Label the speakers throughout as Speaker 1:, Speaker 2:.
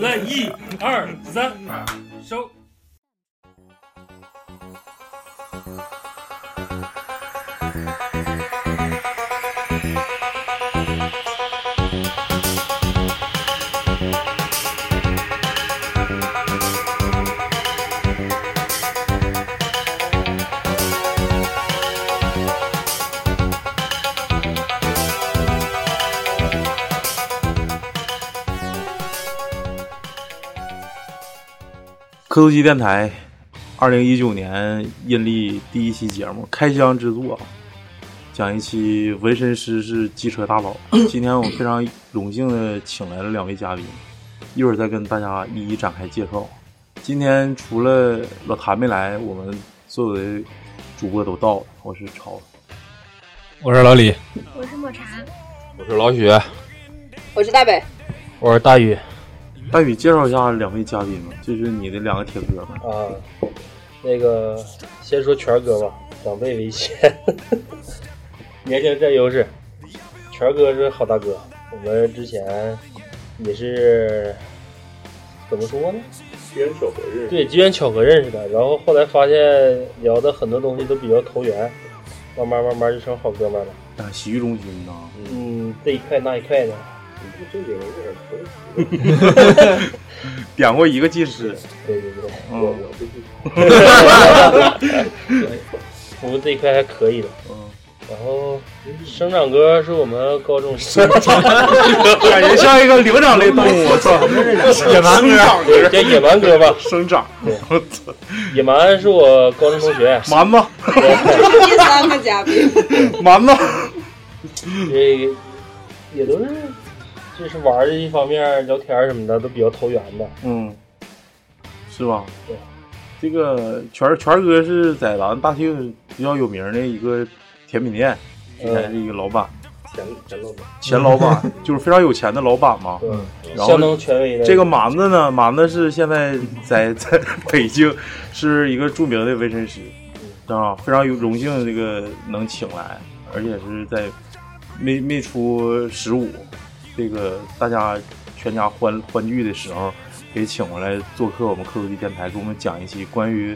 Speaker 1: 来一二三，收。
Speaker 2: 科头机电台，二零一九年阴历第一期节目开箱制作，讲一期纹身师是机车大佬。今天我非常荣幸的请来了两位嘉宾，一会儿再跟大家一一展开介绍。今天除了老谭没来，我们所有的主播都到了。我是超，
Speaker 3: 我是老李，
Speaker 4: 我是抹茶，
Speaker 3: 我是老许，
Speaker 5: 我是大北，
Speaker 3: 我是大宇。
Speaker 2: 大哎宇介绍一下两位嘉宾吧，就是你的两个铁哥们。
Speaker 3: 啊，那个先说权哥吧，长辈为先， 年轻占优势。权哥是好大哥，我们之前也是怎么说呢？对，机缘巧合认识的，然后后来发现聊的很多东西都比较投缘，慢慢慢慢就成好哥们了。
Speaker 2: 啊，洗浴中心呐，
Speaker 3: 嗯，这一块那一块的，
Speaker 2: 点过一个技师，
Speaker 3: 对对对。
Speaker 2: 嗯
Speaker 3: 服务这一块还可以的。
Speaker 2: 嗯，
Speaker 3: 然后生长哥是我们高中 生，
Speaker 2: 感觉像一个灵长类动物，我操，野蛮哥，
Speaker 3: 叫野蛮哥吧。
Speaker 2: 生长，我操，
Speaker 3: 野蛮是我高中 同学，
Speaker 2: 蛮子，
Speaker 5: 第三个嘉宾，
Speaker 2: 蛮子，
Speaker 3: 这也都是就是玩儿的一方面，聊天儿什么的都比较投缘的。
Speaker 2: 嗯，是吧
Speaker 3: 对？
Speaker 2: 这个全全哥是在咱们大庆比较有名的一个甜品店，之前是一个老板，
Speaker 3: 前前老板，
Speaker 2: 前老板，就是非常有钱的老板嘛。
Speaker 3: 对，
Speaker 2: 嗯然后
Speaker 3: 相当权威的。
Speaker 2: 这个蛮子呢，蛮子是现在 在在北京是一个著名的纹身师，啊，非常有荣幸这个能请来，而且是在没没出十五，这个大家全家欢欢聚的时候，给请过来做客我们科技电台，给我们讲一期关于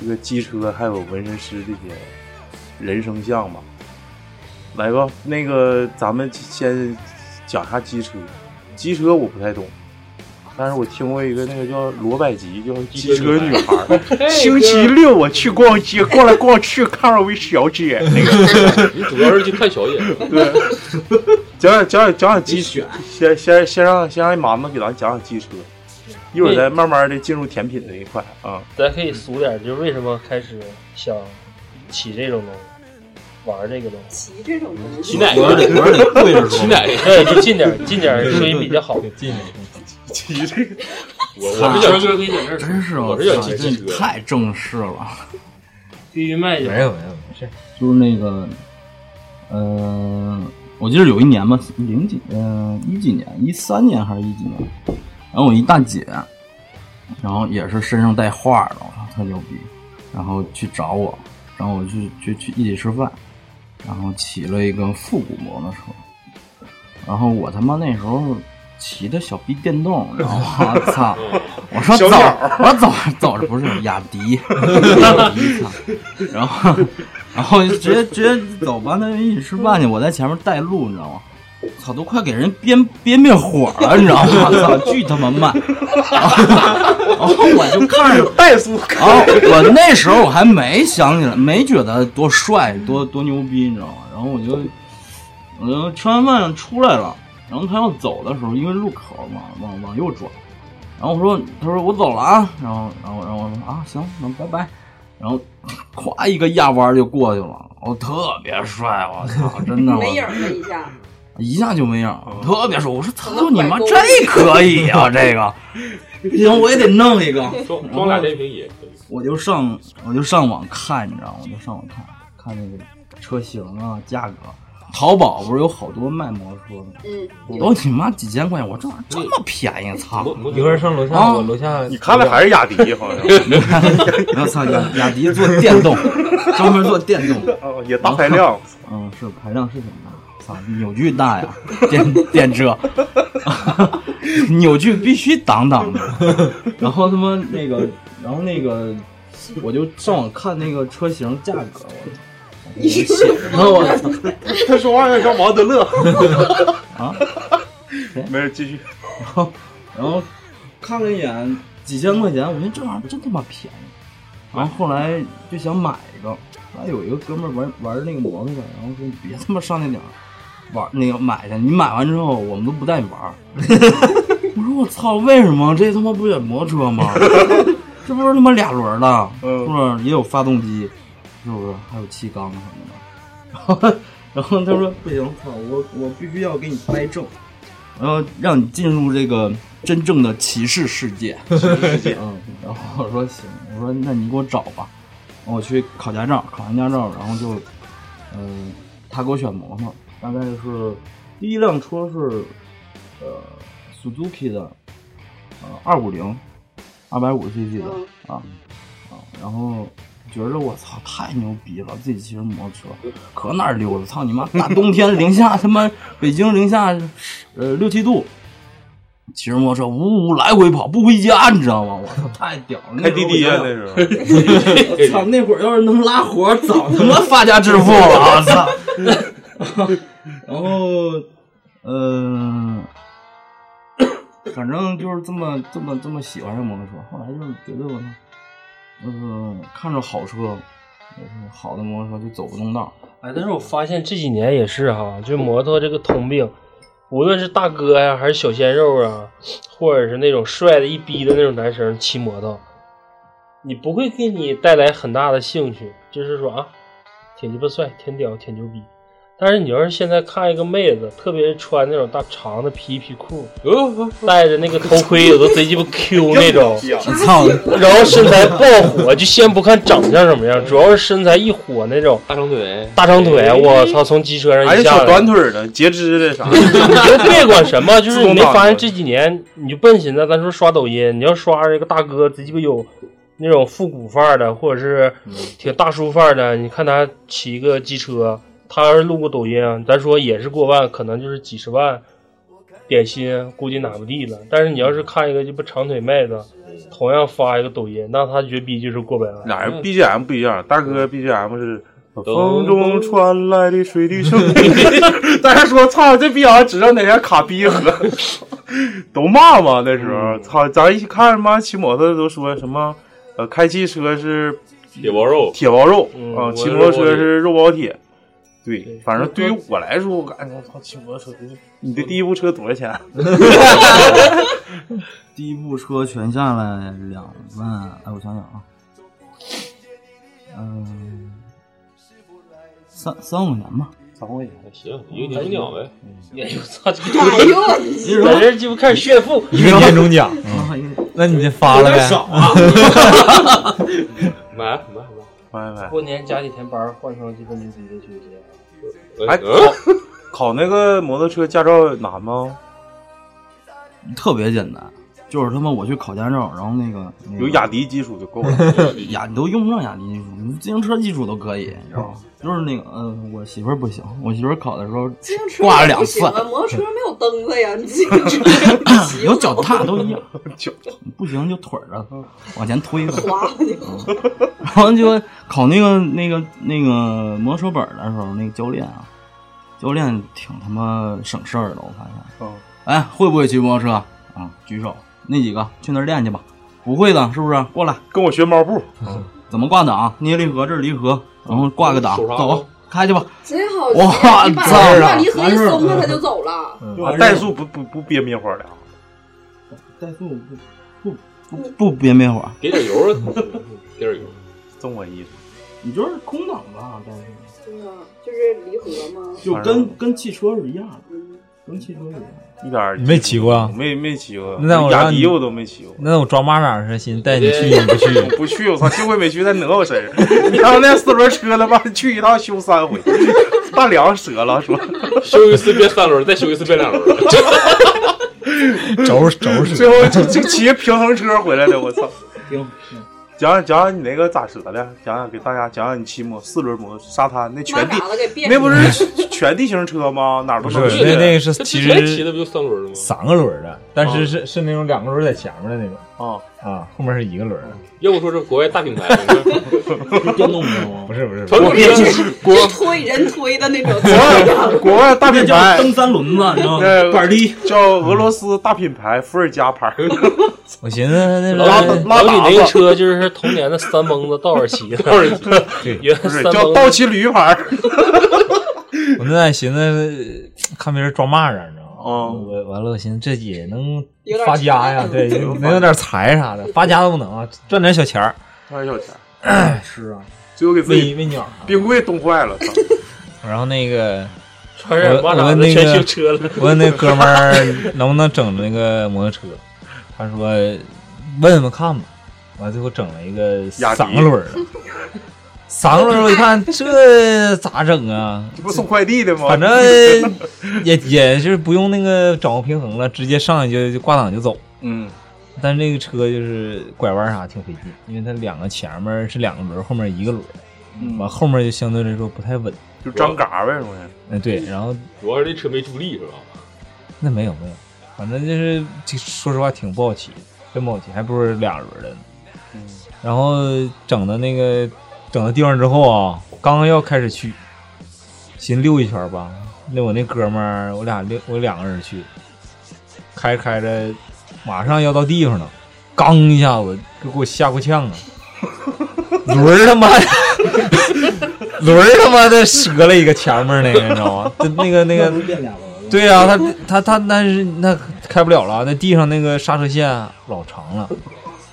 Speaker 2: 这个机车还有纹身师这些人生相吧。来吧，那个咱们先讲一下机车。机车我不太懂，但是我听过一个那个叫罗百吉，叫机车女孩 儿。星期六我去逛街，逛来逛去，看着我一小 姐。那个
Speaker 6: 你主要是去看小野，
Speaker 2: 对，讲讲讲讲讲机车，先先先让先让蛮子给咱讲讲机车，一会儿再慢慢的进入甜品这一块 啊。
Speaker 3: 咱可以俗点儿，就是为什么开始想起这种东西，玩儿这个东西。
Speaker 5: 骑这种东西，
Speaker 6: 挤奶个的，挤奶个。
Speaker 3: 对，就近点儿，近点儿 声音比较好。
Speaker 2: 机这个
Speaker 6: 我我是想
Speaker 1: 哥给你解释，
Speaker 7: 真是
Speaker 6: 我是想骑自行车
Speaker 7: 太正式了。
Speaker 3: 必须卖点。
Speaker 7: 有没有，没事。就是那个，呃，我记得有一年吧，零几，呃，一几年，一三年还是一几年？然后我一大姐，然后也是身上带画的，我操，特牛逼。然后去找我，然后我去去去一起吃饭，然后骑了一个复古摩托车，然后我他妈那时候骑的小逼电动，然后我操，我说
Speaker 2: 小
Speaker 7: 走
Speaker 2: 鸟，
Speaker 7: 我走走着不是雅迪， 雅迪 操然后然后就直接直接走吧，那就一起吃饭去，我在前面带路，你知道吗？操，都快给人编编灭火了，你知道吗？ 操，巨他妈慢！ 然后我就看着
Speaker 2: 怠速，
Speaker 7: 然后我那时候我还没想起来，没觉得多帅、多多牛逼，你知道吗？然后我就，我就吃完饭出来了，然后他要走的时候，因为路口嘛，往往右转，然后我说，他说我走了啊，然后然后然后我说啊行，那拜拜，然后咵一个压弯就过去了，我特别帅，我操，真的，我
Speaker 5: 没影儿了一下，
Speaker 3: 哦
Speaker 7: 一下就没影儿，特别说，我说操你妈，这可以啊，这个，行，我也得弄一个。
Speaker 6: 装装俩连屏也可以。
Speaker 7: 我就上我就上网看，你知道吗？我就上网看看那个车型啊，价格。淘宝不是有好多卖摩托的吗？
Speaker 5: 嗯，
Speaker 7: 都你妈几千块钱，我这玩意儿这么便宜，操！
Speaker 6: 摩摩
Speaker 3: 一
Speaker 6: 托
Speaker 3: 会儿上楼下，
Speaker 7: 啊
Speaker 3: 我楼下
Speaker 2: 你看的还是雅迪好 像，
Speaker 7: 我啊操，雅雅迪做电 动，专门做电动。
Speaker 2: 哦也大排量，
Speaker 7: 嗯，是排量是什么呀？操，扭矩大呀，电电车， 扭矩必须挡挡的。 然后他妈那个，然后那个，我就上网看那个车型价格，我我就写着呢，我操
Speaker 2: 他说话有点像王德乐。
Speaker 7: 啊，
Speaker 2: 没事，继续。
Speaker 7: 然后然后看了一眼，几千块钱，我说这玩意儿真他妈便宜。然后后来就想买一个，后来有一个哥们儿玩玩那个摩托的，然后说你别他妈上那点儿玩那个买去，你买完之后我们都不带你玩儿。我说我操，为什么这他妈不也摩托车吗？ 这不是他妈俩轮儿的，
Speaker 2: 嗯
Speaker 7: 是不是也有发动机？是不是还有气缸什么的？ 然后然后他说哦不行，操，我我必须要给你掰正，然后让你进入这个真正的骑士世界。 嗯，然后我说行，我说那你给我找吧，我去考驾照，考完驾照，然后就，嗯、他给我选摩托，大概是第一辆车是，呃，Suzuki 的，呃，二五零，二百五十 cc
Speaker 5: 嗯
Speaker 7: 的、啊啊，然后觉着我操太牛逼了，自己骑着摩托车，可哪儿溜达，操你妈，大冬天零下他妈北京零下呃六七度。骑着摩托车呜呜来回跑，不回家，你知道吗？我操，太屌了！
Speaker 2: 开滴滴呀
Speaker 7: 呀，，
Speaker 2: 那时候。
Speaker 7: 我操，那会儿要是能拉活，早他妈发家致富了！ 我操。然后，嗯、反正就是这么这么这么喜欢上摩托车。后来就是觉得我呢，嗯、看着好车，就是好的摩托车就走不动道。
Speaker 3: 哎，但是我发现这几年也是哈，就摩托这个通病，无论是大哥呀、还是小鲜肉啊，或者是那种帅的一逼的那种男生骑摩托，你不会给你带来很大的兴趣，就是说啊，挺鸡巴帅，挺屌，挺牛逼。但是你要是现在看一个妹子，特别是穿那种大长的皮衣皮裤，戴着那个头盔，有的贼鸡巴 Q 那种，
Speaker 7: 我操！
Speaker 3: 然后身材爆火，就先不看长相什么样，主要是身材一火那种。
Speaker 6: 大长腿，
Speaker 3: 大长腿，我操！从机车
Speaker 2: 还
Speaker 3: 上
Speaker 2: 有
Speaker 3: 一下
Speaker 2: 小
Speaker 3: 来
Speaker 2: 短，腿的，截肢的啥？
Speaker 3: 你就别管什么，就是你没
Speaker 2: 自
Speaker 3: 发
Speaker 2: 动挡的
Speaker 3: 现这几年，你就奔现在咱说刷抖音，你要刷这个大哥，直鸡巴有那种复古范儿的，或者是挺大叔范儿的，你看他骑一个机车，他要是录个抖音啊，咱说也是过万，可能就是几十万点心，估计哪不地了。但是你要是看一个鸡巴长腿妹子，同样发一个抖音，那他绝逼就是过百万。
Speaker 2: 俩人 BGM 不一样，大哥 BGM 是。风中传来的水滴声， 大家说操，这逼玩意儿只剩哪天卡逼嗯喝， 都骂嘛那时候，操，咱一看妈骑摩托的都说什么，呃，开汽车是
Speaker 6: 铁包肉，
Speaker 2: 铁包肉
Speaker 3: 嗯
Speaker 2: 啊，
Speaker 6: 我
Speaker 2: 骑摩托车是肉包铁，对
Speaker 3: 对，
Speaker 2: 反正对于我来说，我感觉我操，骑摩托车，你的第一部车多少钱？啊
Speaker 7: 第一部车全下来两万，哎，我想想啊，嗯、三三万块钱吧。
Speaker 6: 行，一个年终奖呗。
Speaker 3: 哎呦我操！这个
Speaker 5: 哎呦，我
Speaker 7: 你说
Speaker 3: 在这鸡巴开始炫富，
Speaker 8: 一个年终奖，
Speaker 7: 啊，一个
Speaker 8: 那你这发了呗？
Speaker 6: 买买买
Speaker 2: 买买
Speaker 3: 过年加几天班，换双鸡巴牛逼的休息。
Speaker 6: 买，
Speaker 2: 哎
Speaker 6: 哎，嗯
Speaker 2: 考那个摩托车驾照难吗？
Speaker 7: 特别简单，就是他妈我去考驾照，然后那个、那个、
Speaker 2: 有雅迪基础就够 了。
Speaker 7: 雅，你都用不上雅迪技术，你自行车技术都可以，你知
Speaker 2: 嗯
Speaker 7: 道吗？就是那个，呃，我媳妇儿不行，我媳妇儿考的时候
Speaker 5: 自行车
Speaker 7: 挂
Speaker 5: 不
Speaker 7: 了两
Speaker 5: 行
Speaker 7: 次，
Speaker 5: 了，摩托车没有灯了 呀，你自行啊车骑
Speaker 7: 有
Speaker 5: 不
Speaker 7: 脚
Speaker 5: 走
Speaker 7: 踏都一样，
Speaker 2: 脚
Speaker 7: 不行就腿儿啊， 往前推吧。
Speaker 5: 滑，你
Speaker 7: 然后就考那个那个那个摩托车本儿的时候，那个教练啊，教练挺他妈省事儿的，我发现。
Speaker 2: 嗯
Speaker 7: 哎，会不会骑摩托车啊、举手，那几个去那儿练去吧。不会的，是不是？过来，
Speaker 2: 跟我学猫步，
Speaker 7: 怎么挂档？啊捏离合，这是离合，然后挂个档，
Speaker 6: 手刹
Speaker 7: 走，开去吧。
Speaker 5: 真啊好骑
Speaker 7: 哇
Speaker 5: 你把
Speaker 7: 操
Speaker 5: 你把
Speaker 7: 啊
Speaker 5: 离合
Speaker 7: 完
Speaker 5: 一
Speaker 7: 事儿
Speaker 5: 松开，他就走了。
Speaker 2: 啊怠速不不不憋棉花了。
Speaker 7: 怠速不不不不憋灭火，
Speaker 6: 给点油啊，给点油。
Speaker 2: 中文意思，
Speaker 7: 你就是空档吧，但是
Speaker 5: 对啊，就是离合嘛。
Speaker 7: 就
Speaker 2: 反正
Speaker 7: 跟跟汽车是一样的。
Speaker 5: 嗯
Speaker 7: 能骑桌子。
Speaker 2: 一点儿
Speaker 3: 你没骑过啊
Speaker 2: 没没骑过，
Speaker 3: 那我
Speaker 2: 雅
Speaker 3: 让你
Speaker 2: 迪我都没骑过。
Speaker 3: 那我装妈哪儿是心？带你去你不去？
Speaker 2: 我不去，我操，幸亏没去，他讹我身上。 你看那四轮车他妈去一趟修三回， 大梁折了 说，
Speaker 9: 修一次变三轮，再修一次变两轮。
Speaker 3: 轴轴折。
Speaker 2: 最后就就骑平衡车回来的，我操！讲讲讲讲你那个咋折的？讲讲给大家讲讲你骑摩四轮摩沙滩那全地
Speaker 5: 妈咋的给变
Speaker 2: 那不是全地形车吗？哪儿都
Speaker 3: 不是
Speaker 2: 能
Speaker 3: 那
Speaker 2: 去
Speaker 3: 那个是
Speaker 9: 这
Speaker 3: 其
Speaker 9: 之前骑的
Speaker 3: 实
Speaker 9: 不就三轮的吗？
Speaker 3: 三个轮儿的，但
Speaker 2: 啊
Speaker 3: 是是是那种两个轮儿在前面的那种
Speaker 2: 啊！
Speaker 3: 啊，后面是一个轮儿的。
Speaker 9: 要不说是国外大品牌，你看
Speaker 7: 电动车吗
Speaker 3: 不？是不是，不
Speaker 9: 传
Speaker 3: 是
Speaker 9: 统车
Speaker 2: 啊
Speaker 5: 是推人推的那 种，
Speaker 2: 国外国外大品
Speaker 7: 那叫
Speaker 2: 牌
Speaker 7: 蹬三轮子，你知道吗
Speaker 2: 哎 对？
Speaker 7: 板儿低，
Speaker 2: 叫俄罗斯大品牌伏尔加牌，
Speaker 3: 我寻思那
Speaker 2: 拉
Speaker 3: 拉
Speaker 6: 老
Speaker 2: 拉
Speaker 6: 李
Speaker 2: 粑
Speaker 6: 那
Speaker 2: 粑，
Speaker 6: 车就是童年的三蹦子道尔奇，道尔 奇，原来
Speaker 2: 不是
Speaker 6: 三
Speaker 2: 叫
Speaker 6: 蹦
Speaker 2: 倒
Speaker 6: 子
Speaker 2: 骑驴牌。
Speaker 3: 我那还寻思呃看别人装蚂蚱，你知道吗？
Speaker 2: 嗯
Speaker 3: 我完了，我寻思这也能
Speaker 5: 有点
Speaker 3: 发家呀，对，能有点财啥的，发家都能啊，赚点小钱儿。
Speaker 2: 多少小钱？
Speaker 3: 是啊，
Speaker 2: 最后给自
Speaker 3: 喂
Speaker 2: 己
Speaker 3: 喂鸟啊。
Speaker 2: 冰柜冻坏了，操！
Speaker 3: 然后那个，
Speaker 6: 传染蚂
Speaker 3: 我
Speaker 6: 蚱
Speaker 3: 问
Speaker 6: 的
Speaker 3: 那个
Speaker 6: 全修车了。
Speaker 3: 我问那哥们儿能不能整那个摩托车，他说问问看吧。完最后整了一个
Speaker 2: 雅迪
Speaker 3: 三个轮儿的，三个轮儿我一看这咋整啊？
Speaker 2: 这不送快递的吗？
Speaker 3: 反正也也是不用那个掌握平衡了，直接上去就就挂档就走。
Speaker 2: 嗯，
Speaker 3: 但是那个车就是拐弯啥挺费劲，因为它两个前面是两个轮，后面一个轮，完后面就相对来说不太稳。
Speaker 2: 嗯就张嘎呗，东西。
Speaker 3: 嗯，对，然后
Speaker 9: 主要是这车没助力是吧？
Speaker 3: 那没有没有，反正就是就说实话挺不好骑，真不好骑，还不如俩轮的呢。然后整的那个整的地方之后啊，刚刚要开始去，寻溜一圈吧。那我那哥们儿，我俩溜，我两个人去，开着开着，马上要到地方了，刚一下子就给我吓够呛啊！轮儿他妈，轮儿他妈的折了一个前面那个，你知道 吗？就那个那个
Speaker 7: 那不是变俩轮了？
Speaker 3: 对呀、他他他那是那开不了了，那地上那个刹车线老长了，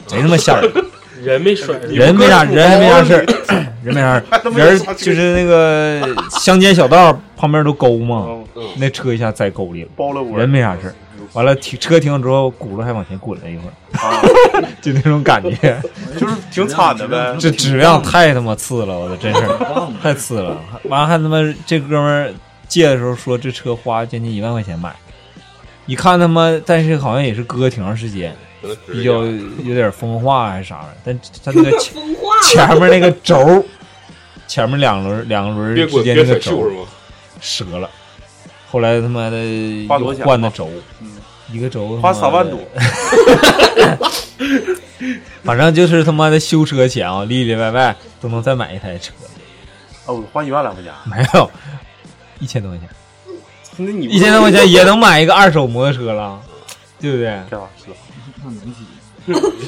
Speaker 3: 贼他妈吓人，
Speaker 6: 人没甩着，
Speaker 3: 人没啥人还没啥事儿， 人没 啥事儿，人就是那个乡间小道旁边都沟嘛，
Speaker 2: 嗯，
Speaker 3: 那车一下栽沟里了，
Speaker 2: 包了我
Speaker 3: 人没啥事儿。完了停车停了之后，轱辘还往前滚了一会儿，
Speaker 2: 啊，
Speaker 3: 就那种感觉，
Speaker 2: 就是挺惨的
Speaker 7: 嗯
Speaker 2: 呗。
Speaker 3: 这质量太他妈次了，我的 真是
Speaker 7: 棒的
Speaker 3: 太次了。完了还他妈这哥们儿借的时候说这车花将近一万块钱买，一看他妈，但是好像也是搁挺长时间，
Speaker 9: 可能
Speaker 3: 比
Speaker 9: 比
Speaker 3: 较有点风化还是啥的，但他那个前
Speaker 5: 风化了。
Speaker 3: 前面那个轴儿，前面两轮两轮
Speaker 9: 别
Speaker 3: 之
Speaker 9: 滚
Speaker 3: 间
Speaker 9: 别
Speaker 3: 那个
Speaker 9: 甩
Speaker 3: 轴
Speaker 9: 袖
Speaker 3: 儿
Speaker 9: 是吗？
Speaker 3: 折了，后来他妈的又
Speaker 2: 花多少钱
Speaker 3: 换的轴
Speaker 2: 嗯，
Speaker 3: 一个轴他妈
Speaker 2: 花三万多，
Speaker 3: 嗯反正就是他妈的修车钱啊，里里外外都能再买一台车，
Speaker 2: 哦，我花一万来块钱，
Speaker 3: 没有一千多块钱，
Speaker 2: 那你
Speaker 3: 一千多块钱 也能买一个二手摩托车了，对不对？
Speaker 2: 干啥去了？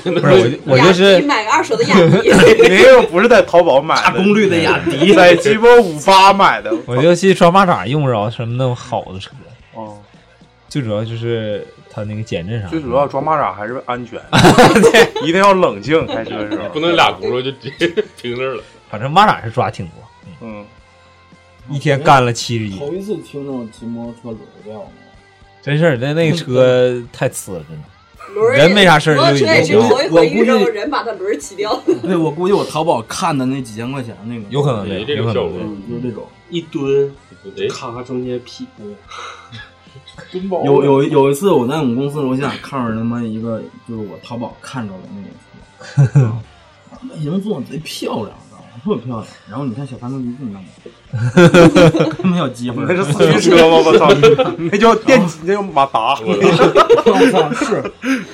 Speaker 3: 不是我就我就
Speaker 5: 雅迪
Speaker 3: 是
Speaker 5: 买个二手的雅迪，
Speaker 2: 没有，不是在淘宝买
Speaker 7: 大
Speaker 2: 的，
Speaker 7: 功率的雅迪，
Speaker 2: 在鸡巴五八买的。
Speaker 3: 我就去抓蚂蚱用不着什么那种好的车，
Speaker 2: 哦，
Speaker 3: 最主要就是它那个减震啥
Speaker 7: 啊
Speaker 3: 的，
Speaker 2: 最主要抓蚂蚱还是安全，一定要冷静开车的时候，
Speaker 9: 不能俩轱辘就直接停那儿了。
Speaker 3: 反正蚂蚱是抓挺多，嗯
Speaker 2: 嗯，
Speaker 3: 一天干了七十
Speaker 7: 头
Speaker 3: 一，
Speaker 7: 一次听那种骑摩托车轮儿掉的，
Speaker 3: 真事儿。那那个车太次了，真的。
Speaker 5: 轮儿
Speaker 3: 人没啥事儿
Speaker 5: 摩托车也是
Speaker 3: 就有
Speaker 5: 头一回遇
Speaker 7: 我
Speaker 5: 着
Speaker 7: 估计
Speaker 5: 人把他轮儿骑掉，
Speaker 7: 对我估计我淘宝看的那几千块钱那个
Speaker 3: 有可能的，
Speaker 9: 对这
Speaker 3: 有
Speaker 9: 种
Speaker 3: 可
Speaker 9: 效
Speaker 3: 能
Speaker 9: 果
Speaker 3: 的。
Speaker 7: 就是这种。
Speaker 6: 一蹲，
Speaker 9: 哎，
Speaker 6: 咔中间劈开了。
Speaker 7: 有有有一次我在我们公司楼下看着他妈一个就是我淘宝看着的那种车， 啊外形做的贼漂亮，知道吗？特别漂亮。然后你看小潘都一动 没有，没有机会。
Speaker 2: 那是四驱车吗？我操， 那叫电，那叫马达。
Speaker 7: 我操，是，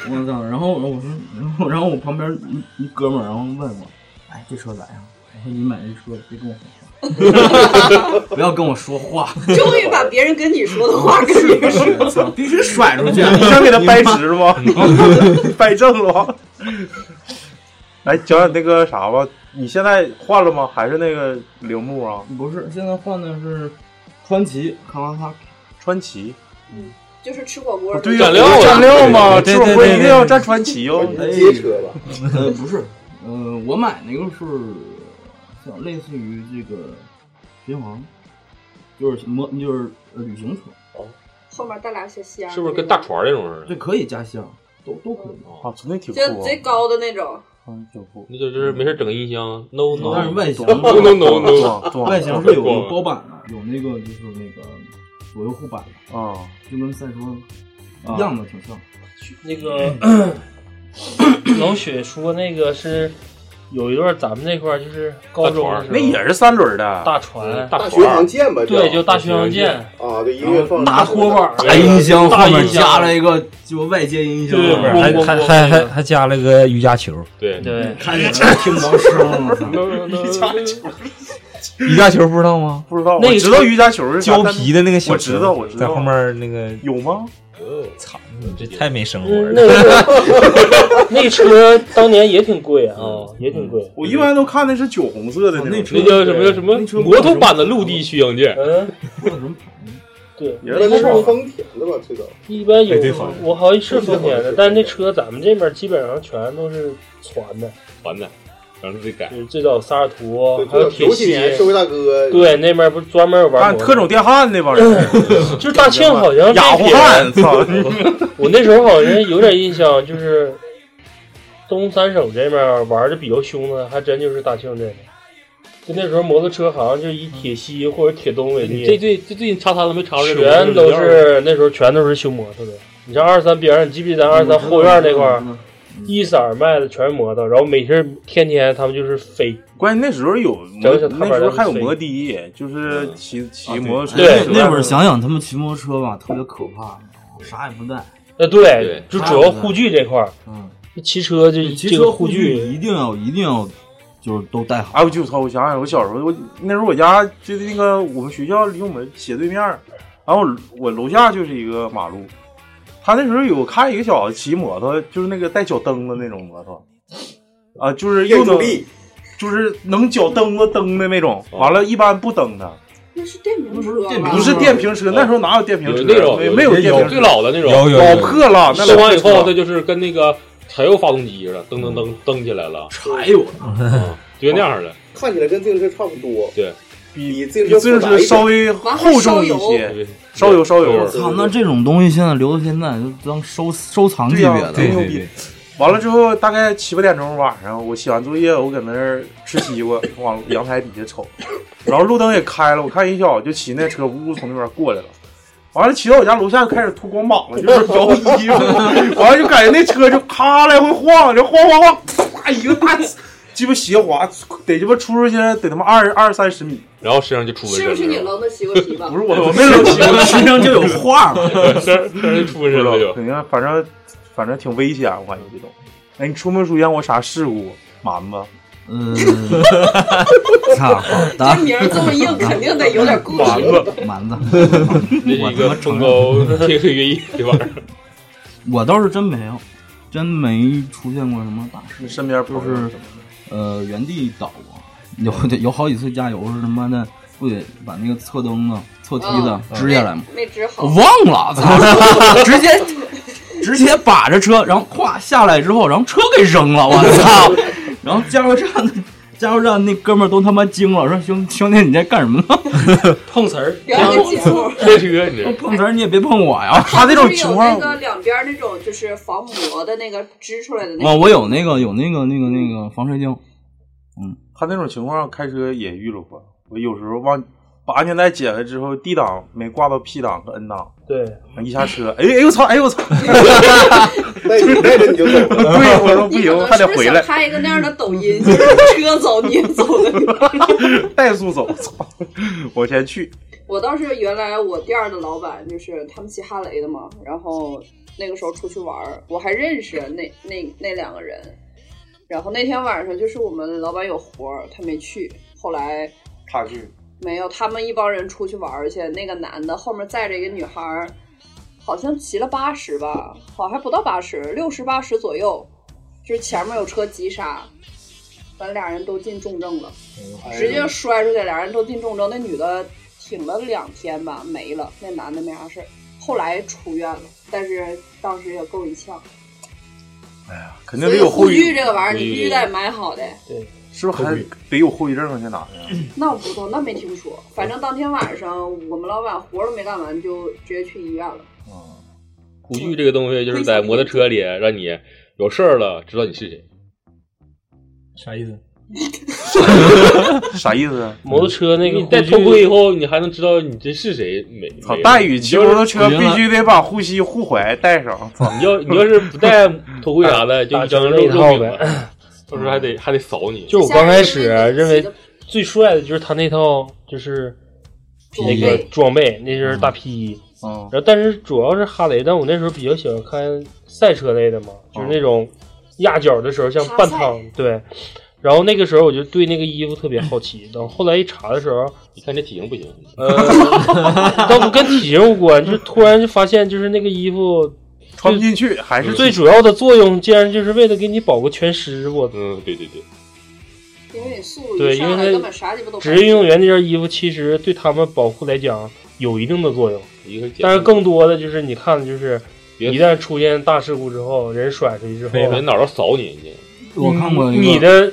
Speaker 7: 我操。然后我说，然后然后我旁边一一哥们儿，然后问我，哎，这车咋样？我说你买这车别跟我说 话，不要跟我说 话，
Speaker 5: 终于把别人跟你说的话跟你说。
Speaker 7: 必须甩出去。
Speaker 2: 你想给他掰直吗？掰正了吗？来讲讲那个啥吧，你现在换了吗？还是那个铃木啊？
Speaker 7: 不是，现在换的是川崎卡瓦萨
Speaker 2: 川崎？
Speaker 5: 就是吃火锅，
Speaker 2: 对呀，
Speaker 9: 蘸料啊
Speaker 2: 蘸料嘛，
Speaker 3: 对
Speaker 2: 吃
Speaker 3: 对
Speaker 2: 火
Speaker 3: 对
Speaker 2: 锅一
Speaker 3: 对
Speaker 2: 定要蘸川崎哦。
Speaker 7: 街车吧？哎呃，不是，呃，我买那个是像类似于这个巡航，就是摩就是呃旅行车，
Speaker 5: 后面带俩小箱，
Speaker 6: 是不是跟大船那种似的？哦
Speaker 7: 这可以加箱，都都可以
Speaker 2: 啊，从那挺
Speaker 5: 就贼高的那种？
Speaker 2: 嗯，挺酷。
Speaker 6: 那就就是没事整音箱，no no，
Speaker 7: 但是外形
Speaker 6: no no no
Speaker 2: 嗯
Speaker 6: no，
Speaker 7: 外形是有有包板的，有那个就是那个左右护板的啊，
Speaker 2: 嗯
Speaker 7: 就跟赛
Speaker 2: 啊
Speaker 7: 车样子挺像。
Speaker 3: 那个 老雪说那个是有一段咱们那块儿就是高中的时候
Speaker 2: 那也是三轮的
Speaker 3: 大船，
Speaker 6: 大
Speaker 9: 学航舰吧？
Speaker 3: 对，就大学航舰
Speaker 9: 啊，对，音乐放
Speaker 7: 大拖板大音箱后面加了一个就外接音箱，啊
Speaker 8: 不是还还还还还加了个瑜伽球，
Speaker 6: 对
Speaker 3: 对，
Speaker 7: 看起来听不着声了。
Speaker 8: 瑜伽球不知道吗？
Speaker 2: 不知道，
Speaker 3: 那
Speaker 2: 我知道瑜伽球是啥
Speaker 8: 胶皮的那个小
Speaker 2: 我知道，我知道，
Speaker 8: 在后面那个
Speaker 2: 有吗？
Speaker 8: 操，你这太没生活
Speaker 3: 嗯
Speaker 8: 了。
Speaker 3: 那车那车当年也挺贵啊，也挺贵。
Speaker 2: 我一般都看的是酒红色的哦那种
Speaker 6: 嗯那叫什么叫什么摩托版的陆地巡洋舰？
Speaker 3: 嗯，对，
Speaker 2: 也是
Speaker 9: 那是
Speaker 2: 多少？
Speaker 9: 丰田的吧？最早
Speaker 3: 一般有
Speaker 8: 对对好像
Speaker 3: 我好像是丰田的，但是那车咱们这边基本上全都是船的，
Speaker 6: 完的，然后自己改
Speaker 3: 就。是最早萨尔图
Speaker 9: 对，
Speaker 3: 还有铁
Speaker 9: 九几
Speaker 3: 西，
Speaker 9: 年社会大哥，
Speaker 3: 对，那边不是专门有玩
Speaker 2: 看
Speaker 3: 摩
Speaker 2: 特
Speaker 3: 托，
Speaker 2: 种电焊那帮人，
Speaker 3: 就是大庆好像
Speaker 2: 雅虎
Speaker 3: 这
Speaker 2: 汉，操！
Speaker 3: 我那时候好像有点印象，就是东三省这边玩的比较凶的，还真就是大庆这边。就那时候摩托车好像就以铁西或者铁东为例，
Speaker 6: 这最最近查他都没查出来，
Speaker 3: 全都是那时候全都是修摩托的。你像二三边上，你记不记得咱二三后院那块儿，一色儿卖的全是摩托，然后每天天天他们就是飞，
Speaker 2: 关键那时候有摩
Speaker 3: 整小踏板
Speaker 2: 那时候还有
Speaker 3: 飞
Speaker 2: 摩的，就是骑骑摩托车。
Speaker 3: 对
Speaker 7: 那会儿想想他们骑摩托车吧，特别可怕，啥也不带。
Speaker 3: 呃，对，就主要护具这块儿，
Speaker 7: 嗯，
Speaker 3: 骑车就
Speaker 7: 骑
Speaker 3: 这个
Speaker 7: 车
Speaker 3: 护
Speaker 7: 护具
Speaker 3: 具，
Speaker 7: 一定要一定要就是都带好。
Speaker 2: 哎，我就操！我想想，我小时候，我那时候我家就那个我们学校离我们斜对面儿，然后我我楼下就是一个马路。他那时候有看一个小子骑摩托，就是那个带脚蹬子那种摩托，啊，就是又
Speaker 9: 电助
Speaker 2: 能
Speaker 9: 力，哦
Speaker 2: 就是能脚蹬子蹬的那种。完了，一般不蹬的，
Speaker 5: 那是电瓶车吧，
Speaker 7: 电瓶
Speaker 2: 不是电瓶车，
Speaker 9: 哦
Speaker 2: 那时候哪有电瓶
Speaker 6: 有
Speaker 2: 车？啊
Speaker 6: 那种
Speaker 2: 没没有电瓶
Speaker 6: 最
Speaker 2: 车，
Speaker 6: 老的那种，
Speaker 8: 有有
Speaker 2: 老破了。那
Speaker 6: 收完
Speaker 2: 老
Speaker 6: 以
Speaker 2: 破
Speaker 6: 后，
Speaker 2: 车
Speaker 6: 它就是跟那个柴油发动机似的，噔噔
Speaker 3: 嗯
Speaker 6: 噔蹬起来了，嗯
Speaker 7: 柴油
Speaker 6: 就那样的。
Speaker 9: 看起来跟自行车差不多，
Speaker 6: 对，
Speaker 9: 比自
Speaker 2: 比
Speaker 9: 行
Speaker 2: 自行
Speaker 9: 车复
Speaker 2: 车
Speaker 9: 杂一
Speaker 2: 稍
Speaker 9: 点。
Speaker 2: 微
Speaker 5: 完还
Speaker 2: 厚重
Speaker 5: 烧
Speaker 2: 一
Speaker 5: 油
Speaker 2: 些，烧油烧油
Speaker 7: 我操！那这种东西现在留到现在就当收收藏级
Speaker 2: 对
Speaker 7: 别
Speaker 2: 呀，
Speaker 7: 的
Speaker 2: 真
Speaker 8: 对
Speaker 2: 牛逼。完了之后，大概七八点钟晚上，我写完作业，我搁那儿吃西瓜， 往阳台底下瞅，然后路灯也开了，我看一小子就骑那车呜呜从那边过来了，完了骑到我家楼下就开始脱光膀了，就是摇衣服，完了就感觉那车就咔来回晃，就晃晃晃，啪一个大鸡巴斜滑，得鸡巴出出去得他妈二二三十米，
Speaker 6: 然后身上就出纹身
Speaker 5: 是
Speaker 6: 了，
Speaker 5: 不是你
Speaker 6: 吧
Speaker 5: 扔的西瓜皮吧
Speaker 2: 不？是我我没 搂西瓜，
Speaker 7: 身上就有画了。
Speaker 6: 身身上就出纹身了 就。
Speaker 2: 肯定反正反正挺危险，我感觉这种。哎，你出没出现过啥事故？瞒吧。
Speaker 7: 嗯， 操，打
Speaker 5: 这名儿这么硬，肯定得有点故
Speaker 2: 完
Speaker 5: 事。
Speaker 2: 了，
Speaker 7: 蛮 子，
Speaker 6: 这是
Speaker 7: 我
Speaker 6: 一个
Speaker 7: 他妈
Speaker 6: 风
Speaker 7: 承
Speaker 6: 高天黑月夜这玩意儿，
Speaker 7: 我倒是真没有，真没出现过什么大事
Speaker 2: 你。身边不
Speaker 7: 就是呃原地倒过，有有好几次加油是他妈的不得把那个侧蹬子、侧梯子
Speaker 5: 嗯
Speaker 7: 支下来吗？
Speaker 5: 没治好，
Speaker 7: 我忘 了，操！ 直接直接把着车，然后咵下来之后，然后车给扔了，我操！ 然后加油站加油站那哥们儿都他妈惊了，说兄兄弟你在干什么呢？
Speaker 3: 碰瓷儿，
Speaker 5: 聊这节目。
Speaker 6: 开车你这
Speaker 7: 碰瓷儿你也别碰我呀！
Speaker 2: 他这
Speaker 5: 就
Speaker 2: 种
Speaker 5: 是
Speaker 2: 情
Speaker 5: 有那
Speaker 2: 况，
Speaker 5: 个两边那种就是防磨的那个支出来的那
Speaker 7: 啊，
Speaker 5: 个，
Speaker 7: 我有那个有那个那个那个防摔胶，
Speaker 2: 他那种情况开车也遇着过。我有时候忘把安全带解开之后，D 档没挂到 P 档和 N 档，
Speaker 3: 对，
Speaker 2: 一下车，哎哎我操，哎我操，
Speaker 9: 带你带着你就走了。
Speaker 2: 对，我说不
Speaker 5: 你
Speaker 2: 行
Speaker 5: 可，能
Speaker 2: 还
Speaker 5: 是
Speaker 2: 得
Speaker 5: 不是
Speaker 2: 回
Speaker 5: 想
Speaker 2: 来，
Speaker 5: 拍一个那样的抖音，就是车走你也走的那种。
Speaker 2: 怠速走，操，我先去。
Speaker 5: 我倒是原来我店儿的老板就是他们骑哈雷的嘛，然后那个时候出去玩儿，我还认识那那那两个人。然后那天晚上就是我们老板有活儿，他没去。后来
Speaker 2: 他去，
Speaker 5: 没有，他们一帮人出去玩儿去，那个男的后面载着一个女孩儿，好像骑了八十吧，好还不到八十，六十八十左右，就是前面有车急刹，咱俩人都进重症了，直接摔出去，俩人都进重症。那女的挺了两天吧，没了，那男的没啥事儿，后来出院了，但是当时也够一呛。
Speaker 2: 肯
Speaker 5: 所
Speaker 2: 定得
Speaker 5: 以
Speaker 2: 有
Speaker 5: 护
Speaker 2: 后
Speaker 5: 具
Speaker 2: 续。
Speaker 5: 这个玩意儿，你
Speaker 6: 对
Speaker 5: 必须得买好的。
Speaker 3: 对，
Speaker 2: 是不是还得有后遗症啊？才拿呀？
Speaker 5: 那我不知道，那没听说。反正当天晚上，我们老板活都没干完，就直接去医院了。
Speaker 3: 苦遇这个东西就是在摩托车里让你有事儿了知道你是谁，
Speaker 10: 啥意思？
Speaker 2: 啥意思啊？
Speaker 3: 摩托车那个
Speaker 10: 你
Speaker 3: 戴头盔以后，你还能知道你这是谁没？
Speaker 2: 操
Speaker 3: 没，
Speaker 2: 待遇骑摩托车必须得把护膝、护踝带 上。
Speaker 3: 你要你要是不戴头盔啥 的，就一张肉
Speaker 6: 那套
Speaker 3: 肉饼
Speaker 6: 呗
Speaker 3: 了， 到时候还得还得扫你。
Speaker 6: 就我刚开始认为最帅的就是他那套，就是那个装备，那身大披衣。
Speaker 2: 然
Speaker 6: 后，但是主要是哈雷，但我那时候比较喜欢看赛车类的嘛，就是那种压脚的时候像半
Speaker 3: 插
Speaker 6: 趟，对。然后那个时候我就对那个衣服特别好奇，等后来一查的时候，
Speaker 3: 你看这体型不行，
Speaker 6: 呃，倒不跟体型无关，就突然就发现就是那个衣服
Speaker 2: 穿不进去，还是
Speaker 6: 最主要的作用，竟然就是为了给你保个全尸，我
Speaker 3: 嗯，对对对。
Speaker 5: 因为速度
Speaker 6: 对，
Speaker 5: 一
Speaker 6: 因
Speaker 5: 上来，
Speaker 6: 为
Speaker 5: 根本啥鸡巴都
Speaker 6: 它
Speaker 5: 不
Speaker 6: 职业运动员那件衣服其实对他们保护来讲有一定的作用
Speaker 3: 一个是，解
Speaker 6: 但是
Speaker 3: 放
Speaker 6: 更多的就是你看，就是一旦出现大事故之后，人甩出去之后，
Speaker 3: 别别脑袋扫你，你
Speaker 7: 我看过一
Speaker 6: 嗯
Speaker 7: 个
Speaker 6: 你的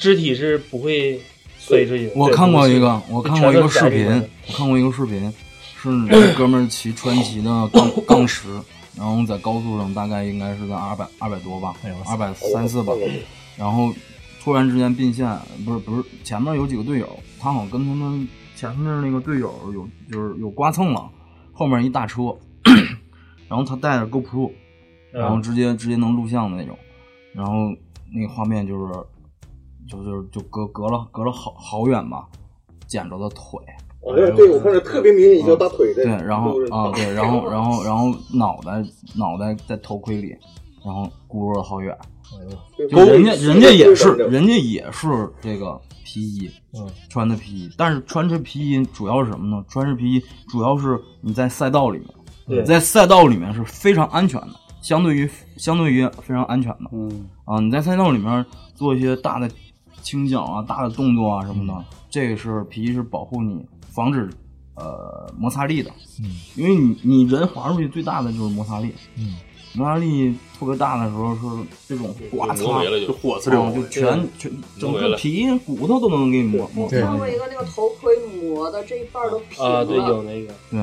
Speaker 6: 肢体是不会飞出去的。
Speaker 7: 我
Speaker 6: 对
Speaker 7: 看过一
Speaker 6: 不
Speaker 7: 个
Speaker 6: 会，
Speaker 7: 我看过一个视
Speaker 6: 全
Speaker 7: 频
Speaker 6: 都是假的，
Speaker 7: 我看过一个视频，是那哥们儿骑川崎的 杠杠十，然后在高速上大概应该是在二百二百多
Speaker 6: 哎
Speaker 7: 吧，二百三四
Speaker 5: 哦
Speaker 7: 吧，然后突然之间并线，不是不是，前面有几个队友，他好像跟他们前面那个队友有就是有刮蹭了，后面一大车， 然后他带着 GoPro，
Speaker 10: 嗯
Speaker 7: 然后直接直接能录像的那种，然后那个画面就是就就就隔隔了隔了好好远吧，捡着的腿，
Speaker 11: 我那对我看着特别明显一条大腿在
Speaker 7: 对，然后
Speaker 11: 路上躺
Speaker 7: 啊 对，然后然后然后脑袋脑袋在头盔里，然后轱辘了好远。就人家人家也是，人家也是这个皮衣，穿的皮衣，但是穿这皮衣主要是什么呢？穿这皮衣主要是你在赛道里面，
Speaker 10: 对
Speaker 7: 在赛道里面是非常安全的，相对于相对于非常安全的，嗯啊，你在赛道里面做一些大的倾角啊、大的动作啊什么
Speaker 10: 嗯
Speaker 7: 的，这个是皮衣是保护你，防止呃摩擦力的，
Speaker 10: 嗯
Speaker 7: 因为你你人滑出去最大的就是摩擦力，
Speaker 10: 嗯，
Speaker 7: 摩擦力特别大的时候是这种刮
Speaker 3: 就
Speaker 7: 擦
Speaker 3: 磨没了就
Speaker 7: 火刺流，就全全整个皮骨头都能给你磨磨
Speaker 5: 我看过一个那个头盔磨的这一半儿都平了。
Speaker 6: 啊，对，有那个。
Speaker 7: 对。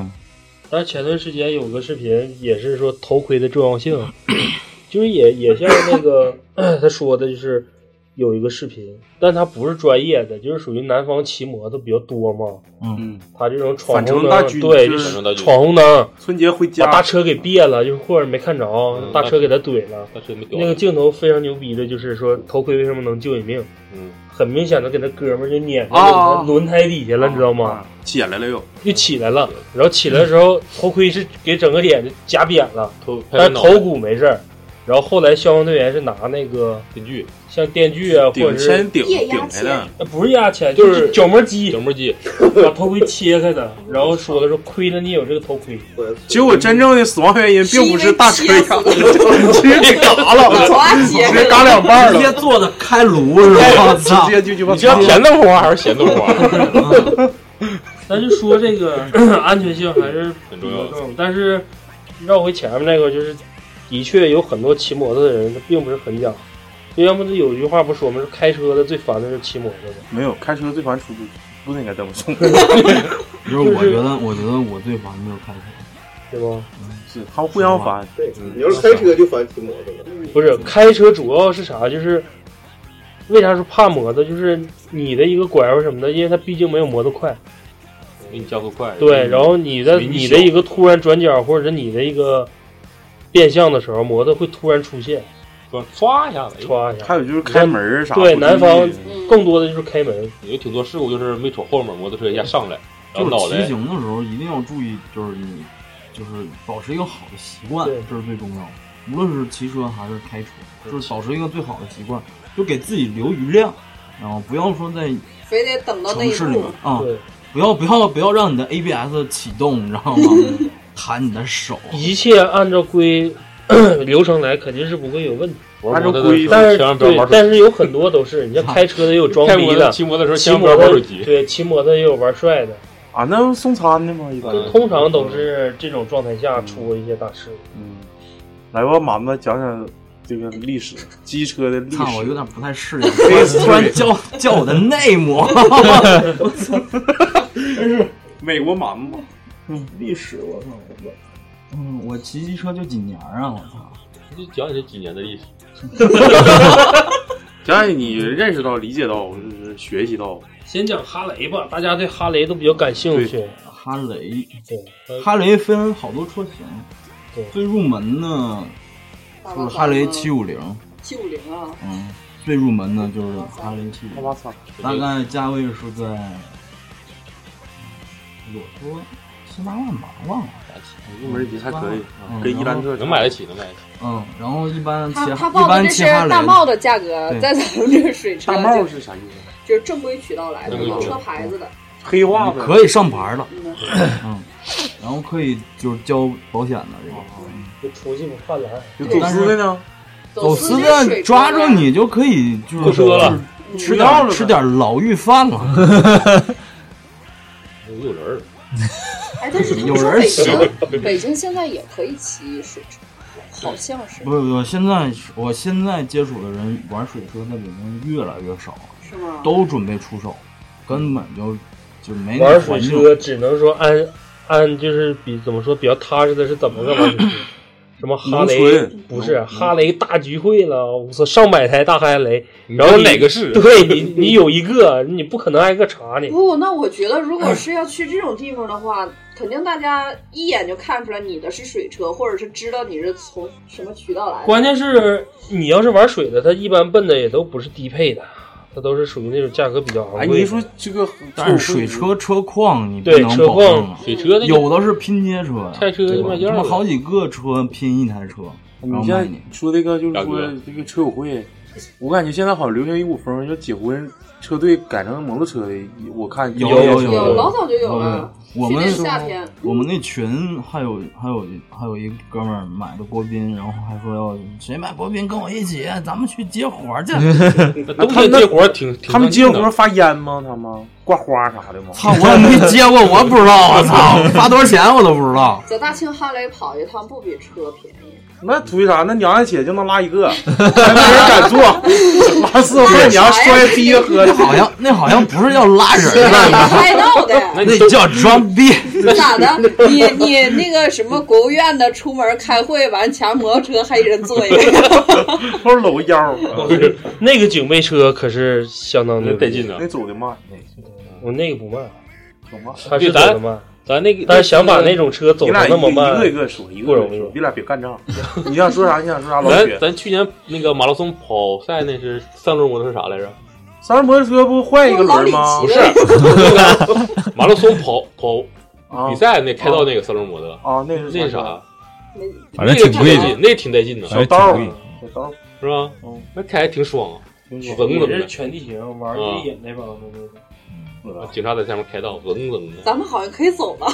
Speaker 6: 但是前段时间有个视频也是说头盔的重要性， 就是也也像那个 他说的，就是有一个视频，但他不是专业的，就是属于南方骑摩托比较多嘛。
Speaker 7: 嗯，
Speaker 6: 他这种闯
Speaker 2: 反
Speaker 6: 红灯，
Speaker 2: 程大狙
Speaker 6: 对，
Speaker 2: 就是
Speaker 6: 就是闯红灯，
Speaker 2: 春节回家嗯
Speaker 6: 把大车给别了，就是或者没看着，大车给他怼了。
Speaker 3: 大车没
Speaker 6: 那个镜头非常牛逼的，就是说头盔为什么能救你命？
Speaker 3: 嗯，
Speaker 6: 很明显的给他哥们儿就撵
Speaker 2: 啊
Speaker 6: 到轮胎底下了，你知道
Speaker 3: 啊
Speaker 11: 啊
Speaker 6: 吗？
Speaker 2: 起来了又，
Speaker 6: 就起来了，然后起来的时候，头盔是给整个脸就夹扁了，
Speaker 3: 头拍
Speaker 6: 但
Speaker 3: 完脑袋
Speaker 6: 头骨没事儿。然后后来消防队员是拿那个
Speaker 3: 电锯，
Speaker 6: 像电锯啊，或
Speaker 3: 顶
Speaker 6: 者是
Speaker 3: 先顶液压顶开的
Speaker 6: 呃，不是压钳，
Speaker 3: 就是
Speaker 6: 角磨机，
Speaker 3: 角磨机
Speaker 6: 把头盔切开的，然后说的是亏了你有这个头盔。
Speaker 2: 结
Speaker 11: 嗯
Speaker 2: 果真正的死亡原因并不是大车压的， 直接给嘎 了，直接嘎两半了，
Speaker 7: 直接做的开颅是吧？
Speaker 2: 直接就鸡巴
Speaker 3: 你这甜豆花还是咸豆花？
Speaker 6: 咱就说这 个安全性还是很重要的，但是绕回前面那个，就是的确有很多骑摩托的人，他并不是很讲。就要不就有一句话不说吗？是开车的最烦的是骑摩托的。
Speaker 2: 没有开车最烦出租，不应该这么 送。
Speaker 7: 就是我觉得，我觉得我最烦的就是开车，
Speaker 6: 对吧？
Speaker 2: 是他们互相烦。
Speaker 11: 对，你要是开车就烦骑摩托了。
Speaker 6: 不是开车主要是啥？就是为啥说怕摩托？就是你的一个拐弯什么的，因为它毕竟没有摩托快。
Speaker 3: 给你加速快。
Speaker 6: 对，然后你的
Speaker 3: 比
Speaker 6: 你
Speaker 3: 小
Speaker 6: 的一个突然转角，或者是你的一个变向的时候，摩托会突然出现，
Speaker 3: 唰一下子，
Speaker 6: 唰一下。
Speaker 3: 还有
Speaker 2: 就是
Speaker 3: 开门儿啥
Speaker 6: 对，
Speaker 3: 不注意
Speaker 6: 南方
Speaker 5: 嗯
Speaker 6: 更多的就是开门。
Speaker 3: 有挺多事故就是没瞅后面摩托车一下上来，然后
Speaker 7: 就是
Speaker 3: 脑
Speaker 7: 骑
Speaker 3: 袋
Speaker 7: 行的时候一定要注意，就是你就是保持一个好的习惯，这是最重要的。无论是骑车还是开车，就是保持一个最好的习惯，就给自己留余量，然后不要说在
Speaker 5: 非得等到那
Speaker 7: 城
Speaker 5: 一
Speaker 7: 市里面
Speaker 5: 步。
Speaker 7: 啊，不要不要不要让你的 ABS 启动，你知道吗？弹你的手，
Speaker 6: 一切按照规 流程来，肯定是不会有问题。
Speaker 7: 玩摩托的时候按照规
Speaker 6: 但是
Speaker 7: 矩千万不要
Speaker 6: 对
Speaker 7: 玩手机
Speaker 6: 但是有很多都是，你像开车的也有装
Speaker 2: 开摩
Speaker 6: 逼
Speaker 2: 托
Speaker 6: 的，
Speaker 2: 骑摩托的时候
Speaker 6: 骑
Speaker 2: 千万不要
Speaker 6: 摩托
Speaker 2: 玩手机
Speaker 6: 对，骑摩托也有玩帅的，
Speaker 2: 啊，那送餐的吗？一般
Speaker 6: 就通
Speaker 2: 嗯
Speaker 6: 常都是这种状态下出过一些大事故。
Speaker 2: 来吧，妈妈讲讲这个历史，机车的历史。
Speaker 7: 操我有点不太适应突然叫叫我的内幕
Speaker 2: 我操！真是美国蛮嘛， 历史我操！我
Speaker 7: 嗯，我骑机车就几年啊，我操！
Speaker 6: 就讲讲这几年的历史。
Speaker 2: 想让你认识到、理解到，就是学习到。
Speaker 3: 先讲哈雷吧，大家对哈雷都比较感兴趣。
Speaker 7: 哈雷，
Speaker 3: 对，
Speaker 7: 哈雷分好多车型，
Speaker 3: 对，
Speaker 7: 最入门呢就是哈雷七五零，
Speaker 5: 九零啊，
Speaker 7: 嗯，最入门的就是哈雷七五
Speaker 2: 我操！
Speaker 7: 大概价位是在有说七八万吧，忘了。
Speaker 2: 入门级还可以啊
Speaker 7: 嗯
Speaker 2: 跟伊兰特
Speaker 7: 然后
Speaker 6: 能买得起，能买得起。
Speaker 7: 嗯，然后一般骑
Speaker 5: 他他
Speaker 7: 一
Speaker 5: 报的
Speaker 7: 般
Speaker 5: 这
Speaker 7: 骑
Speaker 5: 是
Speaker 7: 哈雷
Speaker 5: 大帽的价格，
Speaker 7: 对
Speaker 5: 在咱们这个水车
Speaker 7: 大帽
Speaker 5: 就是
Speaker 7: 啥意思？
Speaker 5: 就是正规渠道来的，
Speaker 7: 正规
Speaker 5: 有
Speaker 7: 渠道
Speaker 5: 车牌子的。
Speaker 2: 黑袜
Speaker 7: 子可以上牌了，
Speaker 5: 嗯
Speaker 7: 嗯，然后可以就是交保险的这个，
Speaker 3: 就出去犯了，
Speaker 7: 就走私的呢？走私
Speaker 3: 走私是
Speaker 7: 的
Speaker 3: 水
Speaker 7: 抓住你就可以就是
Speaker 3: 过车了
Speaker 7: 就是
Speaker 3: 吃
Speaker 7: 吃
Speaker 3: 药了
Speaker 7: 点
Speaker 3: 呗
Speaker 7: 吃点牢狱饭了。
Speaker 6: 有人儿，
Speaker 5: 哎，但是他
Speaker 7: 有
Speaker 5: 们说
Speaker 7: 人
Speaker 5: 北
Speaker 7: 行
Speaker 5: 京，北京现在也可以骑水车，好像是
Speaker 7: 不是不是，现在是我现在接触的人玩水车在北京越来越少，
Speaker 5: 是吗？
Speaker 7: 都准备出手，根本就就没那
Speaker 3: 玩水
Speaker 7: 环境
Speaker 3: 车只能说按按就是比怎么说比较踏实的是怎么个玩 水车？什么哈
Speaker 6: 农
Speaker 3: 雷
Speaker 6: 村
Speaker 3: 不是
Speaker 6: 农
Speaker 3: 哈雷大聚会了，我操上百台大哈雷，
Speaker 6: 你
Speaker 3: 然后
Speaker 6: 说
Speaker 3: 你
Speaker 6: 哪个是
Speaker 3: 对你你有一个，你不可能挨个查你。
Speaker 5: 不，那我觉得如果是要去这种地方的话，肯定大家一眼就看出来你的是水车，或者是知道你是从什么渠道来的。
Speaker 3: 关键是你要是玩水的，它一般奔的也都不是低配的，它都是属于那种价格比较昂贵的。
Speaker 7: 哎你一说
Speaker 2: 这个，
Speaker 7: 但是水车车况你不
Speaker 3: 对
Speaker 7: 能
Speaker 3: 车
Speaker 7: 保证
Speaker 3: 况
Speaker 7: 啊，
Speaker 3: 水车那个
Speaker 7: 有的是拼接车，
Speaker 3: 拆车
Speaker 7: 对吧
Speaker 3: 卖件儿
Speaker 7: 他
Speaker 3: 的
Speaker 7: 们好几个车拼一台车，然后
Speaker 2: 你
Speaker 7: 卖
Speaker 2: 像
Speaker 7: 你。
Speaker 2: 说这个，就是
Speaker 7: 大
Speaker 2: 说
Speaker 7: 哥
Speaker 2: 这个车友会，我感觉现在好像流行一股风，要结婚车队改成摩托车的，我看
Speaker 7: 有有
Speaker 2: 有。
Speaker 7: 有，
Speaker 5: 老早就有了
Speaker 7: 有嗯我
Speaker 5: 去
Speaker 7: 们
Speaker 5: 年夏天
Speaker 7: 我们那群还有还有还有一哥们儿买的波宾，然后还说要谁买波宾跟我一起，咱们去接活儿去
Speaker 2: 那他们那他们接活发烟吗？他们挂花啥的吗？
Speaker 7: 操，我也没接过，我不知道，我操，花多少钱我都不知道。
Speaker 5: 在大庆哈雷跑一趟不比车便宜，
Speaker 2: 那图啥？那娘家姐就能拉一个，还没人敢坐，拉四个娘摔逼喝
Speaker 7: 那好像那好像不 是要啊拉人的，
Speaker 5: 拍到的。
Speaker 7: 那叫装逼。
Speaker 5: 咋的？你你那个什么国务院的，出门开会完抢摩托车还一人坐一个，
Speaker 2: 后搂腰，
Speaker 3: 那个警备车可是相当的
Speaker 6: 得劲呢
Speaker 2: 那走的慢，
Speaker 3: 我那个不慢，
Speaker 2: 走慢
Speaker 3: 它是走
Speaker 6: 咱
Speaker 3: 的慢。
Speaker 6: 咱那个，
Speaker 3: 但是想把那种车走
Speaker 2: 你
Speaker 3: 的
Speaker 2: 俩
Speaker 3: 那么慢，
Speaker 2: 一个一个说，一
Speaker 3: 不
Speaker 2: 个
Speaker 3: 容
Speaker 2: 一
Speaker 3: 易
Speaker 2: 个。说，你俩别干仗。你想说啥？你想说啥？老
Speaker 6: 咱
Speaker 2: 雪，
Speaker 6: 咱去年那个马拉松跑赛那是三轮摩托是啥来着？
Speaker 2: 三轮摩托车不换一个轮吗？
Speaker 6: 不是，那个马拉松跑跑比赛那开到那个三轮摩
Speaker 3: 哦
Speaker 6: 托
Speaker 2: 啊，那是
Speaker 6: 那是啥？
Speaker 8: 反正挺贵
Speaker 6: 那个
Speaker 8: 的
Speaker 6: 劲，那挺带劲的，
Speaker 7: 哎
Speaker 8: 小刀
Speaker 3: 哎
Speaker 8: 儿
Speaker 2: 小刀
Speaker 6: 是吧？那开还挺爽啊，嗡
Speaker 3: 哦也
Speaker 6: 嗡
Speaker 3: 是啊
Speaker 6: 的。
Speaker 3: 全地形玩
Speaker 6: 啊
Speaker 3: 越野那帮的那个。
Speaker 6: 警察在下面开道，嗡嗡的。
Speaker 5: 咱们好像可以走了。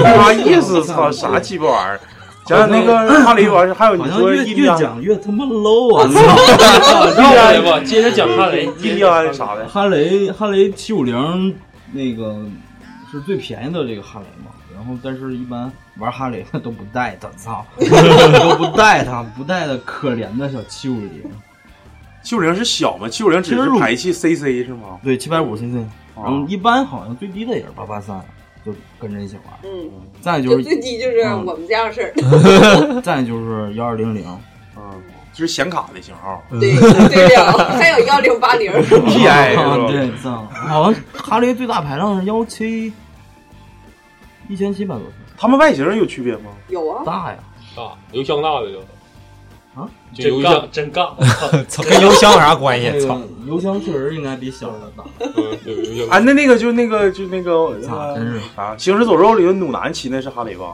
Speaker 2: 啥意思？操，啥鸡巴玩意儿？讲讲那个哈雷玩意儿，还有你
Speaker 7: 好像
Speaker 2: 说
Speaker 7: 越
Speaker 2: 印第
Speaker 7: 越
Speaker 2: 安
Speaker 7: 讲越他妈 low 啊！
Speaker 2: 来吧
Speaker 3: 哎接着讲哈雷
Speaker 2: 印第安啥的。
Speaker 7: 哈雷哈雷七五零那个是最便宜的这个哈雷嘛，然后但是一般玩哈雷的都不带它， 操，都不带它，不带的可怜的小七五零，
Speaker 2: 七五零是小吗？七五零只是排气 CC 是吗？啊
Speaker 7: 对，七百五 cc，然后一般好像最低的也是八八三，就跟着一起玩。
Speaker 5: 嗯，
Speaker 7: 再
Speaker 5: 就是最低就是我们这样式儿，
Speaker 7: 嗯再就是幺二零零，
Speaker 2: 嗯，就是显卡的型号，
Speaker 5: 对对了，还有幺零八零
Speaker 2: PI 是吧
Speaker 7: 啊哦对，操，好像哈雷最大排量是幺七，一千七百多克。
Speaker 2: 他们外形有区别吗？
Speaker 5: 有啊，
Speaker 7: 大呀，
Speaker 6: 大油箱大的就
Speaker 7: 啊，
Speaker 6: 就油箱
Speaker 3: 真杠，
Speaker 8: 操跟油箱有啥关
Speaker 9: 哎
Speaker 8: 系哎操，
Speaker 7: 油箱确实应该比小的大。
Speaker 6: 嗯
Speaker 2: 啊，那那个就那个就那个，
Speaker 7: 操真是
Speaker 2: 啥《行尸走肉》里的努南骑那是哈雷吧？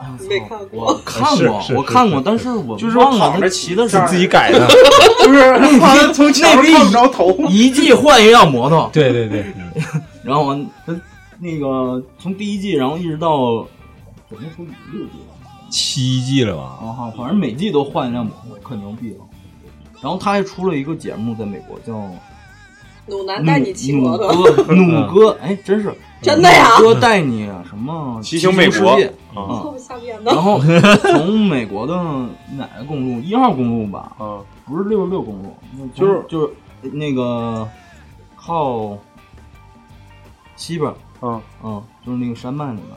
Speaker 7: 哎
Speaker 5: 没看过。
Speaker 7: 我看
Speaker 2: 是
Speaker 7: 过
Speaker 2: 是，
Speaker 7: 我
Speaker 2: 是
Speaker 7: 看
Speaker 2: 是
Speaker 7: 过，
Speaker 2: 是
Speaker 7: 但是我
Speaker 2: 就是
Speaker 7: 忘了
Speaker 2: 躺
Speaker 7: 他
Speaker 2: 着
Speaker 7: 骑
Speaker 2: 骑
Speaker 7: 的
Speaker 2: 是
Speaker 7: 是
Speaker 2: 自己改的
Speaker 7: 不 是
Speaker 2: 那逼从墙上撞着 头，
Speaker 7: 一季换一辆摩托。
Speaker 8: 对对对，
Speaker 7: 然后完他那个从第一季，然后一直到怎么说六季吧，
Speaker 8: 七季了吧？
Speaker 7: 然后反正每季都换一辆摩托，可牛逼了。然后他还出了一个节目，在美国叫
Speaker 5: 鲁
Speaker 7: 努
Speaker 5: 南带你骑摩托，
Speaker 7: 努哥，努哥，哎，真是
Speaker 5: 真的呀
Speaker 7: 努哥带你什么
Speaker 2: 骑行美国
Speaker 7: 世界
Speaker 2: 嗯
Speaker 7: 啊，
Speaker 5: 擦边吧。
Speaker 7: 然后从美国的哪个公路？一号公路吧？
Speaker 2: 啊，
Speaker 7: 不是六十六公路，
Speaker 2: 就是
Speaker 7: 就是那个靠西边。
Speaker 2: 嗯
Speaker 7: 嗯，就是那个山脉里面，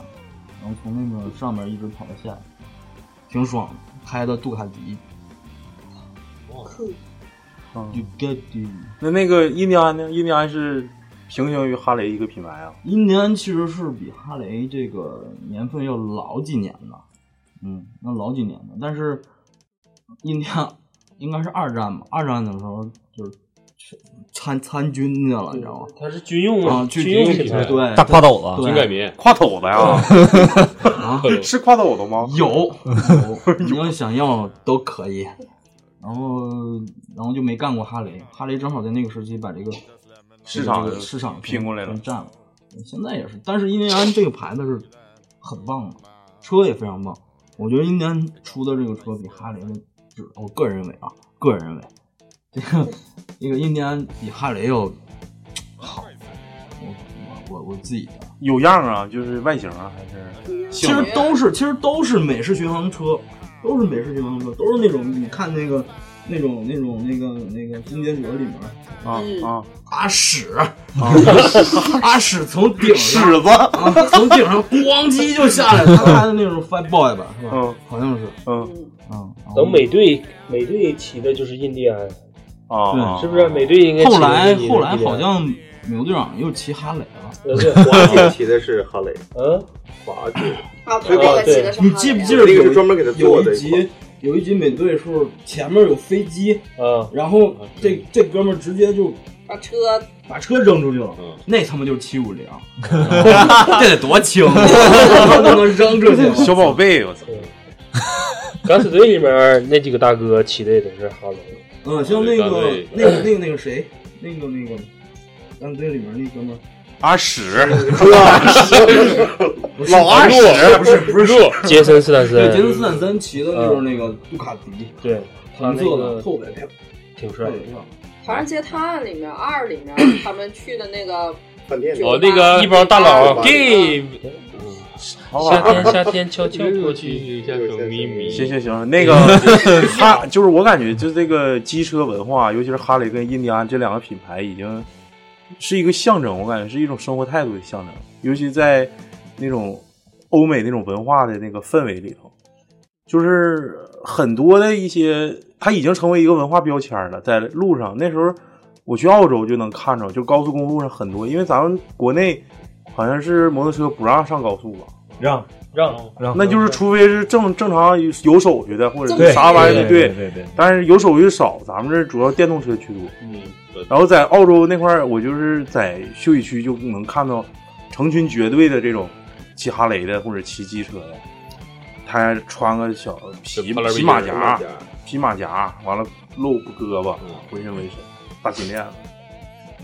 Speaker 7: 然后从那个上面一直跑到下面，挺爽的。开的杜卡迪啊
Speaker 2: 嗯，那那个印第安呢？印第安是平行于哈雷一个品牌啊。
Speaker 7: 印第安其实是比哈雷这个年份要老几年的，嗯，那老几年的。但是印第安应该是二战吧，二战的时候就是去参参军去了，你知道吗？
Speaker 3: 它是军用
Speaker 7: 啊，去
Speaker 3: 军用
Speaker 7: 军
Speaker 3: 品牌
Speaker 7: 对，
Speaker 8: 大胯斗啊子
Speaker 7: 对
Speaker 8: 军改民
Speaker 2: 挎斗子呀
Speaker 7: 啊，
Speaker 2: 是挎斗子吗？
Speaker 7: 有，你要想要都可以。然后，然后就没干过哈雷，哈雷正好在那个时期把这个
Speaker 2: 市场
Speaker 7: 这个市场
Speaker 2: 拼过来了
Speaker 7: 全占了。嗯现在也是，但是印第安这个牌子是很棒的，车也非常棒。我觉得印第安出的这个车比哈雷的质，我个人认为啊，个人认为，这个这个印第安比哈雷要好。我我我我自己的
Speaker 2: 有样啊，就是外形啊，还是
Speaker 7: 其
Speaker 2: 性能
Speaker 7: 实都是，其实都是美式巡航车，都是美式巡航车，都是那种你看那个那种那种那个那个《终结者》里面
Speaker 2: 啊啊
Speaker 7: 啊屎 啊屎从顶上
Speaker 2: 屎子
Speaker 7: 啊从顶上咣叽就下来了，他开的那种 Fat Boy 吧，是吧？
Speaker 2: 嗯，
Speaker 7: 好像是，
Speaker 2: 嗯
Speaker 7: 嗯，
Speaker 3: 等美队美队骑的就是印第安
Speaker 2: 啊
Speaker 7: 对
Speaker 3: 是不
Speaker 6: 啊
Speaker 3: 是？美队应该骑
Speaker 7: 后
Speaker 3: 的
Speaker 7: 来
Speaker 3: 是印第安
Speaker 7: 后来好像美国队长又骑哈雷了。
Speaker 3: 呃对华姐
Speaker 9: 骑的是哈雷，
Speaker 3: 嗯，
Speaker 9: 华姐
Speaker 5: 啊，
Speaker 9: 对
Speaker 5: 那个骑的是
Speaker 7: 你
Speaker 5: 哈
Speaker 7: 记
Speaker 5: 雷
Speaker 7: 不记
Speaker 9: 那
Speaker 7: 得
Speaker 9: 个是
Speaker 7: 有一
Speaker 9: 专门给他做的
Speaker 7: 有一集有一集美队是前面有飞机，
Speaker 3: 啊，
Speaker 7: 然后这这哥们儿直接就
Speaker 5: 把啊车
Speaker 7: 把车扔出去了，那他妈就是七 五零，
Speaker 8: 这得多 轻啊
Speaker 7: 都能扔出去
Speaker 2: 小宝贝，我操！
Speaker 3: 敢死队里面那几个大哥骑的也都是哈雷。
Speaker 7: 嗯，像那个那个那个那个谁，那个那个钢队里面那哥们儿。
Speaker 2: 阿屎，
Speaker 7: 不是
Speaker 2: 老阿屎
Speaker 7: 不是不是
Speaker 3: 杰森斯坦森
Speaker 7: 对杰森斯坦森骑的就是那个杜卡迪，
Speaker 3: 对，他
Speaker 7: 红
Speaker 3: 那
Speaker 7: 色的
Speaker 3: 个
Speaker 7: 后边亮，
Speaker 3: 挺帅的。
Speaker 5: 《唐人街探案》里面二里面， 他们去的那个
Speaker 9: 饭店
Speaker 5: 酒吧
Speaker 6: 哦那个一帮大
Speaker 3: 啊
Speaker 6: 佬
Speaker 5: 对
Speaker 6: gay 夏天夏天悄悄过去，夏虫咪 咪。
Speaker 2: 行行行，那个 哈，就是我感觉就是这个机车文化，尤其是哈雷跟印第安这两个品牌，已经是一个象征，我感觉是一种生活态度的象征，尤其在那种欧美那种文化的那个氛围里头，就是很多的一些，它已经成为一个文化标签了，在路上那时候。我去澳洲就能看着，就高速公路上很多，因为咱们国内好像是摩托车不让上高速吧？
Speaker 8: 让
Speaker 3: 让
Speaker 8: 让，
Speaker 2: 那就是除非是正正常有手续的，或者
Speaker 8: 对
Speaker 2: 是啥玩意
Speaker 8: 对对
Speaker 2: 儿，
Speaker 8: 对
Speaker 2: 对
Speaker 8: 对对
Speaker 2: 但是有手续少，咱们这主要电动车居多。
Speaker 6: 嗯，
Speaker 2: 然后在澳洲那块儿，我就是在休息区就能看到成群结队的这种骑哈雷的或者骑机车的，他穿个小皮
Speaker 6: 就拉
Speaker 2: 皮
Speaker 6: 皮
Speaker 2: 马
Speaker 6: 筋儿
Speaker 2: 甲
Speaker 6: 皮马甲、
Speaker 2: 皮马甲，完了露胳膊，
Speaker 8: 嗯
Speaker 2: 浑身纹身，大金链子，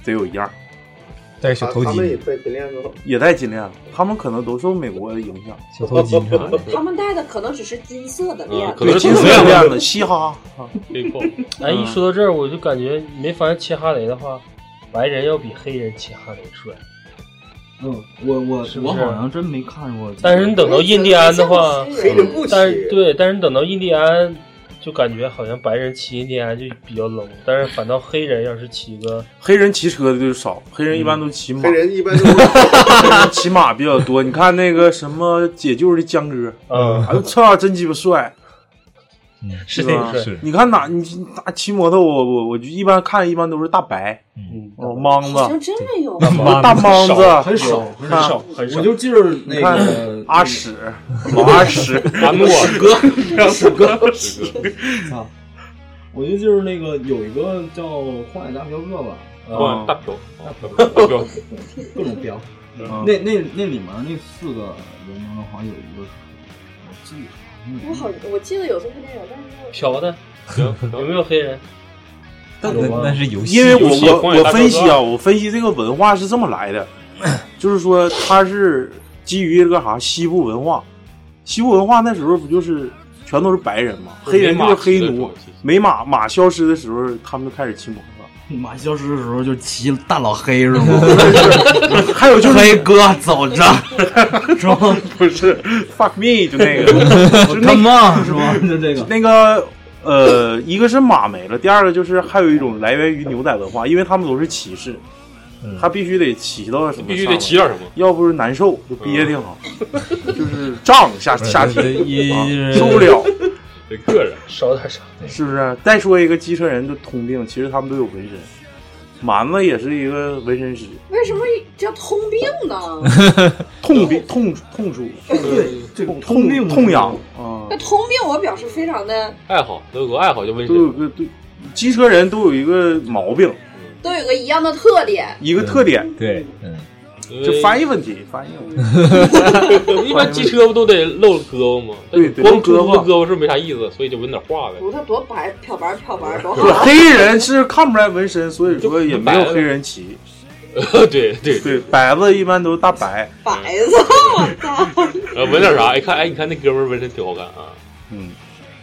Speaker 2: 得有一样儿。
Speaker 8: 戴个小头
Speaker 9: 他们也
Speaker 8: 巾，
Speaker 9: 在金链子吗？
Speaker 2: 也戴金链子，他们可能都受美国的影响，
Speaker 8: 小头巾啥的。
Speaker 5: 他们戴的可能只是金色的链子，
Speaker 2: 对，金色链子，嘻哈，
Speaker 6: 内裤。
Speaker 3: 哎，一说到这儿，我就感觉你没发现骑哈雷的话，白人要比黑人骑哈雷帅。
Speaker 7: 嗯，我我
Speaker 3: 是不
Speaker 7: 我
Speaker 3: 是
Speaker 7: 好像真没看过。
Speaker 3: 但是你等到印第安的话，
Speaker 9: 黑人不骑
Speaker 3: 但是对，但是你等到印第安，就感觉好像白人骑印第安就比较 low，但是反倒黑人要是骑个
Speaker 2: 黑人骑车的就少，黑人一般都骑马，
Speaker 9: 黑人一般都
Speaker 2: 黑人骑马比较多。你看那个什么解救的江哥，
Speaker 3: 嗯
Speaker 2: 哎呦，操，真鸡巴帅，
Speaker 3: 是
Speaker 2: 吧
Speaker 3: 那个帅，
Speaker 2: 你看哪，你哪骑摩托，我我我就一般看，一般都是大白，
Speaker 3: 嗯，
Speaker 2: 哦，莽
Speaker 5: 好像
Speaker 2: 子，
Speaker 5: 真没有。
Speaker 2: 大莽子，
Speaker 7: 很少很
Speaker 2: 看
Speaker 3: 少很少
Speaker 7: 嗯我。就记着那
Speaker 2: 你看
Speaker 7: 个
Speaker 2: 阿屎，老阿屎，
Speaker 6: 韩国
Speaker 7: 哥，史哥，
Speaker 6: 屎 哥
Speaker 7: 啊，我就记着那个有一个叫《荒野大镖客》吧，
Speaker 6: 哇，大嫖，大嫖，
Speaker 7: 各种标。
Speaker 2: 嗯
Speaker 7: 那那那里面那四个人名的好像有一个，我记得好像
Speaker 5: 我好，我记得有这部电影，但是
Speaker 3: 嫖的
Speaker 6: 行，
Speaker 3: 有没有黑人？
Speaker 8: 那
Speaker 3: 有
Speaker 8: 那
Speaker 3: 吗？
Speaker 8: 是游戏，
Speaker 2: 因为
Speaker 6: 游戏
Speaker 2: 我
Speaker 6: 荒
Speaker 2: 我
Speaker 6: 野
Speaker 2: 我
Speaker 6: 大
Speaker 2: 分
Speaker 6: 镖
Speaker 2: 析
Speaker 6: 客
Speaker 2: 啊，我分析这个文化是这么来的，就是说它是基于这个啥西部文化，西部文化那时候不就是全都是白人嘛，
Speaker 6: 就是
Speaker 2: 黑人
Speaker 6: 没
Speaker 2: 就
Speaker 6: 马
Speaker 2: 是黑
Speaker 6: 骑的时
Speaker 2: 奴
Speaker 6: 候其实，
Speaker 2: 没马马消失的时候，他们就开始骑摩托，？
Speaker 7: 马消失的时候就骑大老黑是 吗
Speaker 2: 还有就是
Speaker 7: 黑哥走着，是吗？，
Speaker 2: 不是，fuck me，就 那个就
Speaker 7: Come
Speaker 2: 那
Speaker 7: 哦 on，是吗 就这个
Speaker 2: 那个。呃，一个是马没了，第二个就是还有一种来源于牛仔文化，因为他们都是骑士，他必须得骑到什么上面，
Speaker 6: 必须得骑点什么
Speaker 2: 要不是难受就憋挺好，就是胀下下体啊受不了，
Speaker 6: 得硌着，
Speaker 3: 少点啥，
Speaker 2: 是不是？再说一个机车人的通病，其实他们都有纹身，蛮子也是一个纹身师，
Speaker 5: 为什么叫通病呢？
Speaker 2: 痛病痛痛处，对，痛痛
Speaker 7: 病
Speaker 2: 痛痒啊，
Speaker 5: 那通病我表示非常的
Speaker 6: 爱好都有个爱好叫纹
Speaker 2: 都有个对，机车人都有一个毛病，
Speaker 5: 都有个一样的特点，
Speaker 2: 一个特点，
Speaker 8: 对，嗯，
Speaker 2: 就翻译问题，翻译问题。
Speaker 6: 身。一 般机车不都得露胳膊吗？
Speaker 2: 对得
Speaker 6: 光
Speaker 2: 露
Speaker 6: 秃
Speaker 2: 胳膊
Speaker 6: 噜胳膊是没啥意思，所以就纹点画呗。
Speaker 5: 不是多白漂白漂白多
Speaker 2: 不是
Speaker 5: 好。
Speaker 2: 黑人是看不出来纹身，所以说也没有黑人骑。
Speaker 6: 对对
Speaker 2: 对，白子一般都是大白，
Speaker 5: 白子，我操！
Speaker 6: 呃，纹点啥？一看，哎，你看那哥们儿纹身挺好看啊。
Speaker 2: 嗯，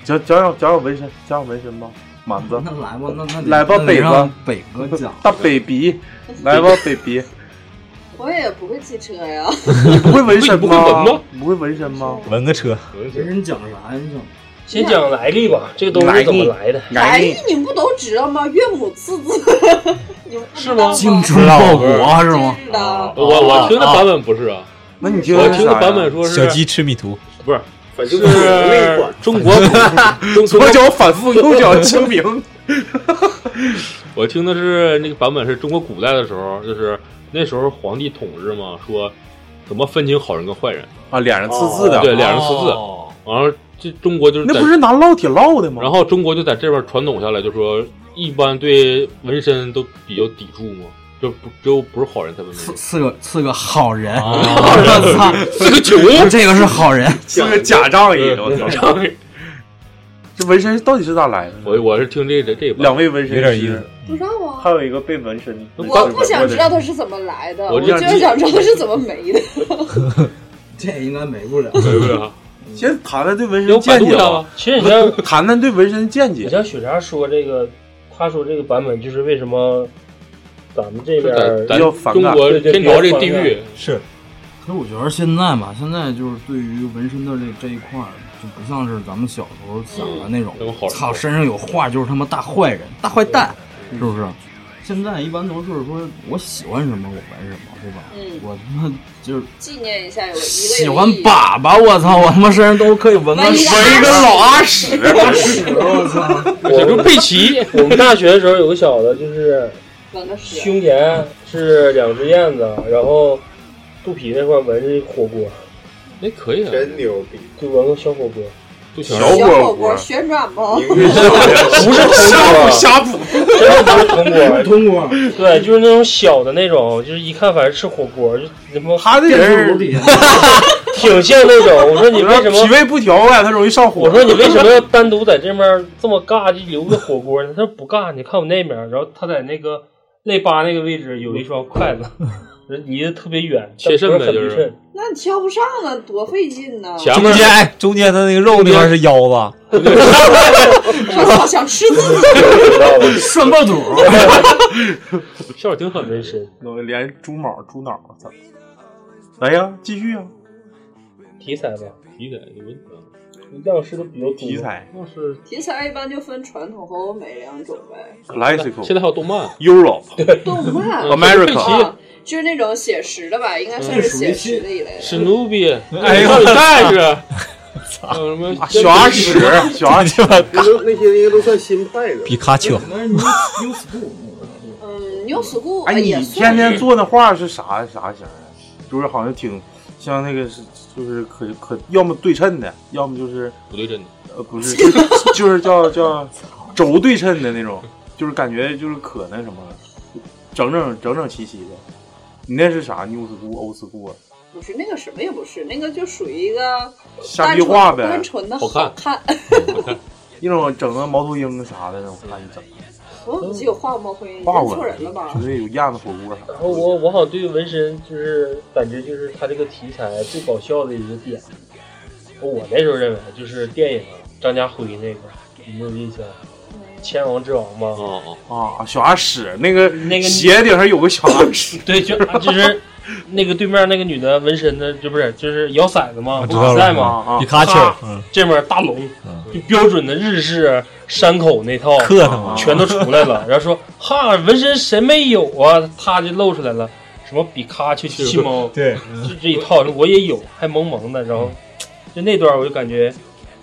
Speaker 2: 讲讲讲讲讲纹身，讲讲纹身吧，满子。
Speaker 7: 那来吧，那那得
Speaker 2: 来吧，
Speaker 7: 那得
Speaker 2: 北
Speaker 7: 让
Speaker 2: 吧，
Speaker 7: 北哥 讲，
Speaker 2: 大北鼻，来吧，北鼻，
Speaker 5: 我也不会骑车呀。
Speaker 2: 你不会纹身
Speaker 8: 不会
Speaker 2: 吗？
Speaker 8: 纹吗
Speaker 2: 你不会纹身吗？
Speaker 8: 纹个车，
Speaker 7: 别人讲啥呀？你讲
Speaker 3: 先讲来历吧，这个东西怎么来的？
Speaker 5: 白
Speaker 2: 哎
Speaker 5: 玉哎你们不都知道吗？岳母刺字，你们不知道吗？啊
Speaker 7: 精忠报国是吗？
Speaker 5: 是的，
Speaker 6: 我
Speaker 3: 哦
Speaker 6: 我听的版本不是啊，
Speaker 2: 那你
Speaker 6: 听我听的版本说是
Speaker 8: 小鸡吃米图，
Speaker 6: 不是，
Speaker 9: 反
Speaker 6: 正
Speaker 9: 那一
Speaker 6: 是
Speaker 9: 款
Speaker 6: 中 国中
Speaker 2: 左脚反复，右脚清明。
Speaker 6: 我听的是那个版本是中国古代的时候，就是那时候皇帝统治嘛，说怎么分清好人跟坏人
Speaker 2: 啊，脸上刺字的
Speaker 6: 对，脸上刺字
Speaker 2: 哦，
Speaker 6: 完了这中国就是
Speaker 2: 那
Speaker 6: 在
Speaker 2: 不是拿烙铁烙的吗？
Speaker 6: 然后中国就在这边传统下来，就说一般对纹身都比较抵触嘛，就不就不是好人才纹身。
Speaker 7: 四个四个好人，
Speaker 6: 我
Speaker 7: 操，
Speaker 6: 这个穷
Speaker 7: 这个是好人，
Speaker 2: 是个假仗义，我
Speaker 6: 假
Speaker 2: 操！ 这纹身到底是咋来的？
Speaker 6: 我我是听这这这
Speaker 2: 两位纹身
Speaker 6: 有点意思，
Speaker 5: 不知道啊。
Speaker 2: 还有一个被纹身，
Speaker 5: 我不想知道它是怎么来的，
Speaker 2: 我
Speaker 5: 我
Speaker 2: 就
Speaker 5: 就是想知道它是怎么没的。
Speaker 7: 这应该没不了，
Speaker 6: 没不了。
Speaker 2: 先谈谈对纹身见解吧。
Speaker 3: 其实你像
Speaker 2: 谈谈对纹身见解
Speaker 3: 你，像雪莎说这个，她说这个版本就是为什么咱们这边
Speaker 6: 咱
Speaker 3: 儿
Speaker 6: 咱中国
Speaker 3: 对对
Speaker 6: 天朝这地域
Speaker 8: 是。
Speaker 7: 其实我觉得现在吧，现在就是对于纹身的这这一块儿，就不像是咱们小时候想的那种，操、身上有画就是他妈大坏人、大坏蛋，是不是？现在一般都是说我喜欢什么我纹什么，对吧？
Speaker 5: 嗯
Speaker 7: 我他妈就是
Speaker 5: 纪念一下有一个
Speaker 7: 喜欢粑粑，我
Speaker 12: 嗯
Speaker 7: 操，我他妈身上都可以纹个
Speaker 5: 纹一个
Speaker 7: 纹一个老阿屎，
Speaker 5: 阿
Speaker 7: 屎，我操！
Speaker 3: 我
Speaker 6: 说佩奇，
Speaker 3: 我们大学的时候有个小子，就是
Speaker 5: 纹个蛇，
Speaker 3: 胸前是两只燕子，然后肚皮那块纹是火锅，哎
Speaker 6: 那可以啊，
Speaker 9: 真牛逼！
Speaker 3: 就纹个小火锅，
Speaker 6: 就
Speaker 5: 小火锅旋转吧。
Speaker 3: 不是铜锅，
Speaker 2: 呷哺，
Speaker 3: 真的不是 铜锅，
Speaker 7: 铜锅，
Speaker 3: 对，就是那种小的那种，就是一看反正吃火锅，就他妈
Speaker 2: 他这人
Speaker 3: 挺像那种。我说 你为什么
Speaker 2: 脾胃不调啊呀？他容易上火。
Speaker 3: 我说你为什么 要单独在这面这么尬，就留个火锅呢？他说不尬，你看我那面，然后他在那个肋巴那个位置有一双 筷 子，离得特别远，
Speaker 6: 切肾呗
Speaker 3: 但不
Speaker 6: 就是
Speaker 3: 很离肾。
Speaker 5: 那你挑不上啊，多费劲呢。
Speaker 8: 中间哎，中间他那个肉那块是腰子，
Speaker 5: 我操，想吃自己。
Speaker 7: 涮爆肚，
Speaker 6: 笑挺狠的，
Speaker 3: 是
Speaker 2: 我连猪毛、猪脑，我操！来呀，继续啊！
Speaker 3: 题材吧，
Speaker 6: 题材你们
Speaker 3: 样式都比较多。
Speaker 2: 题材
Speaker 6: 那是
Speaker 5: 题材一般就分传统和欧美两种呗。
Speaker 2: classical，
Speaker 6: 现在还有动漫
Speaker 2: ，Europe，
Speaker 5: 动漫
Speaker 2: America
Speaker 5: 啊就是那种写实的吧，应该算是写实的一类。
Speaker 6: 史努比，
Speaker 2: 哎呦
Speaker 6: 少女战士，还有什么
Speaker 2: 小阿屎，小阿屎，
Speaker 9: 那都那些应该都算新派的。
Speaker 8: 皮卡丘，
Speaker 5: 嗯，New School
Speaker 2: 哎，
Speaker 5: 呃
Speaker 2: 你
Speaker 5: 也算
Speaker 2: 天天
Speaker 5: 是
Speaker 2: 做那画是啥啥型啊？就是好像挺像那个是，就是可可要么对称的，要么就是
Speaker 6: 不对称的，
Speaker 2: 呃，不是，就是 就是叫叫轴对称的那种，就是感觉就是可那什么了，整整整整齐齐的。你那是啥？new school、old school 啊？
Speaker 5: 不是那个什么也不是，那个就属于一个
Speaker 2: 瞎逼画呗
Speaker 5: 单纯单纯的
Speaker 2: 好
Speaker 5: 好
Speaker 2: 看
Speaker 5: 看。
Speaker 2: 一种整个猫头鹰啥的那种，我看你整
Speaker 5: 我有记有画过猫头鹰，你
Speaker 2: 画
Speaker 5: 认
Speaker 2: 过
Speaker 5: 错人了吧
Speaker 2: 就？是有燕子火锅啥的。
Speaker 3: 然后我我好像对纹身就是感觉就是他这个题材最搞笑的一个点，
Speaker 6: 哦
Speaker 3: 我那时候认为就是电影张家辉那个，你没有印象？
Speaker 6: 千王之王吗？
Speaker 2: 啊，小阿屎那个
Speaker 6: 那个
Speaker 2: 鞋顶上有个小阿屎，
Speaker 6: 对，就就是那个对面那个女的纹身的，就不是就是摇骰子嘛，
Speaker 7: 知道了
Speaker 6: 比赛嘛
Speaker 7: 啊啊，
Speaker 6: 咔
Speaker 7: 皮卡丘嗯
Speaker 6: 这边大龙，就标准的日式山口那套，
Speaker 7: 克他
Speaker 2: 啊
Speaker 7: 妈
Speaker 6: 全都出来了。然后说哈，纹身谁没有啊？他就露出来了，什么比卡丘、气猫，
Speaker 7: 对
Speaker 6: 这这一套我也有，还萌萌的。然后就那段我就感觉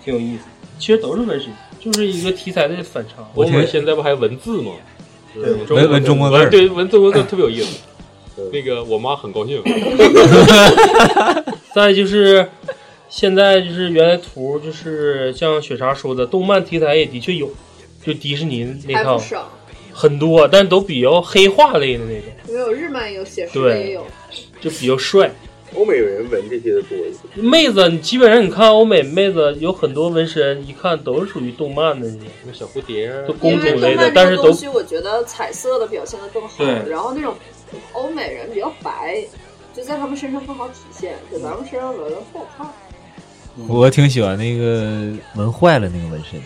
Speaker 6: 挺有意思，其实都是纹身，就是一个题材的反差。
Speaker 3: 我
Speaker 6: 们
Speaker 3: 们现在不还文字吗？
Speaker 6: 对
Speaker 3: 就是
Speaker 7: 文文中国字儿
Speaker 3: 对文中国字儿特别有意 思。那个我妈很高兴，
Speaker 6: 再就是现在就是原来图就是像雪莎说的，动漫题材也的确有，就迪士尼那
Speaker 5: 还
Speaker 6: 套
Speaker 5: 不少，
Speaker 6: 很多，但都比较黑化类的那种，
Speaker 5: 因为有日漫，有写实的
Speaker 6: 对
Speaker 5: 也有。
Speaker 6: 就比较帅。
Speaker 9: 欧美人纹这些的多一些。
Speaker 6: 妹子，你基本上你看欧美妹子有很多纹身，一看都是属于动漫的那种，
Speaker 3: 小蝴蝶、啊
Speaker 6: 就公主
Speaker 5: 因
Speaker 6: 类
Speaker 5: 为动
Speaker 6: 的，
Speaker 5: 漫
Speaker 6: 但
Speaker 5: 这
Speaker 6: 是
Speaker 5: 个
Speaker 6: 都
Speaker 5: 东西，我觉得彩色的表现的更好
Speaker 6: 对。
Speaker 5: 然后那种欧美人比较白，就在他们身上更好体现，在咱们身上纹了不好看。
Speaker 7: 我挺喜欢那个纹坏了那个纹身。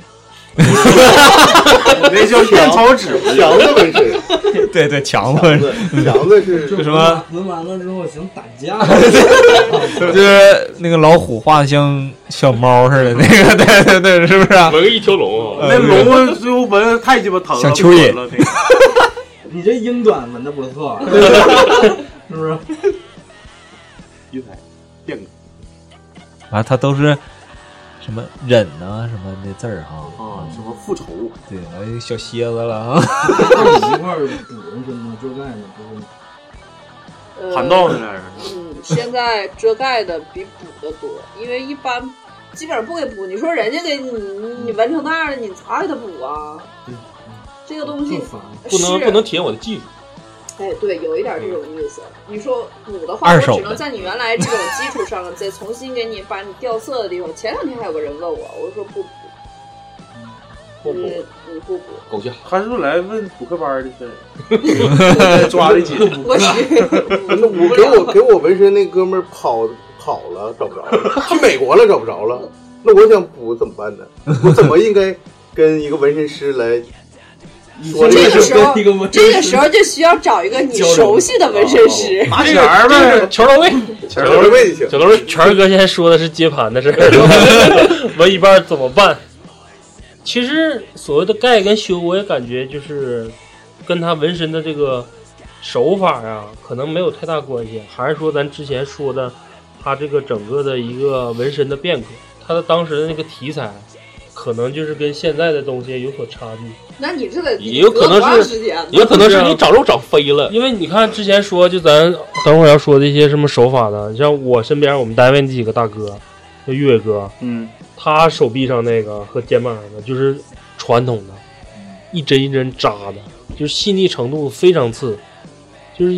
Speaker 9: 那叫片草纸强子纹身。
Speaker 7: 对对，强子，
Speaker 9: 强子是
Speaker 7: 什么？
Speaker 12: 纹完了之后想打架，
Speaker 7: 就是那个老虎画的像小猫似的，那个对对对，是不是、啊？
Speaker 3: 纹个一条龙
Speaker 7: 呃
Speaker 9: 那
Speaker 2: 啊
Speaker 9: 龙最后纹得太鸡巴疼了，
Speaker 7: 像蚯蚓
Speaker 9: 不纹了那个
Speaker 12: 你这英短纹的不 错，是不是？
Speaker 9: 鱼台变个
Speaker 7: 啊，它都是什么忍啊什么的字儿哈。
Speaker 9: 啊，什么复仇？
Speaker 7: 对，还有小蝎子了啊。
Speaker 12: 一块儿补纹身吗？遮盖呢？不
Speaker 5: 呃
Speaker 12: 是
Speaker 2: 盘道呢俩人
Speaker 5: 嗯，现在遮盖的比补的多，因为一般基本上不给补。你说人家给你你纹成那样了，你咋给他补啊？这个东西
Speaker 3: 嗯不能
Speaker 5: 是
Speaker 3: 不能体验我的技术。
Speaker 5: 哎，对，有一点这种意思。你说补的话，
Speaker 3: 二
Speaker 5: 我
Speaker 3: 手
Speaker 5: 只
Speaker 3: 的
Speaker 5: 能在你原来这种基础上了，再重新给你把你掉色的地方。前两天还有个人问我，我说不补，
Speaker 2: 不补
Speaker 5: 嗯，嗯不补。
Speaker 3: 狗叫，
Speaker 2: 他是不是来问补课班的 事抓的紧，
Speaker 5: 我
Speaker 9: 那 我给我给我纹身那哥们儿跑跑了，找不着了，去美国了，找不着了。那我想补怎么办呢？我怎么应该跟一个纹身师来说
Speaker 5: 这
Speaker 9: 个
Speaker 5: 个时候
Speaker 9: 这个，
Speaker 5: 这个时候就需要找一个你熟悉的纹身师，
Speaker 9: 拿
Speaker 6: 钱儿呗，全 到位，
Speaker 9: 全到位就行。
Speaker 6: 全到位。全儿哥现在说的是接盘的事儿，纹一半儿怎么办？其实所谓的盖跟修，我也感觉就是跟他纹身的这个手法啊，可能没有太大关系，还是说咱之前说的，他这个整个的一个纹身的变革，他的当时的那个题材，可能就是跟现在的东西有所差距。啊
Speaker 5: 那你这得
Speaker 3: 也有可
Speaker 5: 隔多长
Speaker 3: 能
Speaker 5: 时
Speaker 3: 是
Speaker 5: 间呢，
Speaker 3: 也有可能是你长肉长飞了。
Speaker 6: 因为你看之前说，就咱等会儿要说的一些什么手法的，像我身边我们单位那几个大哥，就岳哥，
Speaker 2: 嗯，
Speaker 6: 他手臂上那个和肩膀上的就是传统的，一针一针扎的，就是细腻程度非常次，就是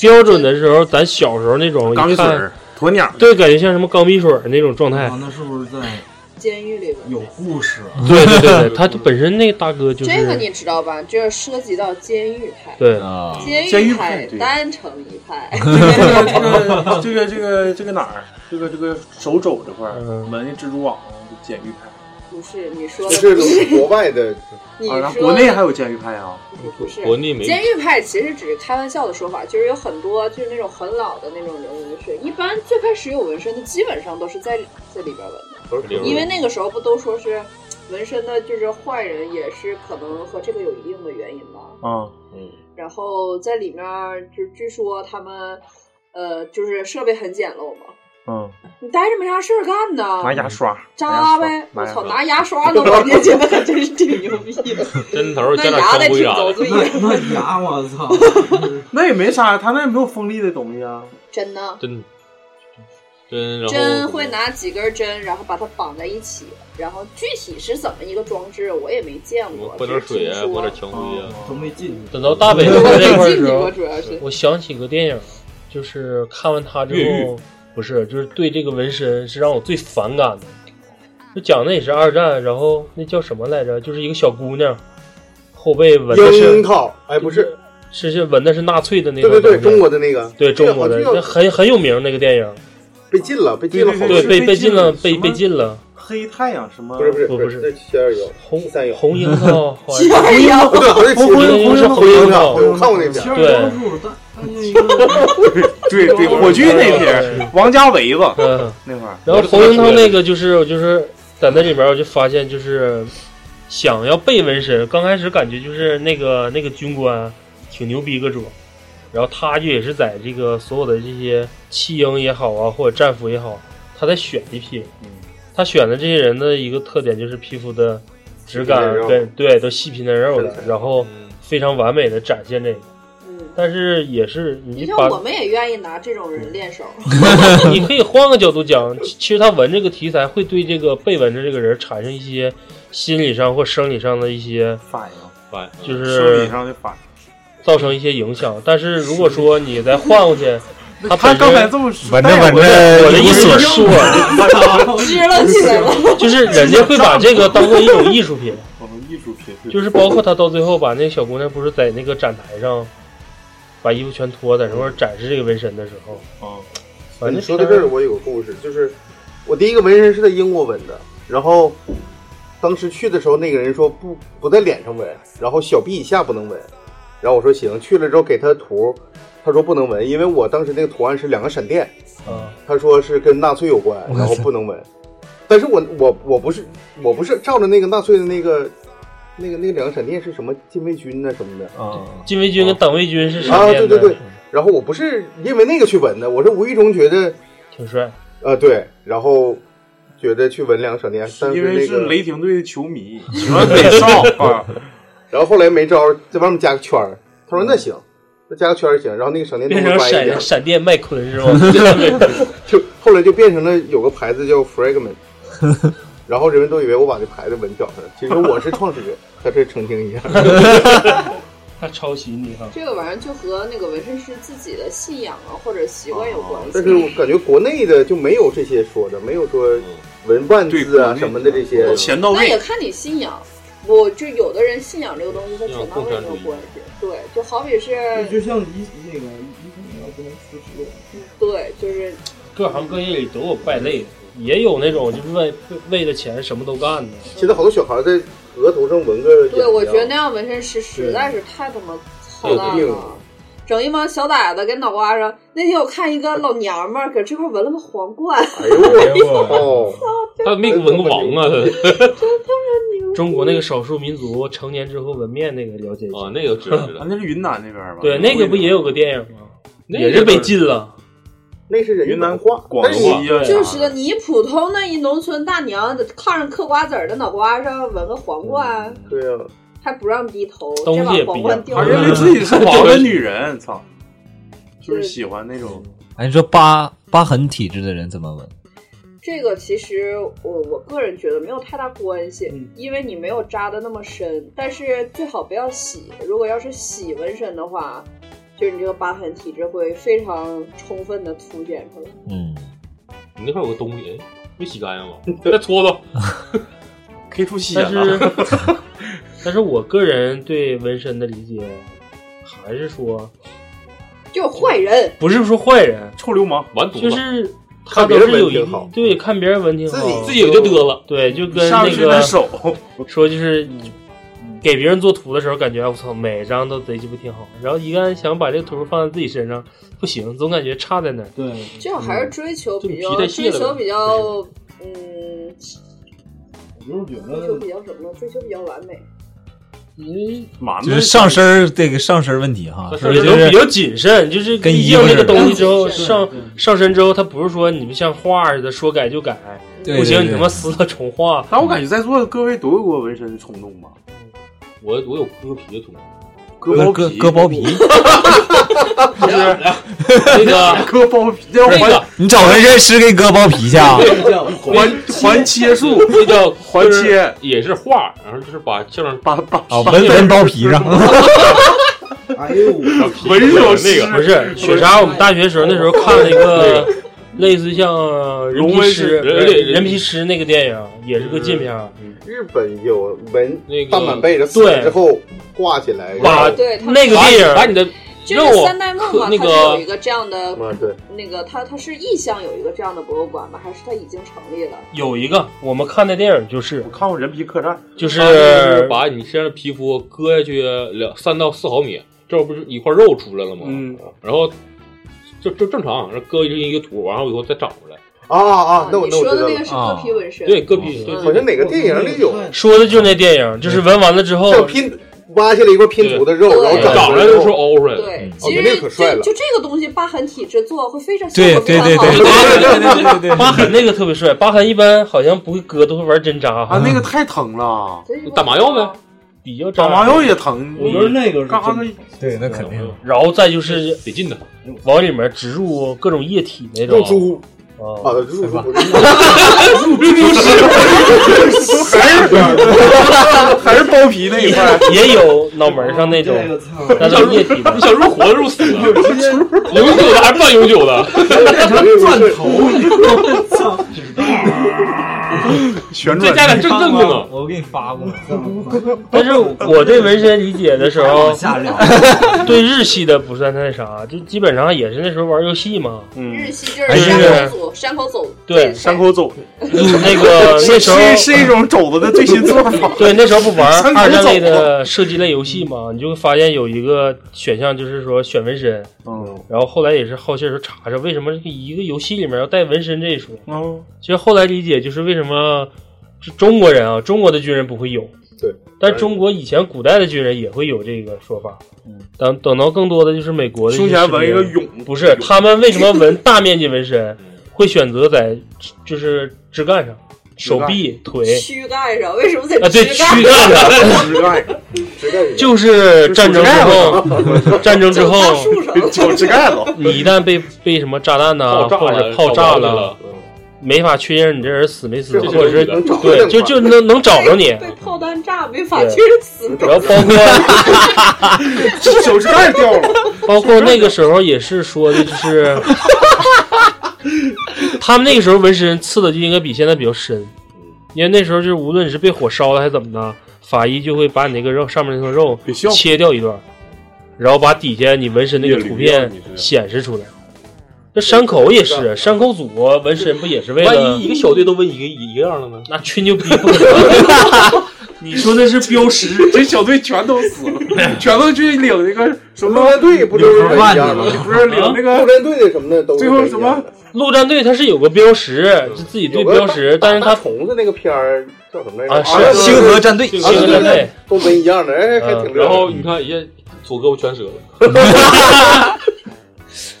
Speaker 6: 标准的时候，咱小时候那种
Speaker 2: 钢
Speaker 6: 一
Speaker 2: 笔水
Speaker 6: 看
Speaker 2: 儿、鸵鸟，
Speaker 6: 对，感觉像什么钢笔水儿那种状态
Speaker 12: 啊，。那是不是在
Speaker 5: 监狱里边？
Speaker 12: 有故事？啊
Speaker 6: 对对对对，他本身那大哥就是
Speaker 5: 这个你知道吧？这涉及到监狱派，
Speaker 6: 对啊
Speaker 5: 监狱派单成一派，
Speaker 2: 这个这个这个这个哪儿？这个这个手肘这块儿纹的蜘蛛网，监狱派，
Speaker 5: 不是你说
Speaker 9: 这
Speaker 5: 的不
Speaker 9: 是
Speaker 5: 是
Speaker 9: 国外的，
Speaker 5: 你
Speaker 2: 啊，那
Speaker 5: 说
Speaker 2: 国内还有监狱派啊？
Speaker 5: 不是
Speaker 3: 国内没
Speaker 5: 监狱派其实只是开玩笑的说法，就是有很多就是那种很老的那种人纹身，一般最开始有纹身的基本上都是在在里边纹的，
Speaker 3: 都是留着
Speaker 5: 因为那个时候不都说是纹身的就是坏人也是可能和这个有一定的原因吧。
Speaker 2: 啊，
Speaker 5: 然后在里面就据说他们呃就是设备很简陋嘛，
Speaker 2: 嗯，
Speaker 5: 你待着没啥事儿干呢，
Speaker 2: 拿牙刷
Speaker 5: 扎呗，
Speaker 2: 拿
Speaker 5: 我
Speaker 2: 牙刷
Speaker 5: 操，拿牙刷能纹进去，那可真是挺牛逼 的。
Speaker 3: 针头加
Speaker 5: 那
Speaker 3: 点
Speaker 5: 牙
Speaker 3: 双
Speaker 5: 得挺走
Speaker 3: 规啥的。
Speaker 5: 对呀，
Speaker 12: 那牙我操，
Speaker 2: 那也没啥，他那也没有锋利的东西啊。
Speaker 5: 真的。
Speaker 3: 针针，然后
Speaker 5: 针会拿几根针，然后把它绑在一起，然后具体是怎么一个装置，我也没见过。
Speaker 3: 泼点水啊，泼点蔷薇
Speaker 2: 哦
Speaker 3: 啊，
Speaker 12: 都没进
Speaker 6: 等到大北这块儿的时候
Speaker 5: 我主要是，
Speaker 6: 我想起个电影，就是看完它之
Speaker 3: 越狱
Speaker 6: 后，不是，就是对这个纹身是让我最反感的。就讲的也是二战，然后那叫什么来着？就是一个小姑娘后背纹的是
Speaker 9: 樱桃，哎，不是，
Speaker 6: 是是纹的是纳粹的那
Speaker 9: 对
Speaker 6: 个
Speaker 9: 对对，
Speaker 6: 东西
Speaker 9: 中国的那个，
Speaker 6: 对中国的
Speaker 9: 这个好
Speaker 6: 那
Speaker 9: 像
Speaker 6: 很很有名那个电影，
Speaker 9: 被禁了，被禁了好多，
Speaker 6: 对被被禁了被被禁了，
Speaker 2: 黑太阳什么？
Speaker 9: 不是不是
Speaker 2: 不
Speaker 9: 是，这七二幺
Speaker 2: 红
Speaker 9: 三幺
Speaker 2: 红
Speaker 9: 红
Speaker 2: 樱
Speaker 9: 樱
Speaker 2: 桃
Speaker 9: 桃
Speaker 2: 七二幺
Speaker 9: 不对，好像
Speaker 2: 红樱
Speaker 9: 是
Speaker 2: 桃
Speaker 9: 红
Speaker 2: 红樱
Speaker 9: 樱
Speaker 2: 桃
Speaker 9: 桃，我看过那片儿。
Speaker 2: 对对对，火炬那
Speaker 6: 对
Speaker 2: 篇，王家维子
Speaker 6: 嗯
Speaker 2: 那块儿，
Speaker 6: 然后红樱桃那个就是我就是在那里边儿我就发现就是想要被纹身，刚开始感觉就是那个那个军官挺牛逼个主，然后他就也是在这个所有的这些弃婴也好啊，或者战俘也好，他在选一批，
Speaker 3: 嗯
Speaker 6: 他选的这些人的一个特点就是皮肤的质感
Speaker 3: 皮嫩肉
Speaker 6: 跟对都细皮嫩肉的
Speaker 3: 是的，嗯
Speaker 6: 然后非常完美的展现这个。但是也是你
Speaker 5: 嗯你
Speaker 6: 把
Speaker 5: 像我们也愿意拿这种人练手，
Speaker 6: 你可以换个角度讲，其其实他纹这个题材会对这个被纹的这个人产生一些心理上或生理上的一些
Speaker 2: 反应，
Speaker 6: 反就是
Speaker 2: 生理上的反，
Speaker 6: 造成一些影响。但是如果说你再换过去他
Speaker 2: 他
Speaker 6: 本身
Speaker 2: 刚才这么说
Speaker 6: 我
Speaker 2: 闻着
Speaker 6: 的
Speaker 2: 闻着
Speaker 6: 我的意思是
Speaker 2: 我操
Speaker 6: 我，
Speaker 2: 支棱起来了
Speaker 6: 就是人家会把这个当做一种艺术品，
Speaker 2: 艺术品
Speaker 6: 就是包括他到最后把那小姑娘不是在那个展台上把衣服全脱在那块儿展示这个纹身的时候，
Speaker 2: 啊，
Speaker 6: 反
Speaker 9: 你
Speaker 6: 正
Speaker 9: 说到这儿，我有个故事，就是我第一个纹身是在英国纹的，然后当时去的时候，那个人说不不在脸上纹，然后小臂以下不能纹，然后我说行，去了之后给他图，他说不能纹，因为我当时那个图案是两个闪电，
Speaker 6: 啊，
Speaker 9: 他说是跟纳粹有关，然后不能纹，但是我我我不是我不是照着那个纳粹的那个。那个那个两个闪电是什么禁卫军呐什么的
Speaker 2: 啊
Speaker 6: 禁卫军跟党卫军是闪
Speaker 9: 啊
Speaker 6: 电
Speaker 9: 对
Speaker 6: 的
Speaker 9: 对对，然后我不是因为那个去纹的，我是无意中觉得
Speaker 6: 挺帅。
Speaker 9: 呃，对，然后觉得去纹两闪电，但
Speaker 2: 因为
Speaker 9: 那
Speaker 2: 是
Speaker 9: 个，
Speaker 2: 雷霆队的球迷，喜欢美少 啊。
Speaker 9: 然后后来没招儿，在外面加个圈儿。他说那行，那加个圈儿行。然后那个闪电
Speaker 6: 变
Speaker 9: 灯
Speaker 6: 成
Speaker 9: 关一点
Speaker 6: 闪，闪电麦昆是 吗？
Speaker 9: 就后来就变成了有个牌子叫 Fragment，然后人们都以为我把这牌子纹脚上了，其实我是创始人，在这澄清一下。
Speaker 6: 他抄袭你哈
Speaker 5: 这个玩意儿就和那个纹身师自己的信仰啊或者习惯有关系。
Speaker 9: 但是我感觉国内的就没有这些说的，没有说纹万字啊什么的这些。
Speaker 2: 钱
Speaker 5: 那也看你信仰。我就有的人信仰这个东西和钱到位没有关系，对，就好比是，
Speaker 13: 就像一那个一同要不能辞职，
Speaker 5: 对，就是
Speaker 6: 各行各业里都有败类，也有那种就是为为了钱什么都干的。
Speaker 9: 现在好多小孩在额头上纹个眼睛，啊
Speaker 5: 对，我觉得那样纹身师实在是太他妈操蛋
Speaker 9: 有病
Speaker 5: 了，整一帮小崽子跟脑瓜上。那天我看一个老娘们儿搁这块纹了个皇冠，
Speaker 9: 哎呦
Speaker 6: 哦，他没纹个王啊，中国那个少数民族成年之后纹面那个了解一下
Speaker 3: 哦
Speaker 6: 啊，
Speaker 2: 那个知道知道，那是云南那边吧
Speaker 6: 对，那个不也有个电影吗？
Speaker 2: 那
Speaker 6: 也
Speaker 2: 个
Speaker 6: 是被禁了。
Speaker 9: 那是人
Speaker 2: 云南话、广
Speaker 9: 但是
Speaker 2: 西
Speaker 9: 你
Speaker 2: 啊，
Speaker 5: 就是你普通那一农村大娘，烫上嗑瓜子儿的脑瓜上纹个皇冠，
Speaker 7: 嗯
Speaker 9: 对啊呀、
Speaker 5: 还不让低头，
Speaker 2: 东
Speaker 5: 这
Speaker 2: 西
Speaker 5: 把
Speaker 2: 也不
Speaker 5: 皇
Speaker 2: 一样
Speaker 5: 冠，掉
Speaker 2: 他
Speaker 5: 了。
Speaker 2: 认为啊 自己是王的女人，操，就是喜欢那种
Speaker 8: 哎，你说疤疤痕体质的人怎么纹？
Speaker 5: 这个其实我我个人觉得没有太大关系，
Speaker 13: 嗯
Speaker 5: 因为你没有扎的那么深，但是最好不要洗。如果要是洗纹身的话，就是你这个疤痕体质会非常充分的凸显出来。
Speaker 8: 嗯，
Speaker 6: 你那块有个东西，哎没洗干净吗？再搓搓，
Speaker 2: 可以出血
Speaker 6: 但是
Speaker 2: 了。
Speaker 6: 啊 但是我个人 对纹身的理解还是说，
Speaker 5: 就是坏人，
Speaker 6: 不是说坏人，
Speaker 2: 臭流氓，
Speaker 6: 完
Speaker 5: 犊子
Speaker 6: 就是他
Speaker 2: 看别
Speaker 6: 都
Speaker 2: 人
Speaker 6: 是有
Speaker 2: 纹
Speaker 6: 一
Speaker 2: 挺好
Speaker 6: 对看别人纹挺好，
Speaker 2: 自己自己就得了
Speaker 6: 对，就跟
Speaker 2: 上
Speaker 6: 那
Speaker 2: 去
Speaker 6: 个
Speaker 2: 的手
Speaker 6: 说就是给别人做图的时候，感觉哎我操，每张都贼鸡巴挺好，然后一旦想把这个图放在自己身上，不行，总感觉差在哪儿。
Speaker 13: 对，
Speaker 5: 最好
Speaker 13: 嗯
Speaker 5: 还是追求比较、
Speaker 6: 就皮带卸
Speaker 5: 追
Speaker 6: 了呗
Speaker 5: 求比较嗯，
Speaker 13: 我就是觉
Speaker 5: 追求
Speaker 13: 得
Speaker 5: 比较什么呢？追求比较完美。
Speaker 6: 因为
Speaker 2: 嘛
Speaker 8: 就是上身儿这个上身儿问题哈，
Speaker 6: 上
Speaker 8: 所
Speaker 6: 身
Speaker 8: 以就
Speaker 6: 儿都
Speaker 8: 是
Speaker 6: 比较谨慎，就是
Speaker 8: 跟
Speaker 6: 毕
Speaker 8: 衣
Speaker 6: 竟
Speaker 8: 服
Speaker 6: 这个
Speaker 8: 似的
Speaker 6: 东西之后
Speaker 8: 对对
Speaker 6: 上上身之后，它不是说你们像画似的说改就改，
Speaker 2: 对
Speaker 6: 不行
Speaker 2: 对
Speaker 6: 你他妈撕了重画。
Speaker 2: 但我感觉在座的各位都有过纹身的冲动吧？
Speaker 6: 我我有割皮的冲动，
Speaker 2: 割包皮，割包皮，
Speaker 6: 那个
Speaker 2: 割包皮，这
Speaker 6: 那个
Speaker 2: 环
Speaker 8: 你找纹身师给你割包皮去 啊？
Speaker 2: 环环切术，
Speaker 6: 这叫
Speaker 2: 环切，
Speaker 6: 也是画，然后就是把这上
Speaker 2: 把把
Speaker 8: 啊，纹纹包皮上，
Speaker 13: 哎呦，
Speaker 6: 纹
Speaker 13: 手
Speaker 6: 那个不是雪莎，我们大学时候那时候看那个类似像人皮师
Speaker 9: 龙纹是
Speaker 6: 人皮师那个电影，也是个禁片儿。
Speaker 9: 日本有纹
Speaker 6: 那个
Speaker 9: 大满背着死了之后挂起来，
Speaker 6: 把
Speaker 5: 嗯
Speaker 9: 然后
Speaker 6: 那个电影把你的
Speaker 5: 就
Speaker 6: 让
Speaker 5: 是
Speaker 6: 我
Speaker 5: 三代目
Speaker 6: 可
Speaker 5: 嘛，
Speaker 6: 那
Speaker 5: 它是
Speaker 6: 个
Speaker 5: 有一个这样的
Speaker 6: 啊对，
Speaker 5: 那个它它是意向有一个这样的博物馆吗？还是它已经成立了？
Speaker 6: 有一个我们看的电影就是我
Speaker 2: 看过《人皮客栈》，
Speaker 6: 就是
Speaker 14: 它就是把你身上的皮肤割下去两三到四毫米，这不是一块肉出来了吗？啊
Speaker 2: 嗯，
Speaker 14: 然后就就正常，然后割一个图，完后以后再长回来。
Speaker 9: 啊啊，那我
Speaker 5: 你
Speaker 9: 那我
Speaker 5: 说
Speaker 9: 知道
Speaker 5: 的那
Speaker 9: 了
Speaker 5: 个是割皮
Speaker 6: 啊
Speaker 5: 纹身，
Speaker 14: 对，割
Speaker 6: 哦
Speaker 5: 嗯
Speaker 14: 皮，对
Speaker 9: 好像哪个电影里有
Speaker 6: 说的就是那电影，就是纹完了之后
Speaker 9: 拼挖下来一块拼图的肉，然后
Speaker 6: 对嗯
Speaker 9: 长
Speaker 6: 长出来的时候
Speaker 14: 凹出来
Speaker 9: 哦，
Speaker 5: 对，其
Speaker 9: 那
Speaker 5: 实
Speaker 9: 个可帅
Speaker 5: 就
Speaker 9: 了。
Speaker 5: 就这个东西，疤痕体质做会非常效
Speaker 6: 对
Speaker 5: 果非
Speaker 6: 对
Speaker 5: 常
Speaker 6: 对对
Speaker 5: 好。
Speaker 6: 对对对对，疤痕那个特别帅，疤痕一般好像不会割，都会玩针扎啊，
Speaker 2: 那个太疼了，
Speaker 14: 打麻药呗，
Speaker 6: 底要
Speaker 2: 打麻药也疼。
Speaker 6: 我觉得那
Speaker 2: 个嘎子
Speaker 8: 对，那肯定。
Speaker 6: 然后再就是
Speaker 14: 得 劲的，
Speaker 6: 往里面植入各种液体那种
Speaker 9: 入猪
Speaker 6: 啊，
Speaker 9: 啊，入猪，
Speaker 6: 入
Speaker 9: 猪
Speaker 6: 屎，
Speaker 2: 还是包皮那一块儿
Speaker 6: 也有脑门上
Speaker 12: 哎
Speaker 6: 那种，但是液 体的，
Speaker 14: 你想入活入死的， 永久的还是半永久 的？
Speaker 13: 变成钻头，
Speaker 2: 旋
Speaker 14: 转再加点正
Speaker 2: 啊
Speaker 14: 正功能
Speaker 8: 我给你发过。
Speaker 6: 但是我对纹身理解的时候
Speaker 8: 往下聊，
Speaker 6: 对日系的不算太啥，就基本上也是那时候玩游戏嘛。
Speaker 2: 嗯
Speaker 5: 日系就
Speaker 6: 还
Speaker 5: 是山
Speaker 6: 是
Speaker 5: 口组，山口组
Speaker 6: 哎对
Speaker 2: 山口走
Speaker 6: 那个那时候
Speaker 2: 是是一种肘子的最新做法。
Speaker 6: 对，那时候不玩
Speaker 2: 山口
Speaker 6: 二战
Speaker 2: 走
Speaker 6: 类的 射击类游戏嘛，你就会发现有一个选项就是说选纹身。
Speaker 2: 嗯，
Speaker 6: 然后后来也是好奇的时候查查为什么这个一个游戏里面要带纹身这一说。
Speaker 2: 嗯，
Speaker 6: 其实后来理解就是为什么这中国人啊，中国的军人不会有，
Speaker 9: 对，
Speaker 6: 但是中国以前古代的军人也会有这个说法。等等到更多的就是美国的
Speaker 2: 嗯胸前纹一个嗯
Speaker 6: 勇，不是他们为什么纹大面积纹身，会选择在就是枝干上、手臂、腿
Speaker 5: 躯干上为什么在
Speaker 6: 啊，对，
Speaker 5: 躯
Speaker 6: 躯
Speaker 5: 干
Speaker 6: 干上。就是战争之后，战争之后，
Speaker 2: 脚趾盖子，
Speaker 6: 你一旦被被什么炸弹呐、
Speaker 14: 爆炸了
Speaker 6: 或者炮炸
Speaker 14: 搞完了，嗯
Speaker 6: 没法确认你这人死没死，
Speaker 14: 这
Speaker 6: 或者是
Speaker 14: 这能找着
Speaker 6: 对，
Speaker 14: 人
Speaker 6: 就
Speaker 14: 吗
Speaker 6: 就能能找着你。嗯
Speaker 5: 被炮弹炸没法
Speaker 6: 对
Speaker 5: 确认死的。
Speaker 6: 然后包
Speaker 2: 括手指盖掉了，
Speaker 6: 包括那个时候也是说的，就是 他们那个时候纹身刺的就应该比现在比较深，
Speaker 14: 嗯
Speaker 6: 因为那时候就是无论你是被火烧了还是怎么的，法医就会把你那个肉上面那层肉切掉一段，然后把底下你纹身那个图片显示出来。这山口也是，山口组纹身不也是为了？
Speaker 14: 万一一个小队都问一个一个样的呢？
Speaker 6: 那吹牛逼！ 你说的是标识，
Speaker 2: 这小队全都 死了，全都去领那个什么陆战队，
Speaker 9: 不
Speaker 2: 就是
Speaker 9: 这样吗啊
Speaker 2: 不是领那个
Speaker 9: 陆战队的什么的都是
Speaker 2: 最后什么
Speaker 6: 陆战队它是有个标识，是自己对标识，但是它
Speaker 9: 虫子那个片儿叫什么来着？
Speaker 6: 啊是嗯星河战队
Speaker 9: 星
Speaker 6: 星河战队
Speaker 9: 都跟一样的，哎，还挺
Speaker 14: 然
Speaker 9: 乐。
Speaker 14: 后你看，人家左胳膊全折了，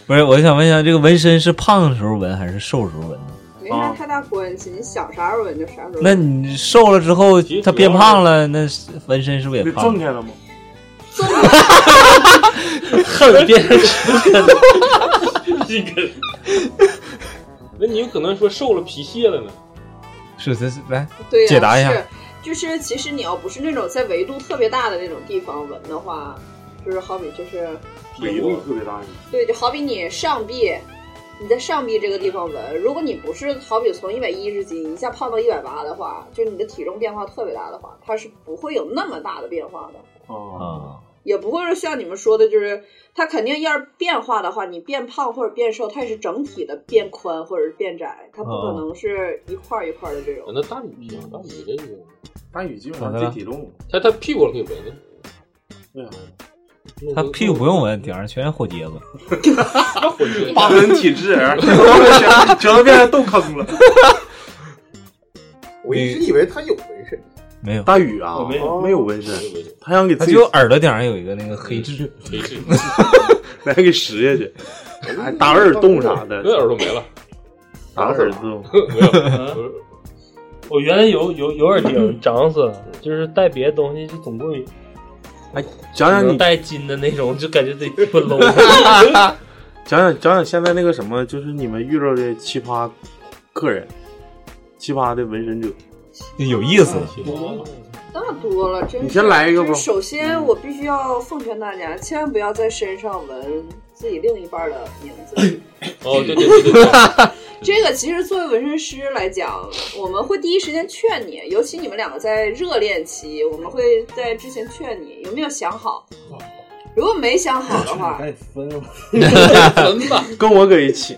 Speaker 8: 不是，我想问一下，这个纹身是胖的时候纹还是瘦时候纹呢？
Speaker 5: 没
Speaker 6: 啊
Speaker 5: 啥太大关系，你想啥时候纹就啥时候纹。
Speaker 8: 那你瘦了之后，它变胖了，那是纹身是不是也胖？
Speaker 2: 开了吗？
Speaker 6: 恨变成
Speaker 14: 一根。那你有可能说瘦了皮屑了呢？
Speaker 8: 是是是，来
Speaker 5: 对、呀，
Speaker 8: 解答一下
Speaker 5: 是。就是其实你要不是那种在维度特别大的那种地方纹的话，就是好比就是
Speaker 2: 维度特别大，
Speaker 5: 对，就好比你上臂，你在上臂这个地方纹，如果你不是好比从一百一十斤一下胖到一百八的话，就是你的体重变化特别大的话，它是不会有那么大的变化的。
Speaker 8: 啊，
Speaker 5: 也不会说像你们说的，就是它肯定要是变化的话，你变胖或者变瘦，它也是整体的变宽或者是变窄，它不可
Speaker 14: 哦
Speaker 5: 能是一块儿一块儿的这种。
Speaker 14: 那大宇不行，大宇这个
Speaker 2: 大宇基
Speaker 14: 本
Speaker 2: 上这体重，
Speaker 14: 他他屁股上可以纹的。
Speaker 2: 对啊，
Speaker 8: 他屁股不用纹，顶上全是火疖子。
Speaker 2: 疤痕体质，
Speaker 8: 啊
Speaker 2: 全都变成豆坑了。
Speaker 9: 我一直以为他有纹身，哦
Speaker 8: 没有
Speaker 2: 大宇啊，
Speaker 9: 我没有
Speaker 2: 没有纹身，他想给
Speaker 8: 他
Speaker 2: 自己
Speaker 8: 就耳朵顶上有一个那个黑 痣，
Speaker 14: 黑痣，
Speaker 2: 来给拾下去，还打耳洞啥的，
Speaker 14: 那耳朵没 了，
Speaker 2: 打耳洞
Speaker 14: 没
Speaker 3: 嗯
Speaker 14: 有。
Speaker 6: 我原来有有有耳钉，长死了，就是带别的东西就总共有。
Speaker 2: 哎，讲讲你
Speaker 6: 带金的那种，就感觉得不 low。
Speaker 2: 讲讲讲讲现在那个什么，就是你们遇到的奇葩客人，奇葩的纹身者，
Speaker 8: 有意思。
Speaker 5: 那多了，真是。
Speaker 2: 你先来一个吧嗯
Speaker 5: 就是首先，我必须要奉劝大家，千万不要在身上纹自己另一半的名字。
Speaker 14: 哦，对对对对，
Speaker 5: 这个其实作为纹身师来讲，我们会第一时间劝你，尤
Speaker 14: 哦
Speaker 5: 其你们两个在热恋期，我们会在之前劝你有没有想好，如果没想好的话，
Speaker 7: 该分了，
Speaker 6: 分吧，
Speaker 2: 跟我搁一起。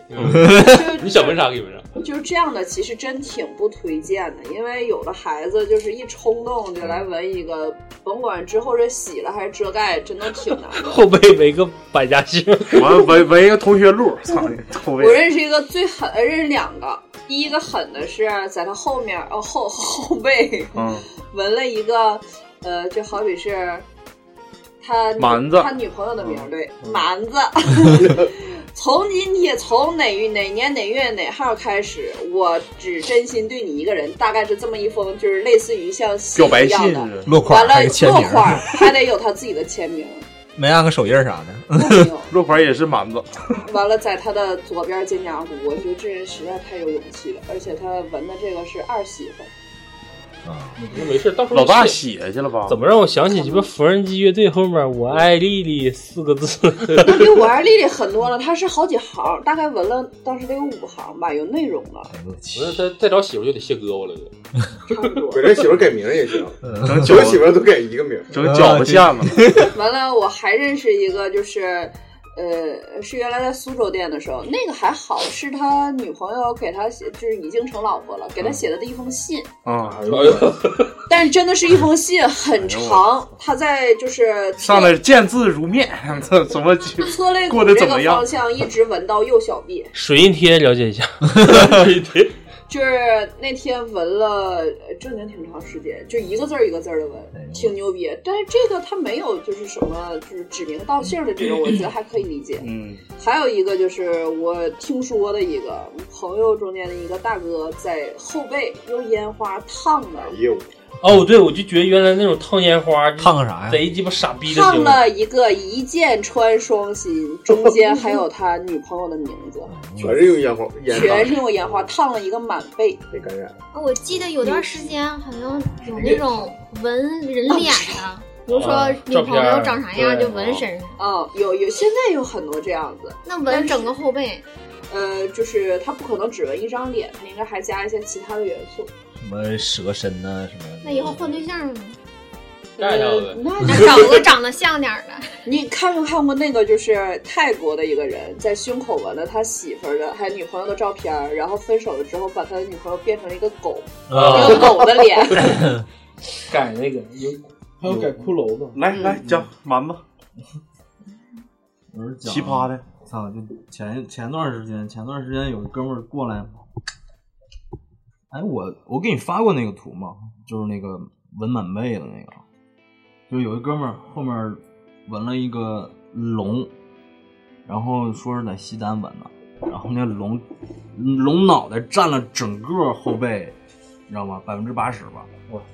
Speaker 6: 你想纹啥给纹啥。
Speaker 5: 就是这样的，其实真挺不推荐的，因为有的孩子就是一冲动就
Speaker 14: 嗯
Speaker 5: 来纹一个，甭管之后是洗了还是遮盖，真的挺难的。
Speaker 3: 后背围个百家姓，
Speaker 2: 完围围一个同学录，操你后
Speaker 5: 我
Speaker 2: 背。
Speaker 5: 认识一个最狠，呃认识两个，第一个狠的是在他后面，哦后 后背
Speaker 2: 嗯，
Speaker 5: 纹了一个，呃，就好比是他女
Speaker 2: 蛮子
Speaker 5: 他女朋友的
Speaker 15: 嗯
Speaker 5: 名儿，对，蛮 子。从今天，从哪月哪年哪月哪号开始，我只真心对你一个人，大概是这么一封，就是类似于像信
Speaker 15: 表白
Speaker 5: 一样
Speaker 15: 信
Speaker 5: 的
Speaker 15: 是，落款
Speaker 5: 完了
Speaker 15: 还有签名
Speaker 5: 落款还得有他自己的签名，
Speaker 15: 没按个手印儿啥的，
Speaker 2: 落款也是蛮子。
Speaker 5: 完了，在他的左边肩胛骨，我觉得这人实在太有勇气了，而且他纹的这个是二媳妇，
Speaker 6: 没事，到时候
Speaker 2: 老大写去了吧？
Speaker 3: 怎么让我想起鸡巴缝纫机乐队后面“我爱丽丽”四个字？
Speaker 5: 那比我爱丽丽狠多了，她是好几行，大概纹了当时得有五行吧，有内容了。
Speaker 6: 那他再找媳妇就得卸胳膊了，就
Speaker 9: 给这媳妇改名也行，
Speaker 2: 整
Speaker 9: 整媳妇都改一个名，
Speaker 2: 整饺子馅子。
Speaker 5: 完了，我还认识一个，就是，呃，是原来在苏州店的时候，那个还好，是他女朋友给他写，就是已经成老婆了，给他写的第一封信。
Speaker 2: 啊，
Speaker 5: 但真的是一封信，很长，他在就是
Speaker 2: 上来见字如面， 这怎么
Speaker 5: 车肋
Speaker 2: 过
Speaker 5: 骨
Speaker 2: 得
Speaker 5: 这
Speaker 2: 怎
Speaker 5: 个方
Speaker 2: 么样？
Speaker 5: 向一直纹到右小臂，
Speaker 3: 水印贴了解一下，
Speaker 5: 就是那天纹了呃正经挺长时间，就一个字儿一个字儿的纹，挺牛逼。但是这个他没有就是什么就是指名道姓的这种，我觉得还可以理解。
Speaker 2: 嗯，
Speaker 5: 还有一个就是我听说的一个朋友中间的一个大哥在后背用烟花烫的，
Speaker 3: 哦，对，我就觉得原来那种烫烟花，烫
Speaker 15: 个啥呀？
Speaker 3: 贼鸡巴傻逼的行
Speaker 5: 烫
Speaker 3: 为。
Speaker 5: 了一个一箭穿双心，中间还有他女朋友的名字，
Speaker 9: 全是用烟花，烟花
Speaker 5: 全是用 烟花烫了一个满背，
Speaker 9: 被感染。
Speaker 16: 我记得有段时间好像有那种纹人脸的，比如说
Speaker 5: 啊
Speaker 16: 女朋友长啥样
Speaker 5: 照片
Speaker 16: 就纹身上，
Speaker 5: 嗯，有有，现在有很多这样子。
Speaker 16: 那纹整个后背，
Speaker 5: 呃，就是他不可能只纹一张脸，他应该还加一些其他的元素。
Speaker 15: 什么蛇身呐、什么
Speaker 16: 那以后换对象呢？
Speaker 6: 盖上了呗。
Speaker 5: 那
Speaker 16: 那找个长得像点儿的，
Speaker 5: 你看没看过那个，就是泰国的一个人在胸口纹了他媳妇儿的还有女朋友的照片儿，然后分手了之后把他的女朋友变成了一个狗，
Speaker 3: 啊
Speaker 5: 一个狗的脸。
Speaker 3: 改那个有，
Speaker 7: 还有改骷髅的。
Speaker 2: 来来讲蛮子，
Speaker 7: 我是
Speaker 2: 奇葩的。
Speaker 7: 操！就前前段时间，前段时间有个哥们儿过来，哎，我我给你发过那个图吗？就是那个纹满背的那个，就是有一哥们儿后面纹了一个龙，然后说是在西单纹的，然后那龙龙脑袋占了整个后背，你知道吗？百分之八十吧。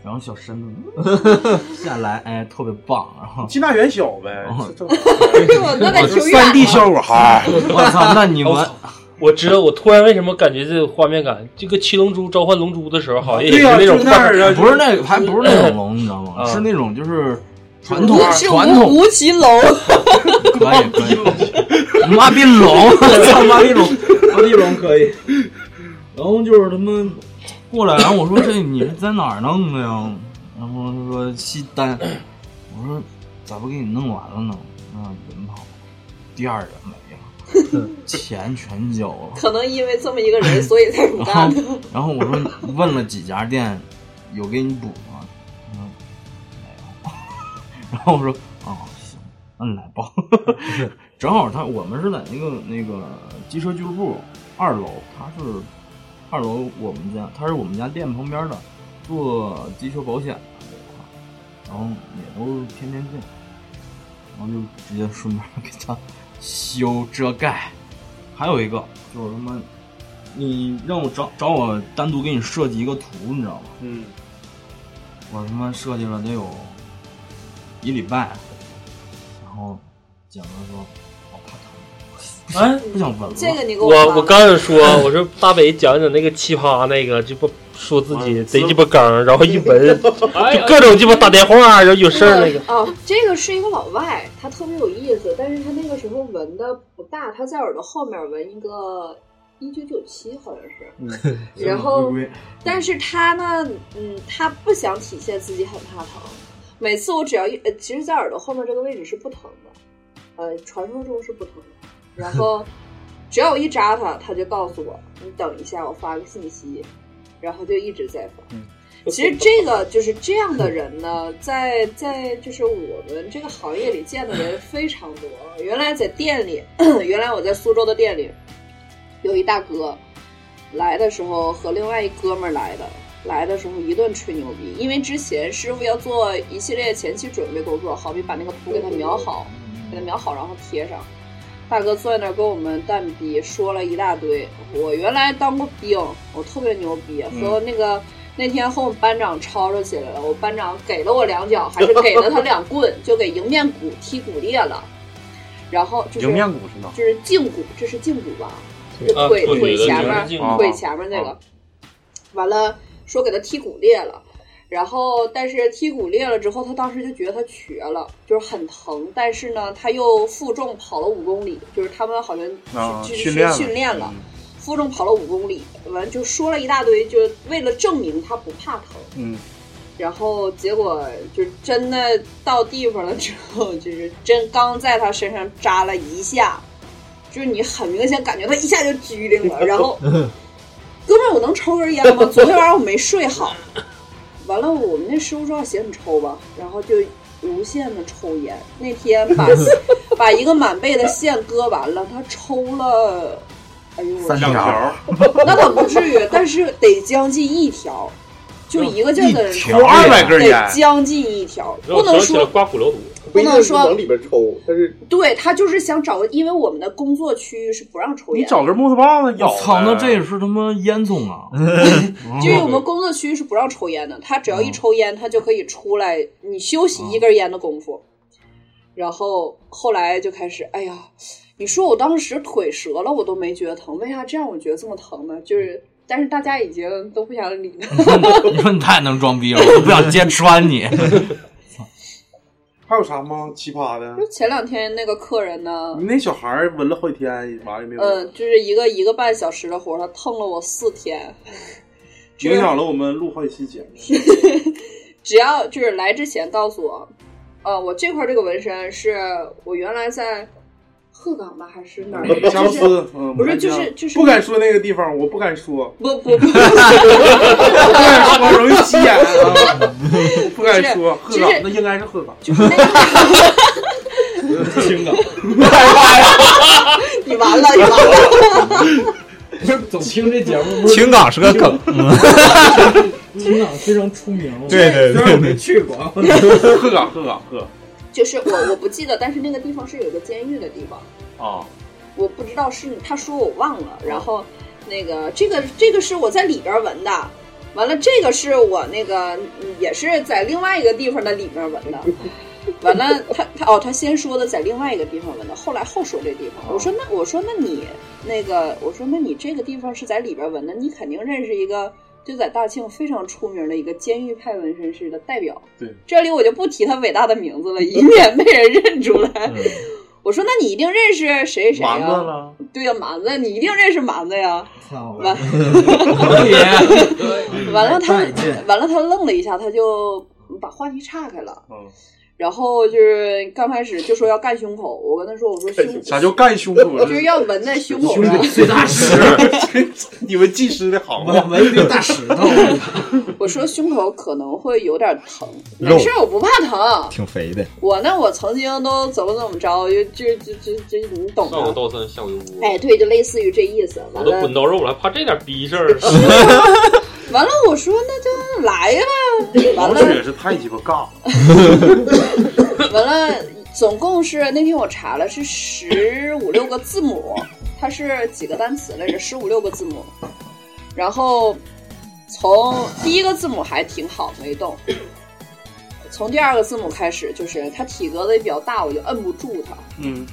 Speaker 7: 然后小身子 下来，哎，特别棒。然后
Speaker 2: 金大元小呗，
Speaker 5: 那
Speaker 7: 得久
Speaker 2: 哦
Speaker 7: 远了
Speaker 2: 三 D 效果哈。
Speaker 7: 我操，那你们
Speaker 3: 我操我知道，我突然为什么感觉这个画面感，这个七龙珠召唤龙珠的时候，好像也
Speaker 7: 对呀
Speaker 3: 那种
Speaker 7: 就
Speaker 3: 画
Speaker 7: 那
Speaker 3: 面
Speaker 7: 儿啊
Speaker 3: 感
Speaker 7: 不是那个还不是那种龙你知道吗
Speaker 3: 啊
Speaker 7: 是那种就是传统啊
Speaker 5: 是
Speaker 7: 传统
Speaker 5: 无无极龙，
Speaker 7: 可以可以， 妈逼龙，我操妈逼龙， 妈逼龙可 以。然后就是他们过来，然后我说这你是在哪儿弄的呀？然后他说西单，我说咋不给你弄完了呢？啊，人跑了，第二人没了，钱全交了。
Speaker 5: 可能因为这么一个人，所以才不
Speaker 7: 然
Speaker 5: 干
Speaker 7: 后
Speaker 5: 的。
Speaker 7: 然后我说问了几家店，有给你补吗？嗯，没有。 然后我说哦，行，那你来吧。正好他我们是在那个那个机车俱乐部二楼，他是二楼我们家，他是我们家店旁边的，做机车保险的这一块儿，然后也都天天见，然后就直接顺便给他修遮盖。还有一个就是他妈，你让我找找我单独给你设计一个图，你知道吗？
Speaker 2: 嗯，
Speaker 7: 我他妈设计了得有一礼拜，然后蒋哥说，我怕疼，
Speaker 3: 哎，
Speaker 7: 不想纹了。
Speaker 5: 这个
Speaker 14: 嗯
Speaker 5: 你给我
Speaker 3: 我
Speaker 5: 发
Speaker 3: 我刚想说，我说大北讲讲那个奇葩那个，就不说自
Speaker 14: 嗯
Speaker 3: 己贼鸡巴刚，然后一 闻
Speaker 14: 哎
Speaker 3: 就各种鸡巴打电话，然后有事儿那个。
Speaker 5: 哦，这个是一个老外，他特别有意思，但是他那个时候纹的不大，他在耳朵后面纹一个一九九七，好像是。
Speaker 2: 嗯
Speaker 5: 然后，但是他呢，嗯，他不想体现自己很怕疼。每次我只要一，呃，其实，在耳朵后面这个位置是不疼的，呃，传说中是不疼的。然后只要我一扎他，他就告诉我，你等一下，我发个信息，然后就一直在发。其实这个就是这样的人呢，在在就是我们这个行业里见的人非常多。原来在店里， 原来我在苏州的店里，有一大哥来的时候和另外一哥们儿来的，来的时候一顿吹牛逼，因为之前师傅要做一系列前期准备工作，好比把那个图给他描好，给他描好然后贴上。大哥坐在那儿跟我们蛋逼说了一大堆。我原来当过兵，我特别牛逼，
Speaker 17: 嗯
Speaker 5: 和那个那天和我们班长吵吵起来了。我班长给了我两脚，还是给了他两棍，就给迎面骨踢骨裂了。然后就是
Speaker 2: 迎面骨是哪
Speaker 5: 就是胫骨，这是胫骨吧？
Speaker 2: 对
Speaker 5: 就
Speaker 2: 啊
Speaker 5: 腿
Speaker 2: 腿
Speaker 5: 腿
Speaker 2: 的
Speaker 5: 前
Speaker 2: 就是
Speaker 5: 面
Speaker 2: 胫骨
Speaker 5: 腿前面那个。完了，说给他踢骨裂了。然后，但是踢骨裂了之后，他当时就觉得他瘸了，就是很疼。但是呢，他又负重跑了五公里，就是他们好像
Speaker 2: 啊，
Speaker 5: 去
Speaker 2: 训练了嗯
Speaker 5: 训练了，负重跑了五公里，完就说了一大堆，就为了证明他不怕疼。
Speaker 2: 嗯，
Speaker 5: 然后结果就真的到地方了之后，就是真刚在他身上扎了一下，就是你很明显感觉他一下就拘灵了，然 后哥们儿，我能抽根烟吗？昨天晚上我没睡好。完了，我们那师傅说行，你抽吧，然后就无限的抽烟。那天把把一个满背的线割完了，他抽了，哎呦我
Speaker 2: 三
Speaker 5: 天，
Speaker 2: 条，
Speaker 5: 那倒不至于，但是得将近一条，就一个劲儿的人
Speaker 2: 一
Speaker 5: 抽
Speaker 2: 条200根烟
Speaker 5: 得将近一条，不能说
Speaker 9: 刮
Speaker 14: 骨疗毒，
Speaker 5: 不能说
Speaker 9: 往里边抽，但是
Speaker 5: 对他就是想找个，因为我们的工作区域是不让抽
Speaker 2: 你
Speaker 5: 烟，
Speaker 2: 找根木头棒子咬。
Speaker 13: 操，那这是他妈烟囱啊！
Speaker 5: 就是我们工作区嗯是不让抽烟的，他只要一抽烟，他就可以出来，你休息一根烟的功夫。然后后来就开始，哎呀，你说我当时腿折了，我都没觉得疼，为啥这样我觉得这么疼呢？就是，但是大家已经都不想理他。
Speaker 13: 你说你太能装逼了，我都不想揭穿你。
Speaker 2: 还有啥吗？奇葩的
Speaker 5: 就，前两天那个客人呢，
Speaker 2: 你那小孩儿纹了好几天，完了没有？
Speaker 5: 嗯，就是一个一个半小时的活儿，他蹭了我四天。
Speaker 2: 影响了我们录好几期节目。
Speaker 5: 只要就是来之前告诉我，呃，我这块这个纹身是我原来在鹤岗吧，还是哪儿？
Speaker 2: 瑕不
Speaker 5: 就是
Speaker 2: 思，嗯，
Speaker 5: 不是
Speaker 2: 蛮像
Speaker 5: 就是就是
Speaker 2: 不敢说那个地方，我不敢 说，
Speaker 5: 不不不，不
Speaker 2: 敢说容易起眼 啊，不敢说。
Speaker 5: 就
Speaker 2: 鹤
Speaker 5: 是
Speaker 2: 岗那应该是鹤岗，
Speaker 5: 就是那
Speaker 2: 个青岛，
Speaker 5: 你完了，你完了。
Speaker 13: 总听这节目
Speaker 8: 青港是个 梗，
Speaker 13: 青港非常出名。
Speaker 8: 对对对对
Speaker 13: 没去过。啊
Speaker 2: 鹤岗，鹤岗，鹤
Speaker 5: 就是我我不记得，但是那个地方是有一个监狱的地方，
Speaker 2: 啊，
Speaker 5: 我不知道是他说我忘了，然后那个这个这个是我在里边儿纹的，完了这个是我那个嗯也是在另外一个地方的里面纹 的。完了，他他哦，他先说的在另外一个地方纹的，后来后说这地
Speaker 13: 哦
Speaker 5: 方。我说那我说那你那个我说那你这个地方是在里边纹的，你肯定认识一个就在大庆非常出名的一个监狱派纹身师的代表。
Speaker 2: 对，
Speaker 5: 这里我就不提他伟大的名字了，以免被人认出来。我说那你一定认识谁谁谁
Speaker 13: 嗯蛮子
Speaker 5: 呀
Speaker 13: 了？
Speaker 5: 对呀、蛮子，你一定认识蛮子呀。
Speaker 13: 操！
Speaker 5: 完
Speaker 13: 可以，
Speaker 5: 完了他
Speaker 13: 再见
Speaker 5: 完了他愣了一下，他就把话题岔开了。
Speaker 2: 嗯
Speaker 5: 然后就是刚开始就说要干胸口，我跟他说，我说胸，
Speaker 2: 哎啥叫干胸口？
Speaker 5: 就是要纹在胸口
Speaker 2: 胸
Speaker 5: 上
Speaker 2: 口。碎大石， 你们技师的行吗？
Speaker 13: 纹一堆 大石头，
Speaker 5: 我说胸口可能会有点疼，
Speaker 8: 肉
Speaker 5: 没事儿，我不怕疼。
Speaker 8: 挺肥的。
Speaker 5: 我呢，我曾经都怎么怎么着，就就就就就你懂
Speaker 3: 嗯
Speaker 14: 上有
Speaker 5: 的。
Speaker 14: 刀山，下有窝，
Speaker 5: 哎，对，就类似于这意思。
Speaker 14: 我
Speaker 5: 完
Speaker 14: 都
Speaker 5: 了，
Speaker 14: 滚刀肉了，还怕这点逼事 儿？
Speaker 5: 完了，我说那就来吧。完
Speaker 2: 王
Speaker 5: 了，
Speaker 2: 志也是太鸡巴尬了。
Speaker 5: 完了，总共是那天我查了是十五六个字母，它是几个单词来着？十五六个字母。然后从第一个字母还挺好，没动。从第二个字母开始，就是他体格子也比较大，我就摁不住他，
Speaker 2: 嗯，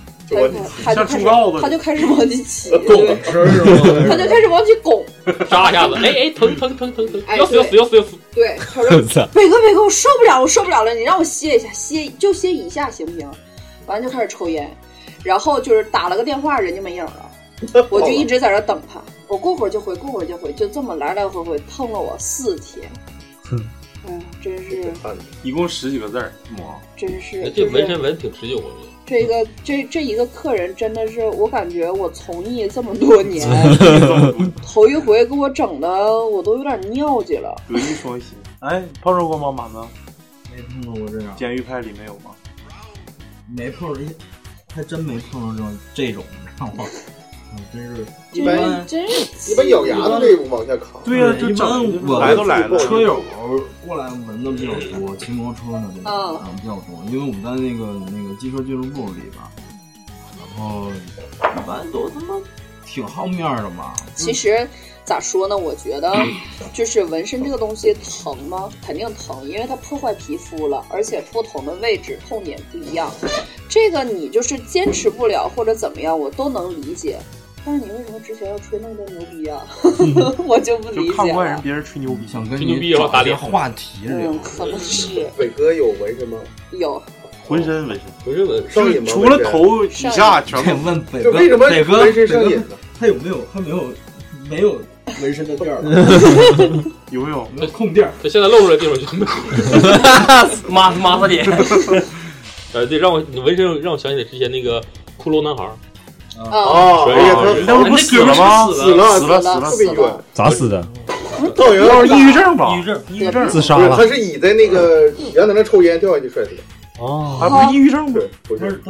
Speaker 5: 他就开
Speaker 2: 像猪
Speaker 5: 始
Speaker 2: 羔子，
Speaker 5: 他就开始往起骑，
Speaker 2: 拱
Speaker 5: 对他就开始往起拱。
Speaker 14: 扎一下子，哎哎，疼疼疼疼疼，
Speaker 5: 哎
Speaker 14: 要死要死要死要死！
Speaker 5: 对，他说北哥，北哥，我受不了，我受不了了，你让我歇一下，歇就歇一下行不行？完了就开始抽烟，然后就是打了个电话，人家没影了，我就一直在这等他。我过会儿就回，过会儿就回，就这么来来回回蹭了我四天。哎呀，真是，
Speaker 2: 一共十几个字儿，
Speaker 5: 真是，
Speaker 14: 哎这
Speaker 5: 就是
Speaker 14: 纹身纹挺持久的，
Speaker 5: 这个这这一个客人真的是，我感觉我从艺这么多年，头一回给我整的，我都有点尿急了。
Speaker 2: 德艺双馨。 哎，碰着过吗，满子？
Speaker 13: 没碰着过这样。
Speaker 2: 监狱派里没有吗？
Speaker 13: 没碰着，还真没碰着这种这种，你知道吗？嗯，真是
Speaker 9: 一般
Speaker 5: 真
Speaker 9: 是一般咬牙的这个往下扛。
Speaker 13: 对
Speaker 7: 嗯
Speaker 9: 一
Speaker 13: 一般我
Speaker 9: 来都来了，
Speaker 13: 车友过来闻的比较多，骑摩托车的这个
Speaker 5: 嗯
Speaker 13: 啊比较多，因为我们在那个那个机车俱乐部里边，然后一般都他妈挺好面儿的嘛。
Speaker 2: 嗯
Speaker 5: 其实咋说呢？我觉 得就是纹身这个东西疼吗？肯定疼，因为它破坏皮肤了，而且不同的位置痛点不一样。这个你就是坚持不了或者怎么样，我都能理解。但是你为什么之前要吹那么多牛逼啊？ 我就不理
Speaker 2: 嗯就看
Speaker 5: 解
Speaker 2: 不惯人
Speaker 5: 了。
Speaker 2: 别人吹牛逼，
Speaker 13: 想
Speaker 5: 跟你吹牛逼也要
Speaker 13: 找
Speaker 5: 打
Speaker 13: 些
Speaker 5: 脸
Speaker 13: 话题聊。
Speaker 5: 嗯，可能是
Speaker 9: 伟哥有纹身吗？
Speaker 5: 有。
Speaker 2: 浑身纹身，
Speaker 14: 浑身纹
Speaker 9: 上瘾吗？
Speaker 2: 除了头以下全
Speaker 13: 得问北
Speaker 9: 就
Speaker 13: 哥，
Speaker 9: 为什么
Speaker 13: 北哥
Speaker 9: 纹
Speaker 13: 北
Speaker 9: 身上
Speaker 13: 哥
Speaker 9: 瘾呢？
Speaker 13: 他有没有他没有没有纹身的地儿？
Speaker 2: 有没有？
Speaker 13: 空地儿？
Speaker 14: 他现在露出来地方就没有，
Speaker 6: 抹抹擦脸。
Speaker 14: 呃，对，让我你纹身让我想起来之前那个骷髅男孩儿。
Speaker 5: 嗯
Speaker 7: 啊
Speaker 9: 哦
Speaker 14: 全
Speaker 9: 哎呀
Speaker 14: 是
Speaker 9: 他那不死了吗
Speaker 14: 死
Speaker 9: 死了死了死了特别冤
Speaker 8: 咋死的？
Speaker 9: 赵云
Speaker 2: 要是抑郁症吧，抑郁
Speaker 1: 症，
Speaker 2: 抑郁症
Speaker 8: 自杀
Speaker 9: 不是
Speaker 8: 了
Speaker 9: 哦他是倚在那
Speaker 6: 呃
Speaker 9: 个阳台那抽烟掉下去摔死的。
Speaker 8: 哦
Speaker 2: 啊，不是抑郁症吗？
Speaker 9: 不是，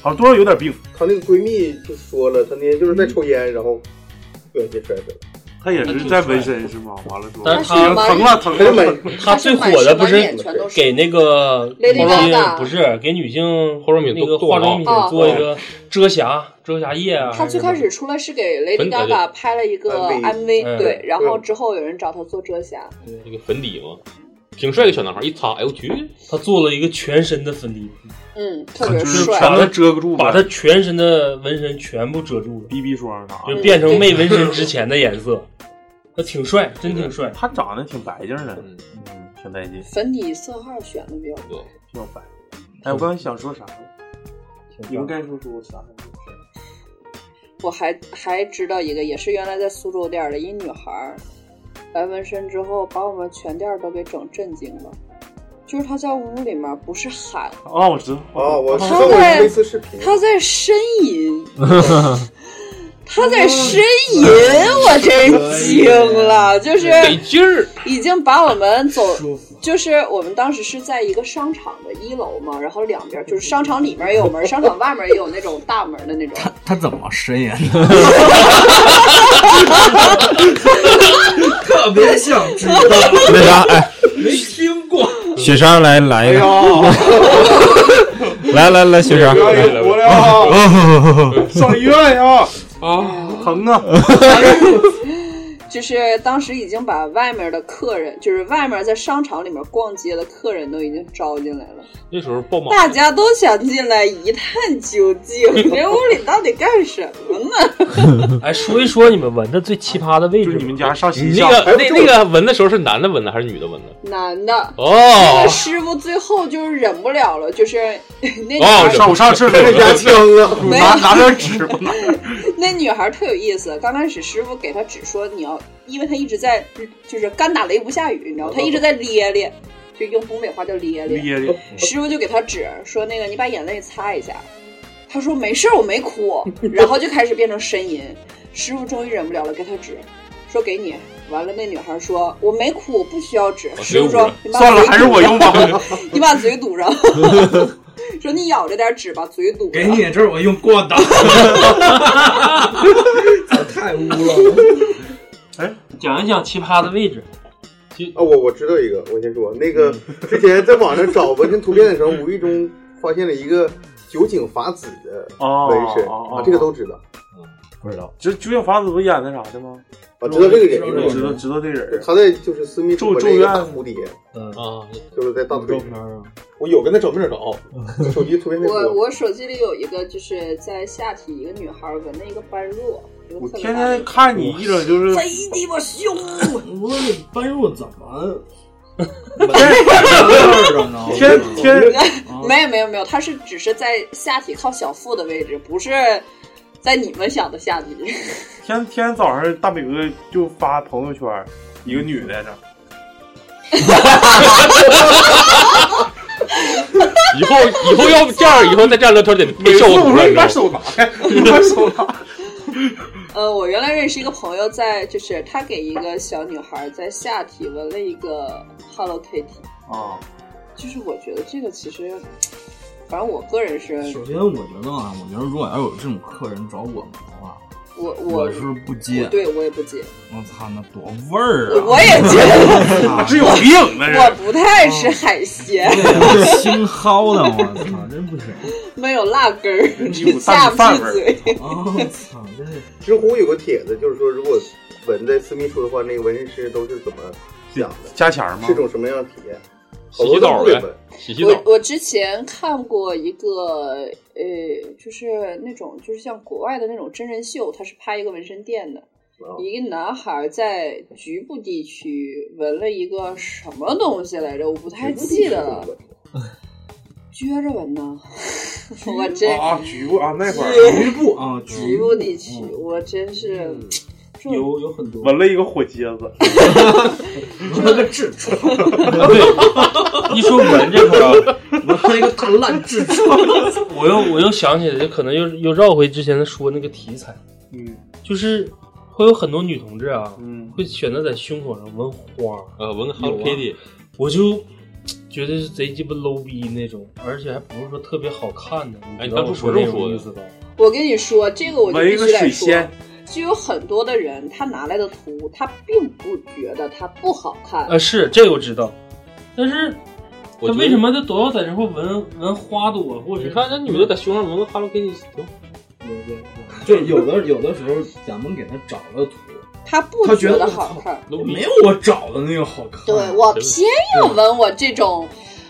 Speaker 2: 好像多少有点病。
Speaker 9: 她那个闺蜜就说了，她那天就是在抽烟，然后不小心摔死了。
Speaker 2: 他也是在纹身是吗？完了之后，
Speaker 6: 但是他
Speaker 2: 疼了疼
Speaker 9: 他就买
Speaker 2: 了，
Speaker 6: 他最火的不
Speaker 9: 他是满十满
Speaker 6: 是
Speaker 9: 脸全都是
Speaker 6: 给那个化
Speaker 9: Lady
Speaker 6: 妆品
Speaker 9: Gaga，
Speaker 6: 不是给女性化妆品那个
Speaker 14: 做
Speaker 6: 化妆品
Speaker 5: 哦
Speaker 6: 做一个遮瑕遮瑕液啊？
Speaker 5: 他最开始出来是给 Lady
Speaker 6: 粉底
Speaker 5: Gaga 拍了一个
Speaker 14: MV
Speaker 5: MV，对
Speaker 14: 嗯，
Speaker 5: 然后之后有人找他做遮瑕，
Speaker 14: 那个粉底嘛，挺帅一个小男孩，一擦，哎我去，
Speaker 6: 他做了一个全身的粉底，
Speaker 5: 嗯，特别帅。
Speaker 6: 把它
Speaker 2: 遮住，
Speaker 6: 把他全身的纹身全部遮住了
Speaker 2: ，BB 霜啊啥
Speaker 6: 就变成没纹身之前的颜色。他挺帅，真挺帅。
Speaker 2: 他长得挺白净的，嗯，挺带劲，
Speaker 5: 粉底色号选的比较多。
Speaker 2: 比较白。哎，我刚才想说啥？你们该说说我啥？
Speaker 5: 我还还知道一个，也是原来在苏州店儿的一女孩儿，来纹身之后把我们全店儿都给整震惊了。就是她在屋里面不是喊，
Speaker 2: 哦，我知道，
Speaker 9: 哦，我看
Speaker 5: 她
Speaker 9: 过
Speaker 5: 在
Speaker 9: 类似视频，
Speaker 5: 她在呻 吟，她在呻吟，
Speaker 9: 哦
Speaker 5: 我真惊了，就是
Speaker 9: 得
Speaker 14: 哎劲儿，
Speaker 5: 已经把我们走，就是我们当时是在一个商场的一楼嘛，然后两边就是商场里面也有 门，商场外面也有那种大门的那种，
Speaker 13: 他怎么伸延的？特别想知道。
Speaker 8: 那啥，哎，
Speaker 13: 没听过。
Speaker 8: 雪莎来来一个，来来来，雪莎，
Speaker 2: 哎呀我
Speaker 8: 来，
Speaker 2: 哦上医院呀！
Speaker 14: 啊，
Speaker 2: 疼啊！
Speaker 5: 就是当时已经把外面的客人，就是外面在商场里面逛街的客人都已经招进来了，
Speaker 14: 那时候爆满，
Speaker 5: 大家都想进来一探究竟， 这屋里到底干什么呢？
Speaker 6: 哎，说一说你们纹的最奇葩的位置吧。你
Speaker 2: 们家上
Speaker 14: 你那个那那个纹的时候是男的纹的还是女的纹的？
Speaker 5: 男的
Speaker 14: 哦
Speaker 5: 那个师傅最后就是忍不了了，就是 那女孩
Speaker 14: 哦，
Speaker 2: 上上 次那个
Speaker 9: 压枪了，
Speaker 5: 没有
Speaker 2: 拿拿点纸吧，
Speaker 5: 那女孩特有意思，刚开始师傅给她指说你要，因为她一直在就是干打雷不下雨，你知道吗，她一直在咧咧，就用东北话叫咧咧。
Speaker 2: 咧咧
Speaker 5: 师傅就给她指说那个你把眼泪擦一下，她说没事儿我没哭，然后就开始变成呻吟。师傅终于忍不了了，给她指，说给你。完了，那女孩说我没哭，不需要指。师傅说你把
Speaker 2: 算了，
Speaker 5: 嘴
Speaker 2: 还是
Speaker 5: 堵
Speaker 2: 我
Speaker 5: 上
Speaker 2: 用吧。
Speaker 5: 你把嘴堵 上，说你咬着点纸把嘴堵上。
Speaker 13: 给你这儿我用过 档，太污了。
Speaker 6: 哎讲一讲奇葩的位置。
Speaker 9: 哦，我我知道一个，我先说那个，
Speaker 2: 嗯
Speaker 9: 之前在网上找纹身图片的时候，无意中发现了一个酒井法子的纹身
Speaker 2: 哦哦哦
Speaker 9: 啊，这个都知道。
Speaker 8: 不知道，
Speaker 2: 这究竟法子不演的啥的吗？
Speaker 9: 我啊知道这个人是吧
Speaker 2: 知道知道这人。
Speaker 9: 他在就是私密处
Speaker 2: 咒
Speaker 9: 纹
Speaker 2: 咒
Speaker 9: 了一个
Speaker 2: 怨
Speaker 9: 大蝴蝶，
Speaker 6: 嗯
Speaker 14: 啊，
Speaker 9: 就是在大腿
Speaker 2: 啊
Speaker 9: 上。我有跟他找没找 着？手机图片没
Speaker 5: 我
Speaker 9: 说。
Speaker 5: 我手机里有一个，就是在下体一个女孩纹了一个般若，一个
Speaker 2: 我
Speaker 5: 特别
Speaker 2: 天
Speaker 5: 大的
Speaker 2: 天看你一整就是
Speaker 5: 贼鸡巴凶，
Speaker 13: 我说你般若怎 么？
Speaker 2: 天天
Speaker 5: 没有没有没有，她是只是在下体靠小腹的位置，不是在你们想的下体。
Speaker 2: 天天早上大北哥就发朋友圈，一个女的这，
Speaker 14: 以后以后要不这样，以后再这样聊天得被笑
Speaker 9: 我
Speaker 14: 死
Speaker 9: 说
Speaker 14: 了，
Speaker 9: 你
Speaker 14: 你知道
Speaker 9: 把
Speaker 14: 吗？
Speaker 9: 手拿开，你把手 拿开。
Speaker 5: 呃，我原来认识一个朋友在，就是他给一个小女孩在下体纹了一个 Hello Kitty。
Speaker 13: 啊，
Speaker 5: 就是我觉得这个其实，反正我个人是，
Speaker 13: 首先，我觉得啊，我觉得如果要有这种客人找我们的话，
Speaker 5: 我
Speaker 13: 我是不接。
Speaker 5: 对我也不接，
Speaker 13: 我操，那多味儿啊！
Speaker 5: 我也觉得
Speaker 13: 我是有
Speaker 2: 啊
Speaker 13: 病， 那
Speaker 5: 我
Speaker 13: 是
Speaker 5: 不太吃海鲜，
Speaker 13: 青蒿的，我操，真不行。
Speaker 5: 没有辣根儿，
Speaker 9: 有
Speaker 5: 只
Speaker 9: 大米
Speaker 5: 下不
Speaker 9: 饭
Speaker 5: 去
Speaker 9: 味儿
Speaker 5: 嘴。
Speaker 13: 啊
Speaker 9: 知乎有个帖子，就是说如果纹在私密处的话，那个纹身师都是怎么想的？
Speaker 2: 加钱儿吗
Speaker 9: 是种什么样的体验？
Speaker 14: 洗洗澡呗，洗洗澡
Speaker 5: 我。我之前看过一个，呃，就是那种就是像国外的那种真人秀，他是拍一个纹身店的，
Speaker 6: 哦
Speaker 5: 一个男孩在局部地区纹了一个什么东西来着，我不太记得了。撅着纹呢，我真
Speaker 9: 啊，局部啊，那会儿
Speaker 5: 局
Speaker 13: 部啊，
Speaker 5: 局部地区，
Speaker 6: 嗯
Speaker 5: 我真是
Speaker 9: 有
Speaker 13: 有很多
Speaker 2: 纹了一个火疖子，
Speaker 13: 纹了个痔疮。
Speaker 6: 对，一说纹这块 儿啊，
Speaker 13: 纹了一个大烂痔疮。
Speaker 6: 我又我又想起来，就可能又又绕回之前的说那个题材，
Speaker 9: 嗯，
Speaker 6: 就是会有很多女同志啊，会选择在胸口上纹花，
Speaker 14: 呃，纹个
Speaker 6: 有
Speaker 14: Hello
Speaker 6: 啊
Speaker 14: Kitty，
Speaker 6: 我就觉得是贼鸡巴 low 逼那种，而且还不是说特别好看的，
Speaker 14: 哎
Speaker 6: 你知道
Speaker 14: 当
Speaker 6: 我
Speaker 14: 初
Speaker 6: 说
Speaker 14: 不是
Speaker 6: 那
Speaker 14: 说
Speaker 6: 种
Speaker 14: 的
Speaker 6: 意思吧？
Speaker 5: 我跟你说，这个我就
Speaker 6: 纹一
Speaker 5: 必
Speaker 6: 个
Speaker 5: 须得
Speaker 6: 水
Speaker 5: 说
Speaker 6: 仙，
Speaker 5: 就有很多的人，他拿来的图，他并不觉得它不好看。
Speaker 6: 呃，是这个我知道，但是
Speaker 14: 我
Speaker 6: 他
Speaker 14: 觉得
Speaker 6: 为什么他都要在这块纹纹花朵，或者
Speaker 14: 你看那女的在胸上纹个 Hello Kitty，挺
Speaker 13: 就是有的有的时候，咱们给他找个图，
Speaker 5: 他不
Speaker 13: 他觉得
Speaker 5: 得
Speaker 13: 我
Speaker 5: 好看，
Speaker 13: 没有我找的那个好
Speaker 6: 哎
Speaker 13: 看。
Speaker 5: 对我偏要纹我这种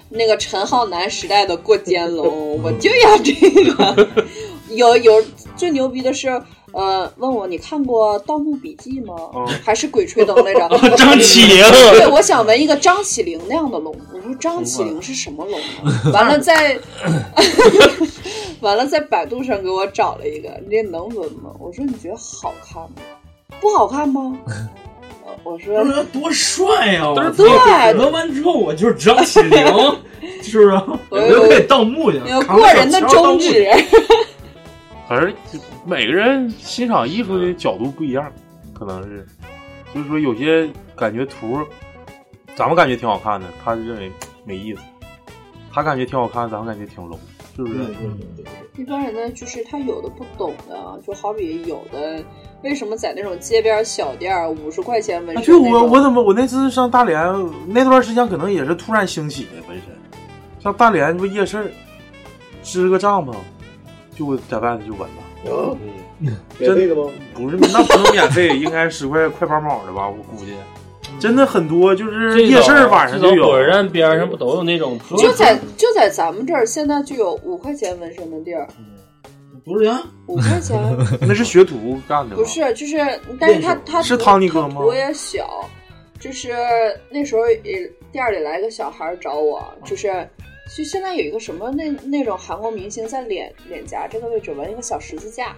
Speaker 5: 那个陈浩南时代的过肩龙， 我就要这个。有有最牛逼的是，呃，问我你看过《盗墓笔记》吗？
Speaker 9: 啊
Speaker 5: 还是《鬼吹灯》来着？
Speaker 6: 哦 张起灵
Speaker 5: 对，我想纹一个张起灵那样的龙。我说张起灵是什么龙啊？完了在， 完了在百度上给我找了一个，你这能纹吗？我说你觉得好看吗？不好 看吗？呃我说
Speaker 13: 他说多帅呀、我
Speaker 5: 对
Speaker 13: 操纹完之后我就是张起 灵，是不是？我就可以盗墓去了，
Speaker 5: 有过人的中指。
Speaker 2: 反正就每个人欣赏艺术的角度不一样，可能是，就是说有些感觉图，咱们感觉挺好看的，他认为没意思；他感觉挺好看，咱们感觉挺 low，是
Speaker 5: 嗯
Speaker 2: 不是？
Speaker 5: 一般人呢，就是他有的不懂的，啊就好比有的为什么在那种街边小店儿五十块钱纹
Speaker 2: 啊，
Speaker 5: 身
Speaker 2: 对
Speaker 5: 那
Speaker 2: 我
Speaker 5: 种，
Speaker 2: 我怎么我那次上大连那段时间可能也是突然兴起的纹身，上大连不夜市儿支个帐篷，就在外头就纹了。
Speaker 9: 免费的吗？
Speaker 2: 不是，那不是免费，应该十块快八毛的吧？我估计，真的很多，就是夜市儿晚上就
Speaker 6: 最早火
Speaker 2: 有
Speaker 6: 车。站边上不都有那种？
Speaker 5: 就在就在咱们这儿，现在就有五块钱纹身的地儿，
Speaker 2: 嗯
Speaker 13: 不是呀，
Speaker 5: 五块 钱
Speaker 2: 那是学徒干的吧
Speaker 5: 不？是，就是，但是他他
Speaker 2: 是
Speaker 5: 图
Speaker 2: 汤尼哥
Speaker 5: 他
Speaker 2: 吗
Speaker 5: 图也小，就是那时候也店儿里来个小孩儿找我，就是。就现在有一个什么那那种韩国明星在脸脸颊这个位置纹一个小十字架，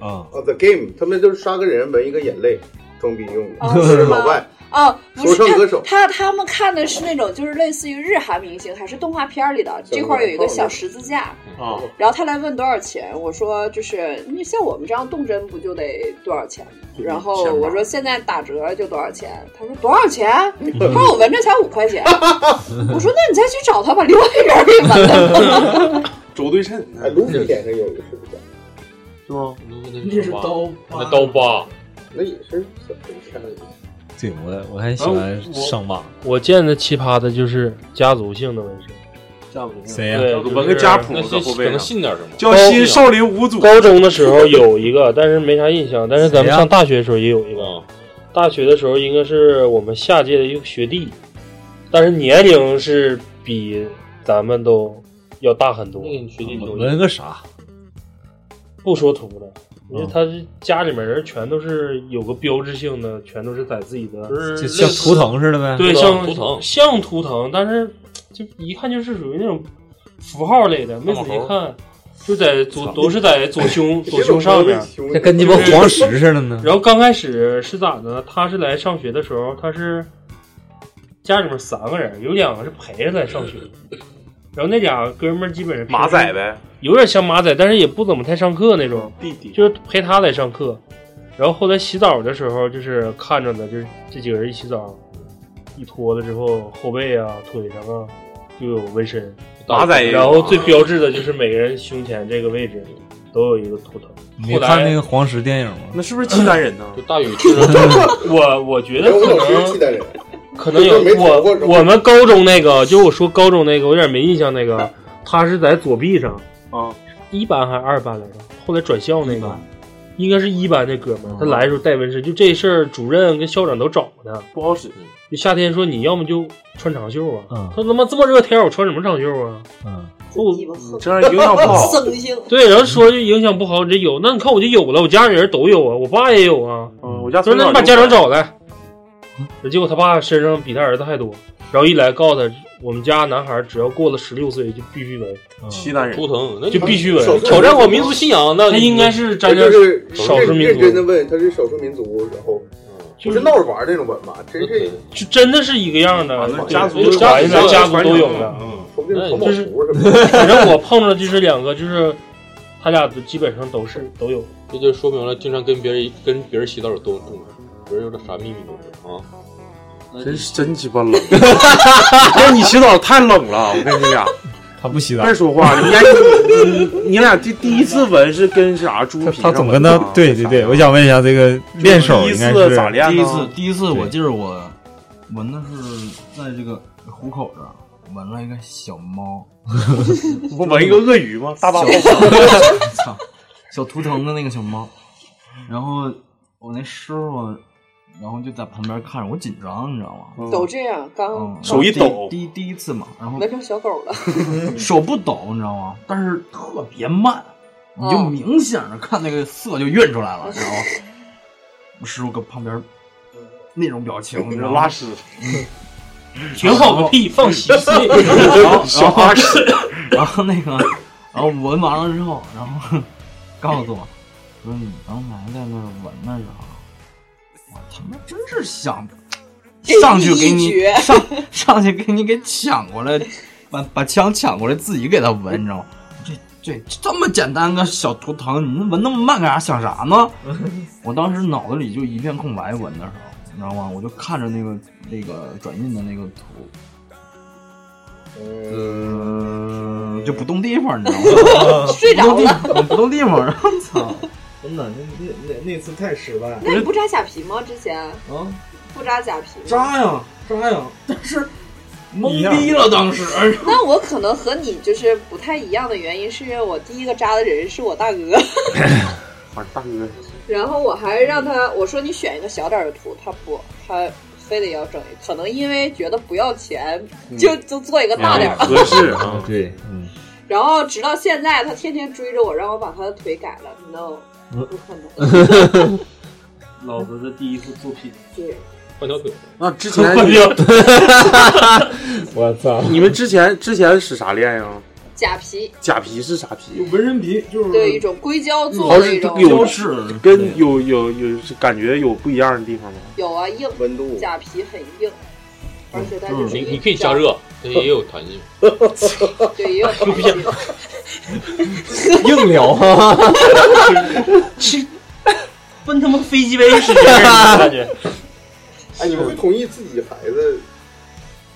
Speaker 9: 啊，The Game，他们就是杀个人纹一个眼泪，装逼用的，
Speaker 5: 啊
Speaker 9: 就是是
Speaker 5: 吗
Speaker 9: 老外。
Speaker 5: 哦，不
Speaker 9: 说
Speaker 5: 是
Speaker 9: 唱歌手
Speaker 5: 他他他们看的是那种就是类似于日韩明星还是动画片里的，这块儿有一个小十字架，
Speaker 2: 啊，
Speaker 5: 然后他来问多少钱，我说就是你像我们这样动针不就得多少钱吗？然后
Speaker 2: 钱吧
Speaker 5: 我说现在打折就多少钱，他说多少钱？他说我纹这才五块钱， 我说那你再去找他把另外一边给纹了。
Speaker 2: 轴对称。
Speaker 9: 哎，卢比脸上有一个是不是？
Speaker 2: 是吗？
Speaker 9: 那是刀疤
Speaker 14: 那刀疤，
Speaker 9: 那也是小时候看的。
Speaker 6: 对我我还
Speaker 8: 喜欢上网。
Speaker 6: 我见的奇葩的就是家族性的纹身，
Speaker 8: 谁呀
Speaker 6: 对，
Speaker 8: 纹个家谱
Speaker 6: 那
Speaker 8: 在后背上可能信点什么
Speaker 2: 叫新少林五祖
Speaker 6: 高中的时候有一个，但 是没啥印象。但是咱
Speaker 8: 谁
Speaker 6: 们
Speaker 8: 呀
Speaker 6: 上大学的时候也有一个。大学的时候应该是我们下届的一个学弟，但是年龄是比咱们都要大很多。学弟
Speaker 8: 纹个啥？
Speaker 6: 不说图了，因为
Speaker 8: 嗯
Speaker 6: 他是家里面人全都是有个标志性的，全都是在自己的，
Speaker 8: 就像图腾似的呗
Speaker 6: 对，
Speaker 8: 图腾
Speaker 6: 像
Speaker 8: 图腾
Speaker 6: 像图腾，但是就一看就是属于那种符号类的，没仔细看，就在左都是在左 胸左胸上面，
Speaker 8: 这跟鸡巴
Speaker 6: 就是
Speaker 8: 黄石似的呢
Speaker 6: 然后刚开始是咋的呢？他是来上学的 时候，他是家里面三个人，有两个是陪着来上学，然后那俩哥们儿基本上
Speaker 2: 马仔呗，
Speaker 6: 有点像马仔，但是也不怎么太上课那种，
Speaker 2: 弟弟
Speaker 6: 就是陪他来上课。然后后来洗澡的时候，就是看着呢，就是这几个人一洗澡，一脱了之后，后背啊、腿上啊就有纹身。
Speaker 2: 马仔也有
Speaker 6: 然后最标志的就是每个人胸前这个位置都有一个图腾。
Speaker 8: 你
Speaker 6: 后
Speaker 8: 没
Speaker 6: 来
Speaker 8: 看那个黄石电影吗？
Speaker 2: 那是不是契丹人呢？
Speaker 6: 就大禹治我我觉
Speaker 2: 哎
Speaker 6: 得可能可能有
Speaker 2: 没听
Speaker 6: 我
Speaker 2: 过这
Speaker 6: 我们高中那个，就我说高中那个，我有点没印象那个，他是在左臂上
Speaker 2: 啊，
Speaker 6: 一班还是二班来着？后来转校那个，应该是一班那哥
Speaker 9: 嗯
Speaker 6: 们儿，他来的时候带纹身，就这事儿主任跟校长都找过他，
Speaker 2: 不好使。
Speaker 6: 就夏天说你要么就穿长袖啊，
Speaker 9: 嗯
Speaker 6: 他他妈这么热天儿我穿什么长袖啊？
Speaker 8: 嗯，
Speaker 6: 我
Speaker 2: 这样影响不 好
Speaker 5: 生性。
Speaker 6: 对，然后说就影响不好，你这有，那你看我就有了，我家里人都有啊，我爸也有啊。
Speaker 2: 嗯，我家
Speaker 6: 说
Speaker 2: 从
Speaker 6: 那
Speaker 2: 小
Speaker 6: 你把家长找来，结果他爸身上比他儿子还多，然后一来告诉他，我们家男孩只要过了十六岁就必须纹，
Speaker 2: 西南人
Speaker 14: 图腾那
Speaker 6: 就必须
Speaker 14: 少
Speaker 6: 纹，
Speaker 14: 数挑战我哦民族信仰，那
Speaker 6: 他应该是
Speaker 9: 他
Speaker 6: 沾点
Speaker 9: 就是
Speaker 6: 少数
Speaker 9: 认
Speaker 6: 民
Speaker 9: 认真的
Speaker 6: 族，
Speaker 9: 问，他是少数民族，然后不是闹着玩儿那种文吧？真是
Speaker 6: 就真的是一个样的，对
Speaker 9: 家族
Speaker 6: 传下来
Speaker 9: 家
Speaker 6: 家
Speaker 9: 族
Speaker 6: 族都有的，
Speaker 9: 嗯说不定是黄
Speaker 6: 就
Speaker 9: 毛
Speaker 6: 是
Speaker 9: 图什
Speaker 6: 反正我碰着就是两个，就是他俩都基本上都是都有。
Speaker 14: 这就说明了，经常跟别人跟别人洗澡有都共鸣，别人有点啥秘密都是啊。
Speaker 2: 真是真鸡 巴冷，那你洗澡太冷了，我跟你俩。
Speaker 8: 他不洗澡
Speaker 2: 别说话，你俩你你你俩第第一次纹是跟啥猪皮
Speaker 8: 他
Speaker 2: 上
Speaker 8: 总
Speaker 2: 纹
Speaker 8: 跟
Speaker 2: 的
Speaker 8: 他
Speaker 2: 啊？
Speaker 8: 对对对，我想问一下这个练手
Speaker 2: 第一
Speaker 8: 应该
Speaker 2: 次
Speaker 8: 是
Speaker 2: 咋练呢？
Speaker 8: 第一
Speaker 7: 第一
Speaker 8: 次
Speaker 7: 次，第一次我
Speaker 8: 对
Speaker 7: 记得我闻的是在这个虎口这儿闻了一个小猫，
Speaker 2: 不闻一个鳄鱼吗？大巴
Speaker 7: 小
Speaker 2: 包
Speaker 7: 操，小图腾的那个小猫。然后我那师傅，然后就在旁边看着，我紧张，你知道
Speaker 2: 哦
Speaker 7: 吗？
Speaker 5: 都这样，
Speaker 7: 嗯
Speaker 5: 刚
Speaker 7: 第第第一次嘛，然后
Speaker 5: 纹成小狗了。
Speaker 7: 手不抖，你知道吗？但是特别慢，你就
Speaker 5: 哦
Speaker 7: 明显的看那个色就晕出来了，知道吗？我师傅搁旁边呃那种表情，你知道吗？
Speaker 2: 拉 屎，
Speaker 7: 学
Speaker 6: 学
Speaker 7: 好
Speaker 6: 好
Speaker 7: 个
Speaker 6: 个
Speaker 7: 屁
Speaker 6: 屁
Speaker 7: 放
Speaker 6: 放
Speaker 7: 稀
Speaker 6: 稀
Speaker 7: 碎
Speaker 6: 碎
Speaker 7: 小
Speaker 6: 小
Speaker 7: 花
Speaker 6: 花
Speaker 7: 式
Speaker 6: 式。
Speaker 7: 然后那个，然后闻完了之后，然后 告诉我，说你刚才在那儿闻的时候，我他妈真是想上去
Speaker 5: 给
Speaker 7: 给你
Speaker 5: 你一绝？
Speaker 7: 上 上去给你给抢过来，把把枪抢过来自己给他闻，你知道吗？这这这么简单个小图腾，你闻那么慢干啥？想啥呢？我当时脑子里就一片空白，闻的时候，你知道吗？我就看着那个那个转印的那个图，嗯，就不动地方，你 知道吗
Speaker 5: 睡着了
Speaker 7: 不动地不动地方，然后操，真的，那那那那次太失败了。
Speaker 5: 那你不扎假皮吗？之前
Speaker 7: 啊，
Speaker 5: 不扎假皮吗？
Speaker 7: 扎呀扎呀，但是懵逼了，当时。
Speaker 5: 那我可能和你就是不太一样的原因，是因为我第一个扎的人是我大哥，
Speaker 2: 我说大哥，
Speaker 5: 然后我还让他我说你选一个小点儿的图，他不，他非得要整一个，可能因为觉得不要钱，就就做一个大点儿的。
Speaker 2: 哎合适啊，
Speaker 8: 对，嗯，
Speaker 5: 然后直到现在，他天天追着我，让我把他的腿改了，no，不可能。
Speaker 1: 老子的第一部作品，
Speaker 5: 对，
Speaker 14: 换条腿。
Speaker 2: 那之 前
Speaker 14: 我操
Speaker 2: 你们之前之前使啥练呀？
Speaker 5: 假皮，
Speaker 2: 假皮是啥皮？
Speaker 7: 纹身皮就是
Speaker 5: 对一种硅胶做
Speaker 2: 好
Speaker 5: 的
Speaker 2: 是
Speaker 5: 一种，
Speaker 2: 有跟有有有是感觉有不一样的地方吗？
Speaker 5: 有啊，硬
Speaker 2: 温度
Speaker 5: 假皮很硬，而且它就是
Speaker 14: 你
Speaker 5: 一个
Speaker 14: 你可以加热，它也有弹性。
Speaker 5: 对，也有弹性。
Speaker 8: 硬聊哈，
Speaker 6: 是奔他妈飞机杯似的，感觉。
Speaker 9: 哎，你们会同意自己孩子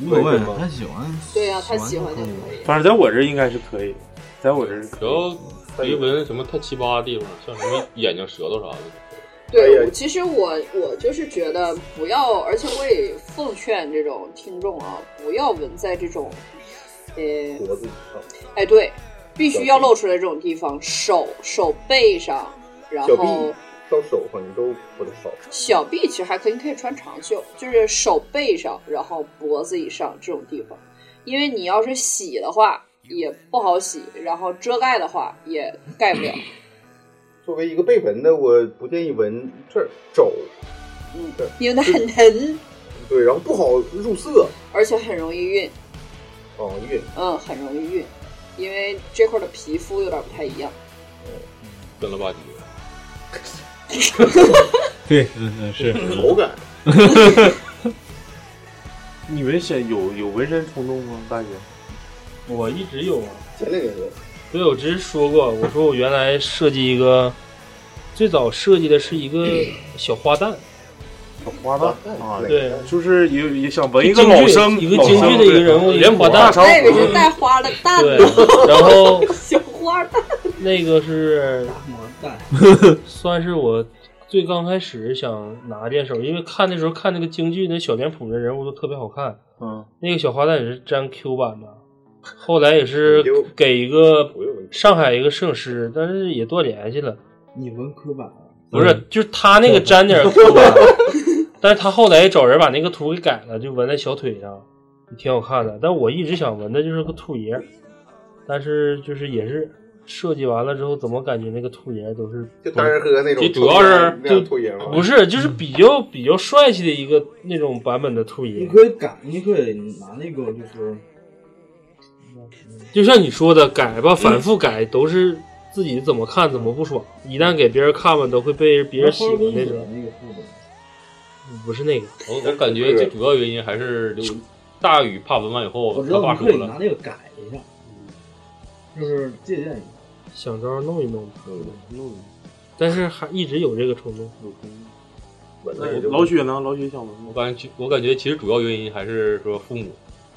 Speaker 7: 无
Speaker 2: 所谓
Speaker 9: 吗？
Speaker 7: 他喜欢，
Speaker 5: 对呀、他喜欢就可以。
Speaker 2: 反正在我这儿应该是可以，在我这儿是可
Speaker 14: 只要没纹什么太奇葩的地方，像什么眼睛、舌头啥的，
Speaker 5: 对，其实我我就是觉得不要，而且我也奉劝这种听众啊，不要纹在这种，呃，
Speaker 9: 脖子
Speaker 5: 哎，对，必须要露出来这种地方，手手背上，然
Speaker 9: 小
Speaker 5: 后
Speaker 9: 臂到手好像都不太好。
Speaker 5: 小臂其实还可以，你可以穿长袖，就是手背上，然后脖子以上这种地方，因为你要是洗的话也不好洗，然后遮盖的话也盖不了。
Speaker 9: 嗯作为一个被纹的，我不建议纹这儿肘，
Speaker 5: 嗯
Speaker 9: 对，
Speaker 5: 因为它很疼，
Speaker 9: 对，然后不好入色，
Speaker 5: 而且很容易晕，
Speaker 9: 哦，晕。
Speaker 5: 嗯，很容易晕，因为这块儿的皮肤有点不太一样。
Speaker 14: 跟了吧唧。
Speaker 8: 对，嗯嗯 是
Speaker 9: 口感。
Speaker 2: 你们想有有纹身冲动吗？大姐，
Speaker 6: 我一直有啊，
Speaker 9: 前两年有。
Speaker 6: 对，我之前说过，我说我原来设计一个，最早设计的是一个小花旦，
Speaker 2: 花旦啊，
Speaker 6: 对，
Speaker 2: 就是也也想纹
Speaker 6: 一
Speaker 2: 一
Speaker 6: 个
Speaker 2: 个
Speaker 6: 老
Speaker 2: 老
Speaker 6: 生
Speaker 2: 生，
Speaker 6: 一个京剧的一个人物
Speaker 2: 脸
Speaker 6: 一个花旦
Speaker 2: 大长
Speaker 5: 那个是带花的蛋
Speaker 6: 对
Speaker 5: 的，
Speaker 6: 然后
Speaker 5: 小花蛋。
Speaker 6: 那个是算是我最刚开始想拿练手，因为看的时候看那个京剧，那小脸谱的人物都特别好看。
Speaker 2: 嗯，
Speaker 6: 那个小花旦也是粘 Q 版的，后来也是给一个上海一个摄影师，但是也断联系了。
Speaker 13: 你文科版
Speaker 6: 不是，就是他那个粘点儿 Q 版，但是他后来找人把那个图给改了，就纹在小腿上，也挺好看的。但我一直想纹的就是个兔爷，但是就是也是设计完了之后，怎么感觉那个兔爷都是
Speaker 9: 就单人喝那种
Speaker 6: 就主要是
Speaker 9: 那样兔爷吗
Speaker 6: 就不是，就是比较比较帅气的一个那种版本的兔
Speaker 13: 你
Speaker 6: 爷，
Speaker 13: 可以改，你可以拿那个就是
Speaker 6: 就像你说的改吧，反复改都是自己怎么看怎么不爽，一旦给别人看吧，都会被别人喜欢那种。
Speaker 13: 那个裤子，
Speaker 6: 不是那个，
Speaker 17: 我我感觉最主要原因还是刘大宇怕文完以后，
Speaker 13: 我知
Speaker 17: 他
Speaker 13: 道
Speaker 17: 爸
Speaker 13: 你
Speaker 17: 说
Speaker 13: 可以拿
Speaker 17: 了，
Speaker 13: 那个改一下，就是借鉴一下。
Speaker 6: 想招弄一弄，弄一弄，但是还一直有这个冲动。
Speaker 2: 老许呢？老许想纹
Speaker 17: 我
Speaker 2: 吗？
Speaker 17: 感觉我感觉其实主要原因还是说父母，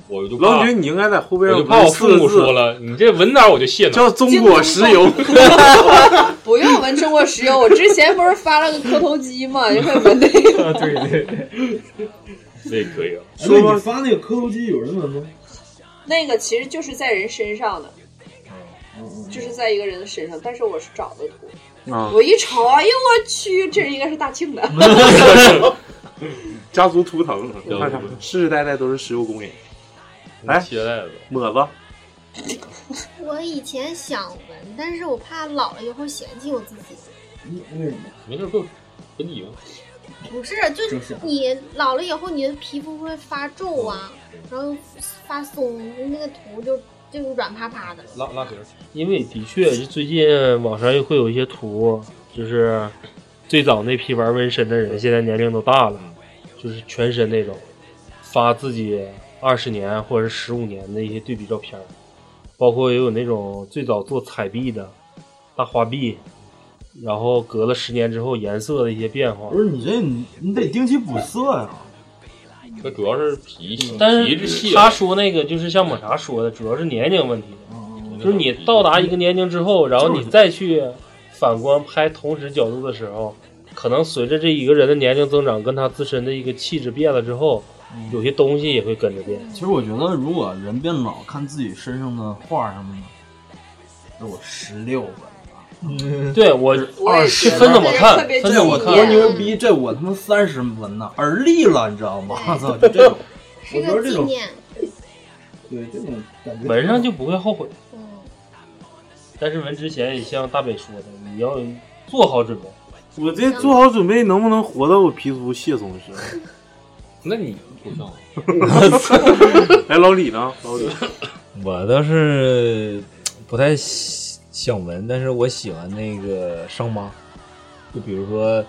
Speaker 17: 我就怕
Speaker 2: 老许，你应该在后
Speaker 17: 我
Speaker 2: 边
Speaker 17: 就怕我父母说
Speaker 2: 了，
Speaker 17: 了，你这纹哪儿我就卸哪儿，
Speaker 2: 叫中国石油。
Speaker 5: 不用纹中国石油，我之前不是发了个磕头机吗？ 你可以纹那个。
Speaker 6: 对对
Speaker 13: 对，
Speaker 17: 那可以啊。
Speaker 13: 说你发那个磕头机有人闻吗？
Speaker 5: 那个其实就是在人身上的，
Speaker 13: 嗯
Speaker 5: 就是在一个人的身上，但是我是找的图。
Speaker 2: 啊
Speaker 5: 我一瞅，哎呦我去，这应该是大庆的。
Speaker 2: 家族图腾，看看
Speaker 17: 家族图
Speaker 2: 世世代代都是石油工人。来，抹子，
Speaker 16: 我以前想纹，但是我怕老了以后嫌弃我自己。
Speaker 13: 你为什么？
Speaker 17: 没事，够本体吧。
Speaker 16: 不是，就
Speaker 17: 这是
Speaker 16: 你老了以后，你的皮肤会发皱啊，然后发松，那个图就就软趴趴的。
Speaker 17: 拉拉皮儿，
Speaker 6: 因为的确，就最近网上又会有一些图，就是最早那批玩纹身的人，现在年龄都大了，就是全身那种，发自己二十年或者十五年的一些对比照片儿，包括也有那种最早做彩壁的大花臂，然后隔了十年之后颜色的一些变化。
Speaker 13: 不是你这你你得定期补色呀、
Speaker 17: 它主要是皮细，
Speaker 6: 但
Speaker 17: 皮质
Speaker 6: 是
Speaker 17: 细
Speaker 6: 他说那个就是像抹茶说的，主要是年龄问题，啊就是你到达一个年龄之后，然后你再去反观拍同时角度的时候，可能随着这一个人的年龄增长，跟他自身的一个气质变了之后，有些东西也会跟着变。
Speaker 7: 其实我觉得，如果人变老，看自己身上的画什么的，那我十六吧。
Speaker 6: 对我
Speaker 7: 二
Speaker 6: 是
Speaker 7: 十
Speaker 6: 分怎么看，
Speaker 7: 分
Speaker 6: 分
Speaker 7: 怎
Speaker 6: 怎么
Speaker 7: 么看？
Speaker 6: 看
Speaker 7: 多。牛逼！这我他妈三十纹呢，而立了，你知道吗？我操，这种
Speaker 16: 是
Speaker 7: 我觉
Speaker 16: 个
Speaker 7: 得这
Speaker 16: 纪
Speaker 7: 种
Speaker 16: 念。
Speaker 13: 对这种感觉。
Speaker 6: 纹上就不会后悔。
Speaker 16: 嗯，
Speaker 6: 但是纹之前也像大北说的，你要做好准备。
Speaker 2: 我这做好准备，能不能活到我皮肤卸松的时 候？
Speaker 17: 那你不像。
Speaker 2: 哎，老李呢？老李，
Speaker 8: 我倒是不太喜想纹，但是我喜欢那个伤疤，就比如说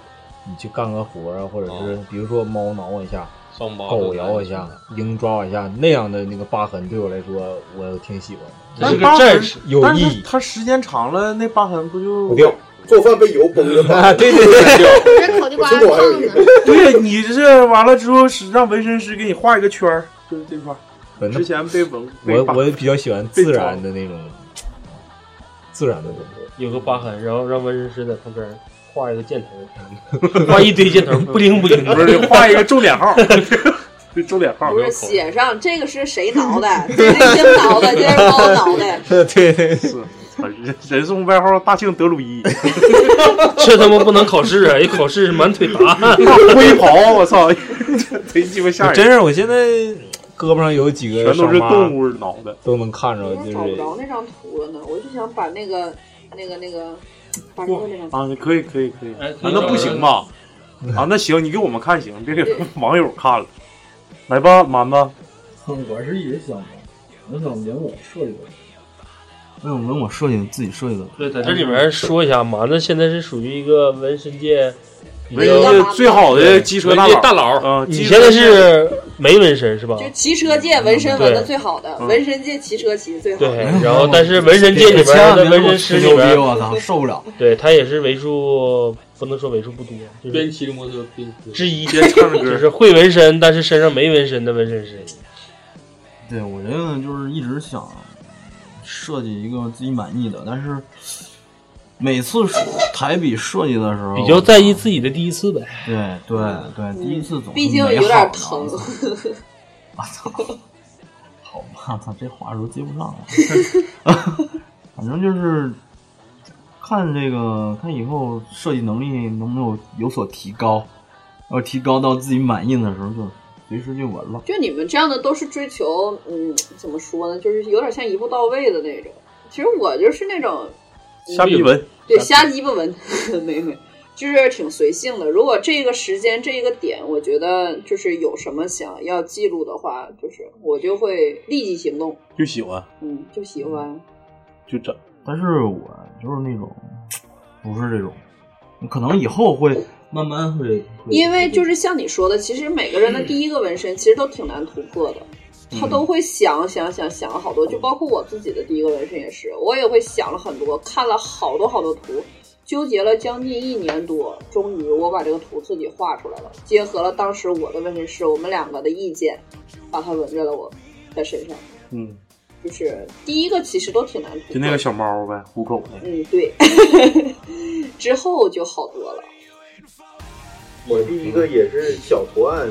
Speaker 8: 你去干个活啊，或者是
Speaker 7: 哦
Speaker 8: 比如说猫挠我一下，
Speaker 17: 伤疤
Speaker 8: 狗咬我一下，鹰抓我一下，那样的那个疤痕对我来说，我挺喜欢的。
Speaker 2: 但
Speaker 8: 这是
Speaker 2: 疤
Speaker 8: 个
Speaker 2: 痕
Speaker 8: 战士，有
Speaker 2: 但
Speaker 8: 意
Speaker 2: 是
Speaker 8: 义。
Speaker 2: 它时间长了，那疤痕不就
Speaker 8: 不掉？
Speaker 9: 做饭被油崩了吧？
Speaker 8: 啊对对对
Speaker 16: 这烤地瓜
Speaker 9: 我听过还有一个，
Speaker 2: 对你这完了之后，是让纹身师给你画一个圈儿，就是这块儿。之前被纹，被
Speaker 8: 我
Speaker 2: 疤
Speaker 8: 我比较喜欢自然的那种，自然的东西。
Speaker 6: 有个疤痕，然后让纹身师在旁边画一个箭头，画一堆箭头，不灵不 灵的，
Speaker 2: 不是画一个重点号，重点号
Speaker 5: 不是写上这个是谁挠的？ 这是鹰挠的， 这是猫挠的。
Speaker 8: 对对
Speaker 2: 是， 操人人送外号大庆德 鲁伊，
Speaker 6: 这他妈不能考试啊！一考试满腿 大汗，
Speaker 2: 灰袍，我操， 贼鸡巴吓人！
Speaker 8: 真是，我现在胳膊上有几个
Speaker 2: 全都是
Speaker 8: 伤疤
Speaker 2: 动物挠的，
Speaker 8: 都能看着，就
Speaker 5: 找不
Speaker 8: 是
Speaker 5: 着那张图了呢，我就想把那个、那个、那个，把那个那张图。
Speaker 2: 啊，可以可以可以，啊
Speaker 5: 可以
Speaker 2: 那不行吧？
Speaker 6: 嗯
Speaker 2: 啊，那行，你给我们看行，别给网友看了。来吧，蛮子，
Speaker 13: 我是一直想纹，我想纹我设计的，
Speaker 7: 那种纹我设计的自己设计的，
Speaker 6: 对，在这里面说一下，蛮子现在是属于一个纹身界
Speaker 2: 纹身界最好的机车大佬
Speaker 6: 文艺大佬啊
Speaker 2: 嗯
Speaker 6: 你
Speaker 2: 机车
Speaker 6: 现在是没纹身是吧？
Speaker 5: 就骑车界纹身纹的
Speaker 6: 对
Speaker 5: 最好的，
Speaker 6: 嗯
Speaker 5: 纹身界骑车骑的最好
Speaker 6: 对
Speaker 5: 的。，
Speaker 6: 然后但是纹身界里边
Speaker 13: 千万
Speaker 6: 的
Speaker 13: 别给我
Speaker 6: 纹身师
Speaker 13: 吹牛
Speaker 6: 里边，
Speaker 9: 哦
Speaker 13: 逼我操受不了。
Speaker 6: 对他也是为数不能说为数不多，就是
Speaker 14: 边骑着摩托车边
Speaker 6: 之一，
Speaker 14: 边唱着歌
Speaker 6: 就是会纹身，但是身上没纹身的纹身师。
Speaker 7: 对我这个就是一直想设计一个自己满意的，但是每次抬笔设计的时候，
Speaker 6: 比较在意自己的第一次呗。
Speaker 7: 对对对，第一次总是
Speaker 5: 毕竟
Speaker 7: 美
Speaker 5: 有
Speaker 7: 好
Speaker 5: 点
Speaker 7: 的
Speaker 5: 疼。
Speaker 7: 好吧，操，这话都接不 上了。反正就是看这个，看以后设计能力能不能有有所提高，要提高到自己满意的时候，就随时就纹了。
Speaker 5: 就你们这样的都是追求，嗯，怎么说呢，就是有点像一步到位的那种。其实我就是那种
Speaker 2: 瞎逼纹，
Speaker 5: 对瞎鸡巴纹，没没，就是挺随性的。如果这个时间这一个点，我觉得就是有什么想要记录的话，就是我就会立即行动，
Speaker 2: 就喜欢
Speaker 5: 嗯，就喜欢。
Speaker 2: 就整。
Speaker 7: 但是我就是那种，不是这种，可能以后会慢慢会，
Speaker 2: 嗯
Speaker 7: 会
Speaker 5: 因为就是像你说的，其实每个人的第一个纹身其实都挺难突破的，他
Speaker 2: 嗯
Speaker 5: 都会想想想想好多，就包括我自己的第一个纹身也是，我也会想了很多，看了好多好多图，纠结了将近一年多，终于我把这个图自己画出来了，结合了当时我的纹身师我们两个的意见，把它纹在了我的身上。
Speaker 2: 嗯，
Speaker 5: 就是第一个其实都挺难突破，
Speaker 2: 就那个小猫呗，虎口那个。
Speaker 5: 嗯对， 之后就好多了。
Speaker 9: 我第一个也是小图案，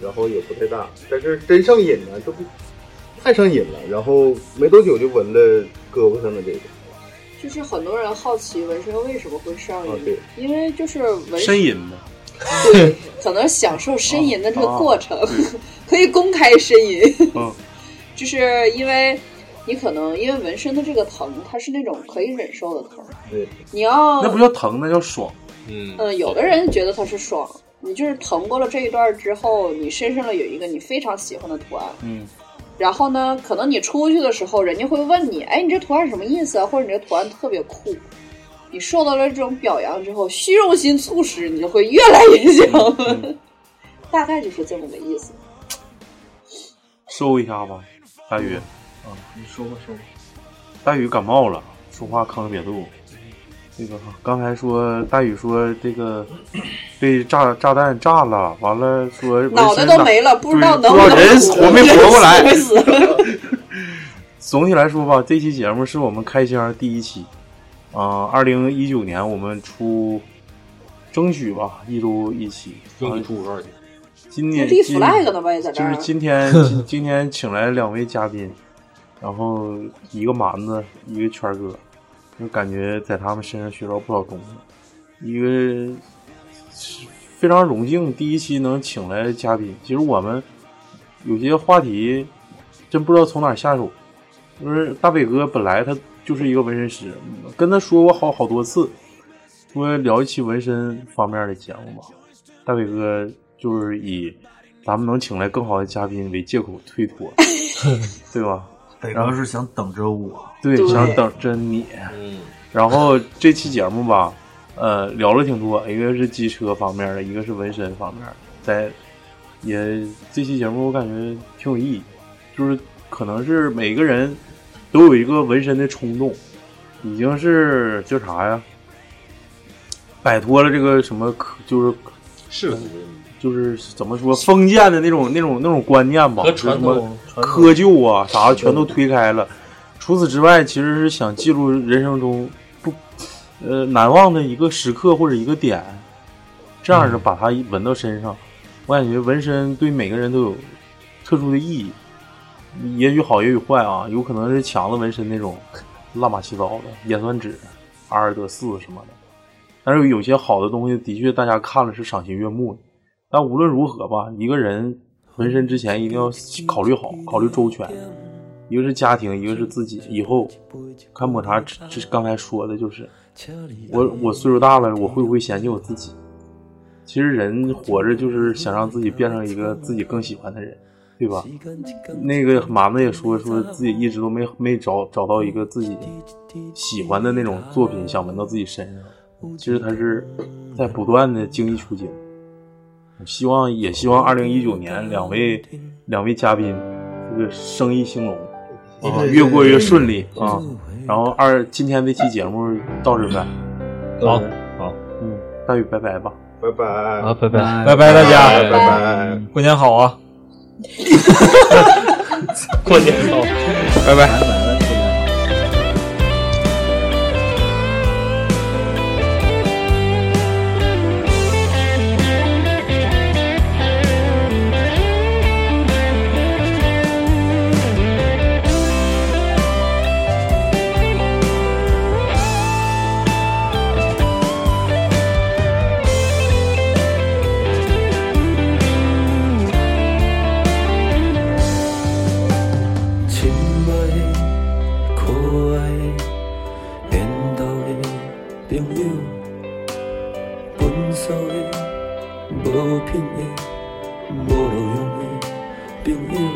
Speaker 9: 然后也不太大，但是真上瘾了，这不太上瘾了。然后没多久就纹了胳膊上的这个，
Speaker 5: 就是很多人好奇纹身为什么会上瘾，
Speaker 9: 啊对
Speaker 5: 因为就是纹
Speaker 2: 呻吟呗，
Speaker 5: 对，可能享受
Speaker 2: 啊
Speaker 5: 呻吟的这个过程， 可以公开呻吟，
Speaker 2: 嗯，
Speaker 5: 就是因为你可能因为纹身的这个疼，它是那种可以忍受的疼，
Speaker 2: 对，
Speaker 5: 你要
Speaker 2: 那不叫疼，那叫爽。
Speaker 5: 嗯、有的人觉得它是爽，你就是疼过了这一段之后，你身上了有一个你非常喜欢的图案，
Speaker 2: 嗯，
Speaker 5: 然后呢，可能你出去的时候，人家会问你，哎，你这图案什么意思啊？或者你这图案特别酷。你受到了这种表扬之后，虚荣心促使你就会越来越想
Speaker 2: 嗯
Speaker 5: 纹， 大概就是这么个意思。
Speaker 2: 收一下吧，大宇。啊，
Speaker 13: 嗯你说吧，说吧。
Speaker 2: 大宇感冒了，说话吭哧瘪肚。那个刚才说大宇说 这个被炸炸弹炸了，完了说纹身
Speaker 5: 脑袋都
Speaker 2: 哪
Speaker 5: 没了，不知道能
Speaker 2: 不
Speaker 5: 不能
Speaker 2: 知道人活没活过来。
Speaker 5: 人死没死
Speaker 2: 总体来说吧，这期节目是我们开箱第一期，啊、2二零一九年我们出争取吧，一周一期，争取出多少期？今年
Speaker 5: 立
Speaker 2: 今
Speaker 5: flag 呢吧也在这
Speaker 2: 就
Speaker 5: 儿
Speaker 2: 是今天今今天请来两位嘉宾，然后一个蛮子，一个圈儿哥，就感觉在他们身上学到不少东西。一个是非常荣幸，第一期能请来嘉宾。其实我们有些话题真不知道从哪儿下手。就是大北哥本来他就是一个纹身师，跟他说过好好多次，说聊一期纹身方面的节目吧。大伟哥就是以咱们能请来更好的嘉宾为借口推脱，对吧？
Speaker 13: 北
Speaker 2: 然
Speaker 13: 哥
Speaker 2: 后
Speaker 13: 是想等着我，
Speaker 2: 对，想等着你。
Speaker 13: 嗯，
Speaker 2: 然后这期节目吧，呃，聊了挺多，一个是机车方面的，一个是纹身方面的，在也这期节目我感觉挺有意义，就是可能是每个人都有一个纹身的冲动，已经是叫啥呀？摆脱了这个什么可，就是
Speaker 14: 世俗，
Speaker 2: 就是怎么说封建的那种那种那种观念吧，
Speaker 14: 和
Speaker 2: 就是什
Speaker 14: 传
Speaker 2: 么
Speaker 14: 统
Speaker 6: 哦
Speaker 2: 窠臼啊啥的全都推开了。除此之外，其实是想记录人生中不呃难忘的一个时刻或者一个点，这样的把它纹到身上，我感觉纹身对每个人都有特殊的意义，也许好，也许坏啊，有可能是强子纹身那种乱码七糟的盐酸酯、阿尔德四什么的。但是有些好的东西，的确大家看了是赏心悦目的。但无论如何吧，一个人纹身之前一定要考虑好，考虑周全，一个是家庭，一个是 自己。以后看抹茶，这这刚才说的就是，我我岁数大了，我会不会嫌弃我自己？其实人活着就是想让自己变成一个自己更喜欢的人，对吧？那个马子也说，说自己一直都没没找找到一个自己喜欢的那种作品，想纹到自己身上。其实他是在不断的精益求精。希望也希望二零一九年两位两位嘉宾这个生意兴隆啊，
Speaker 5: 对
Speaker 2: 越过越顺利啊。然后二今天这期节目到这呗，
Speaker 5: 好
Speaker 2: 好，嗯，大宇拜拜吧，
Speaker 5: 拜拜
Speaker 2: 啊拜
Speaker 18: 拜拜拜大家，
Speaker 5: 拜拜，
Speaker 18: 过年好啊！
Speaker 3: 过年好，
Speaker 18: 拜拜。
Speaker 7: 千米可爱，缘投的朋友，分手的无品的无路用的朋友，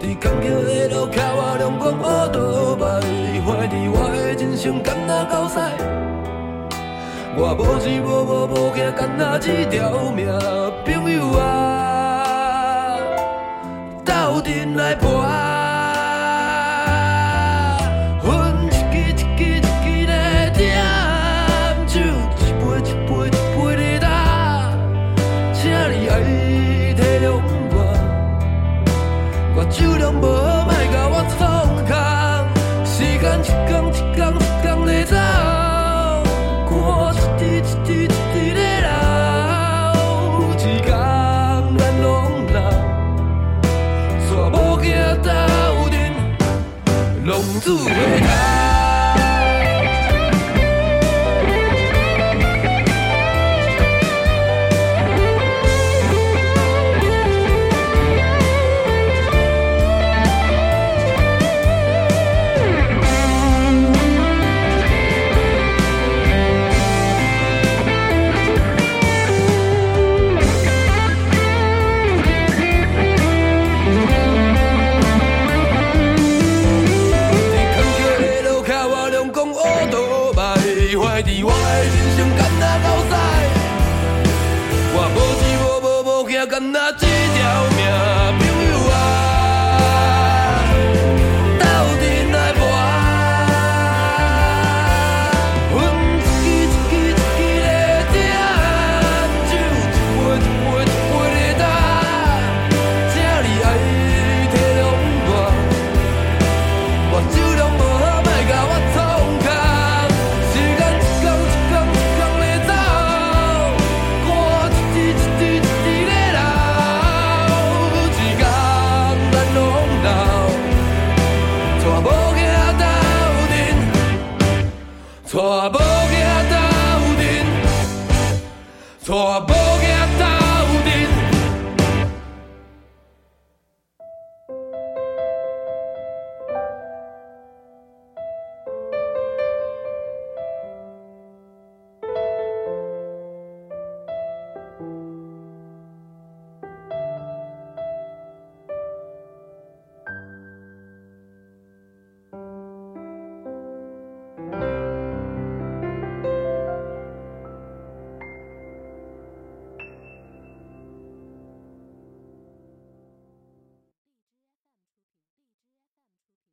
Speaker 7: 在坎坷的路口我亮光乌倒摆，怀疑我的人生敢若狗屎。我无钱无物无行，干那一条命，朋友啊，斗阵来搏。分一支一支一支来点酒，一杯一杯一杯地干，请你爱体谅我，我酒量无好，莫甲我创空。时间一天一天一天地走，汗一滴一滴一滴地流，有一天咱拢老。煞无行斗阵，浪子回头。路口我两公乌倒卖，怀疑我的人生敢若狗屎。我无钱无无无行，敢若一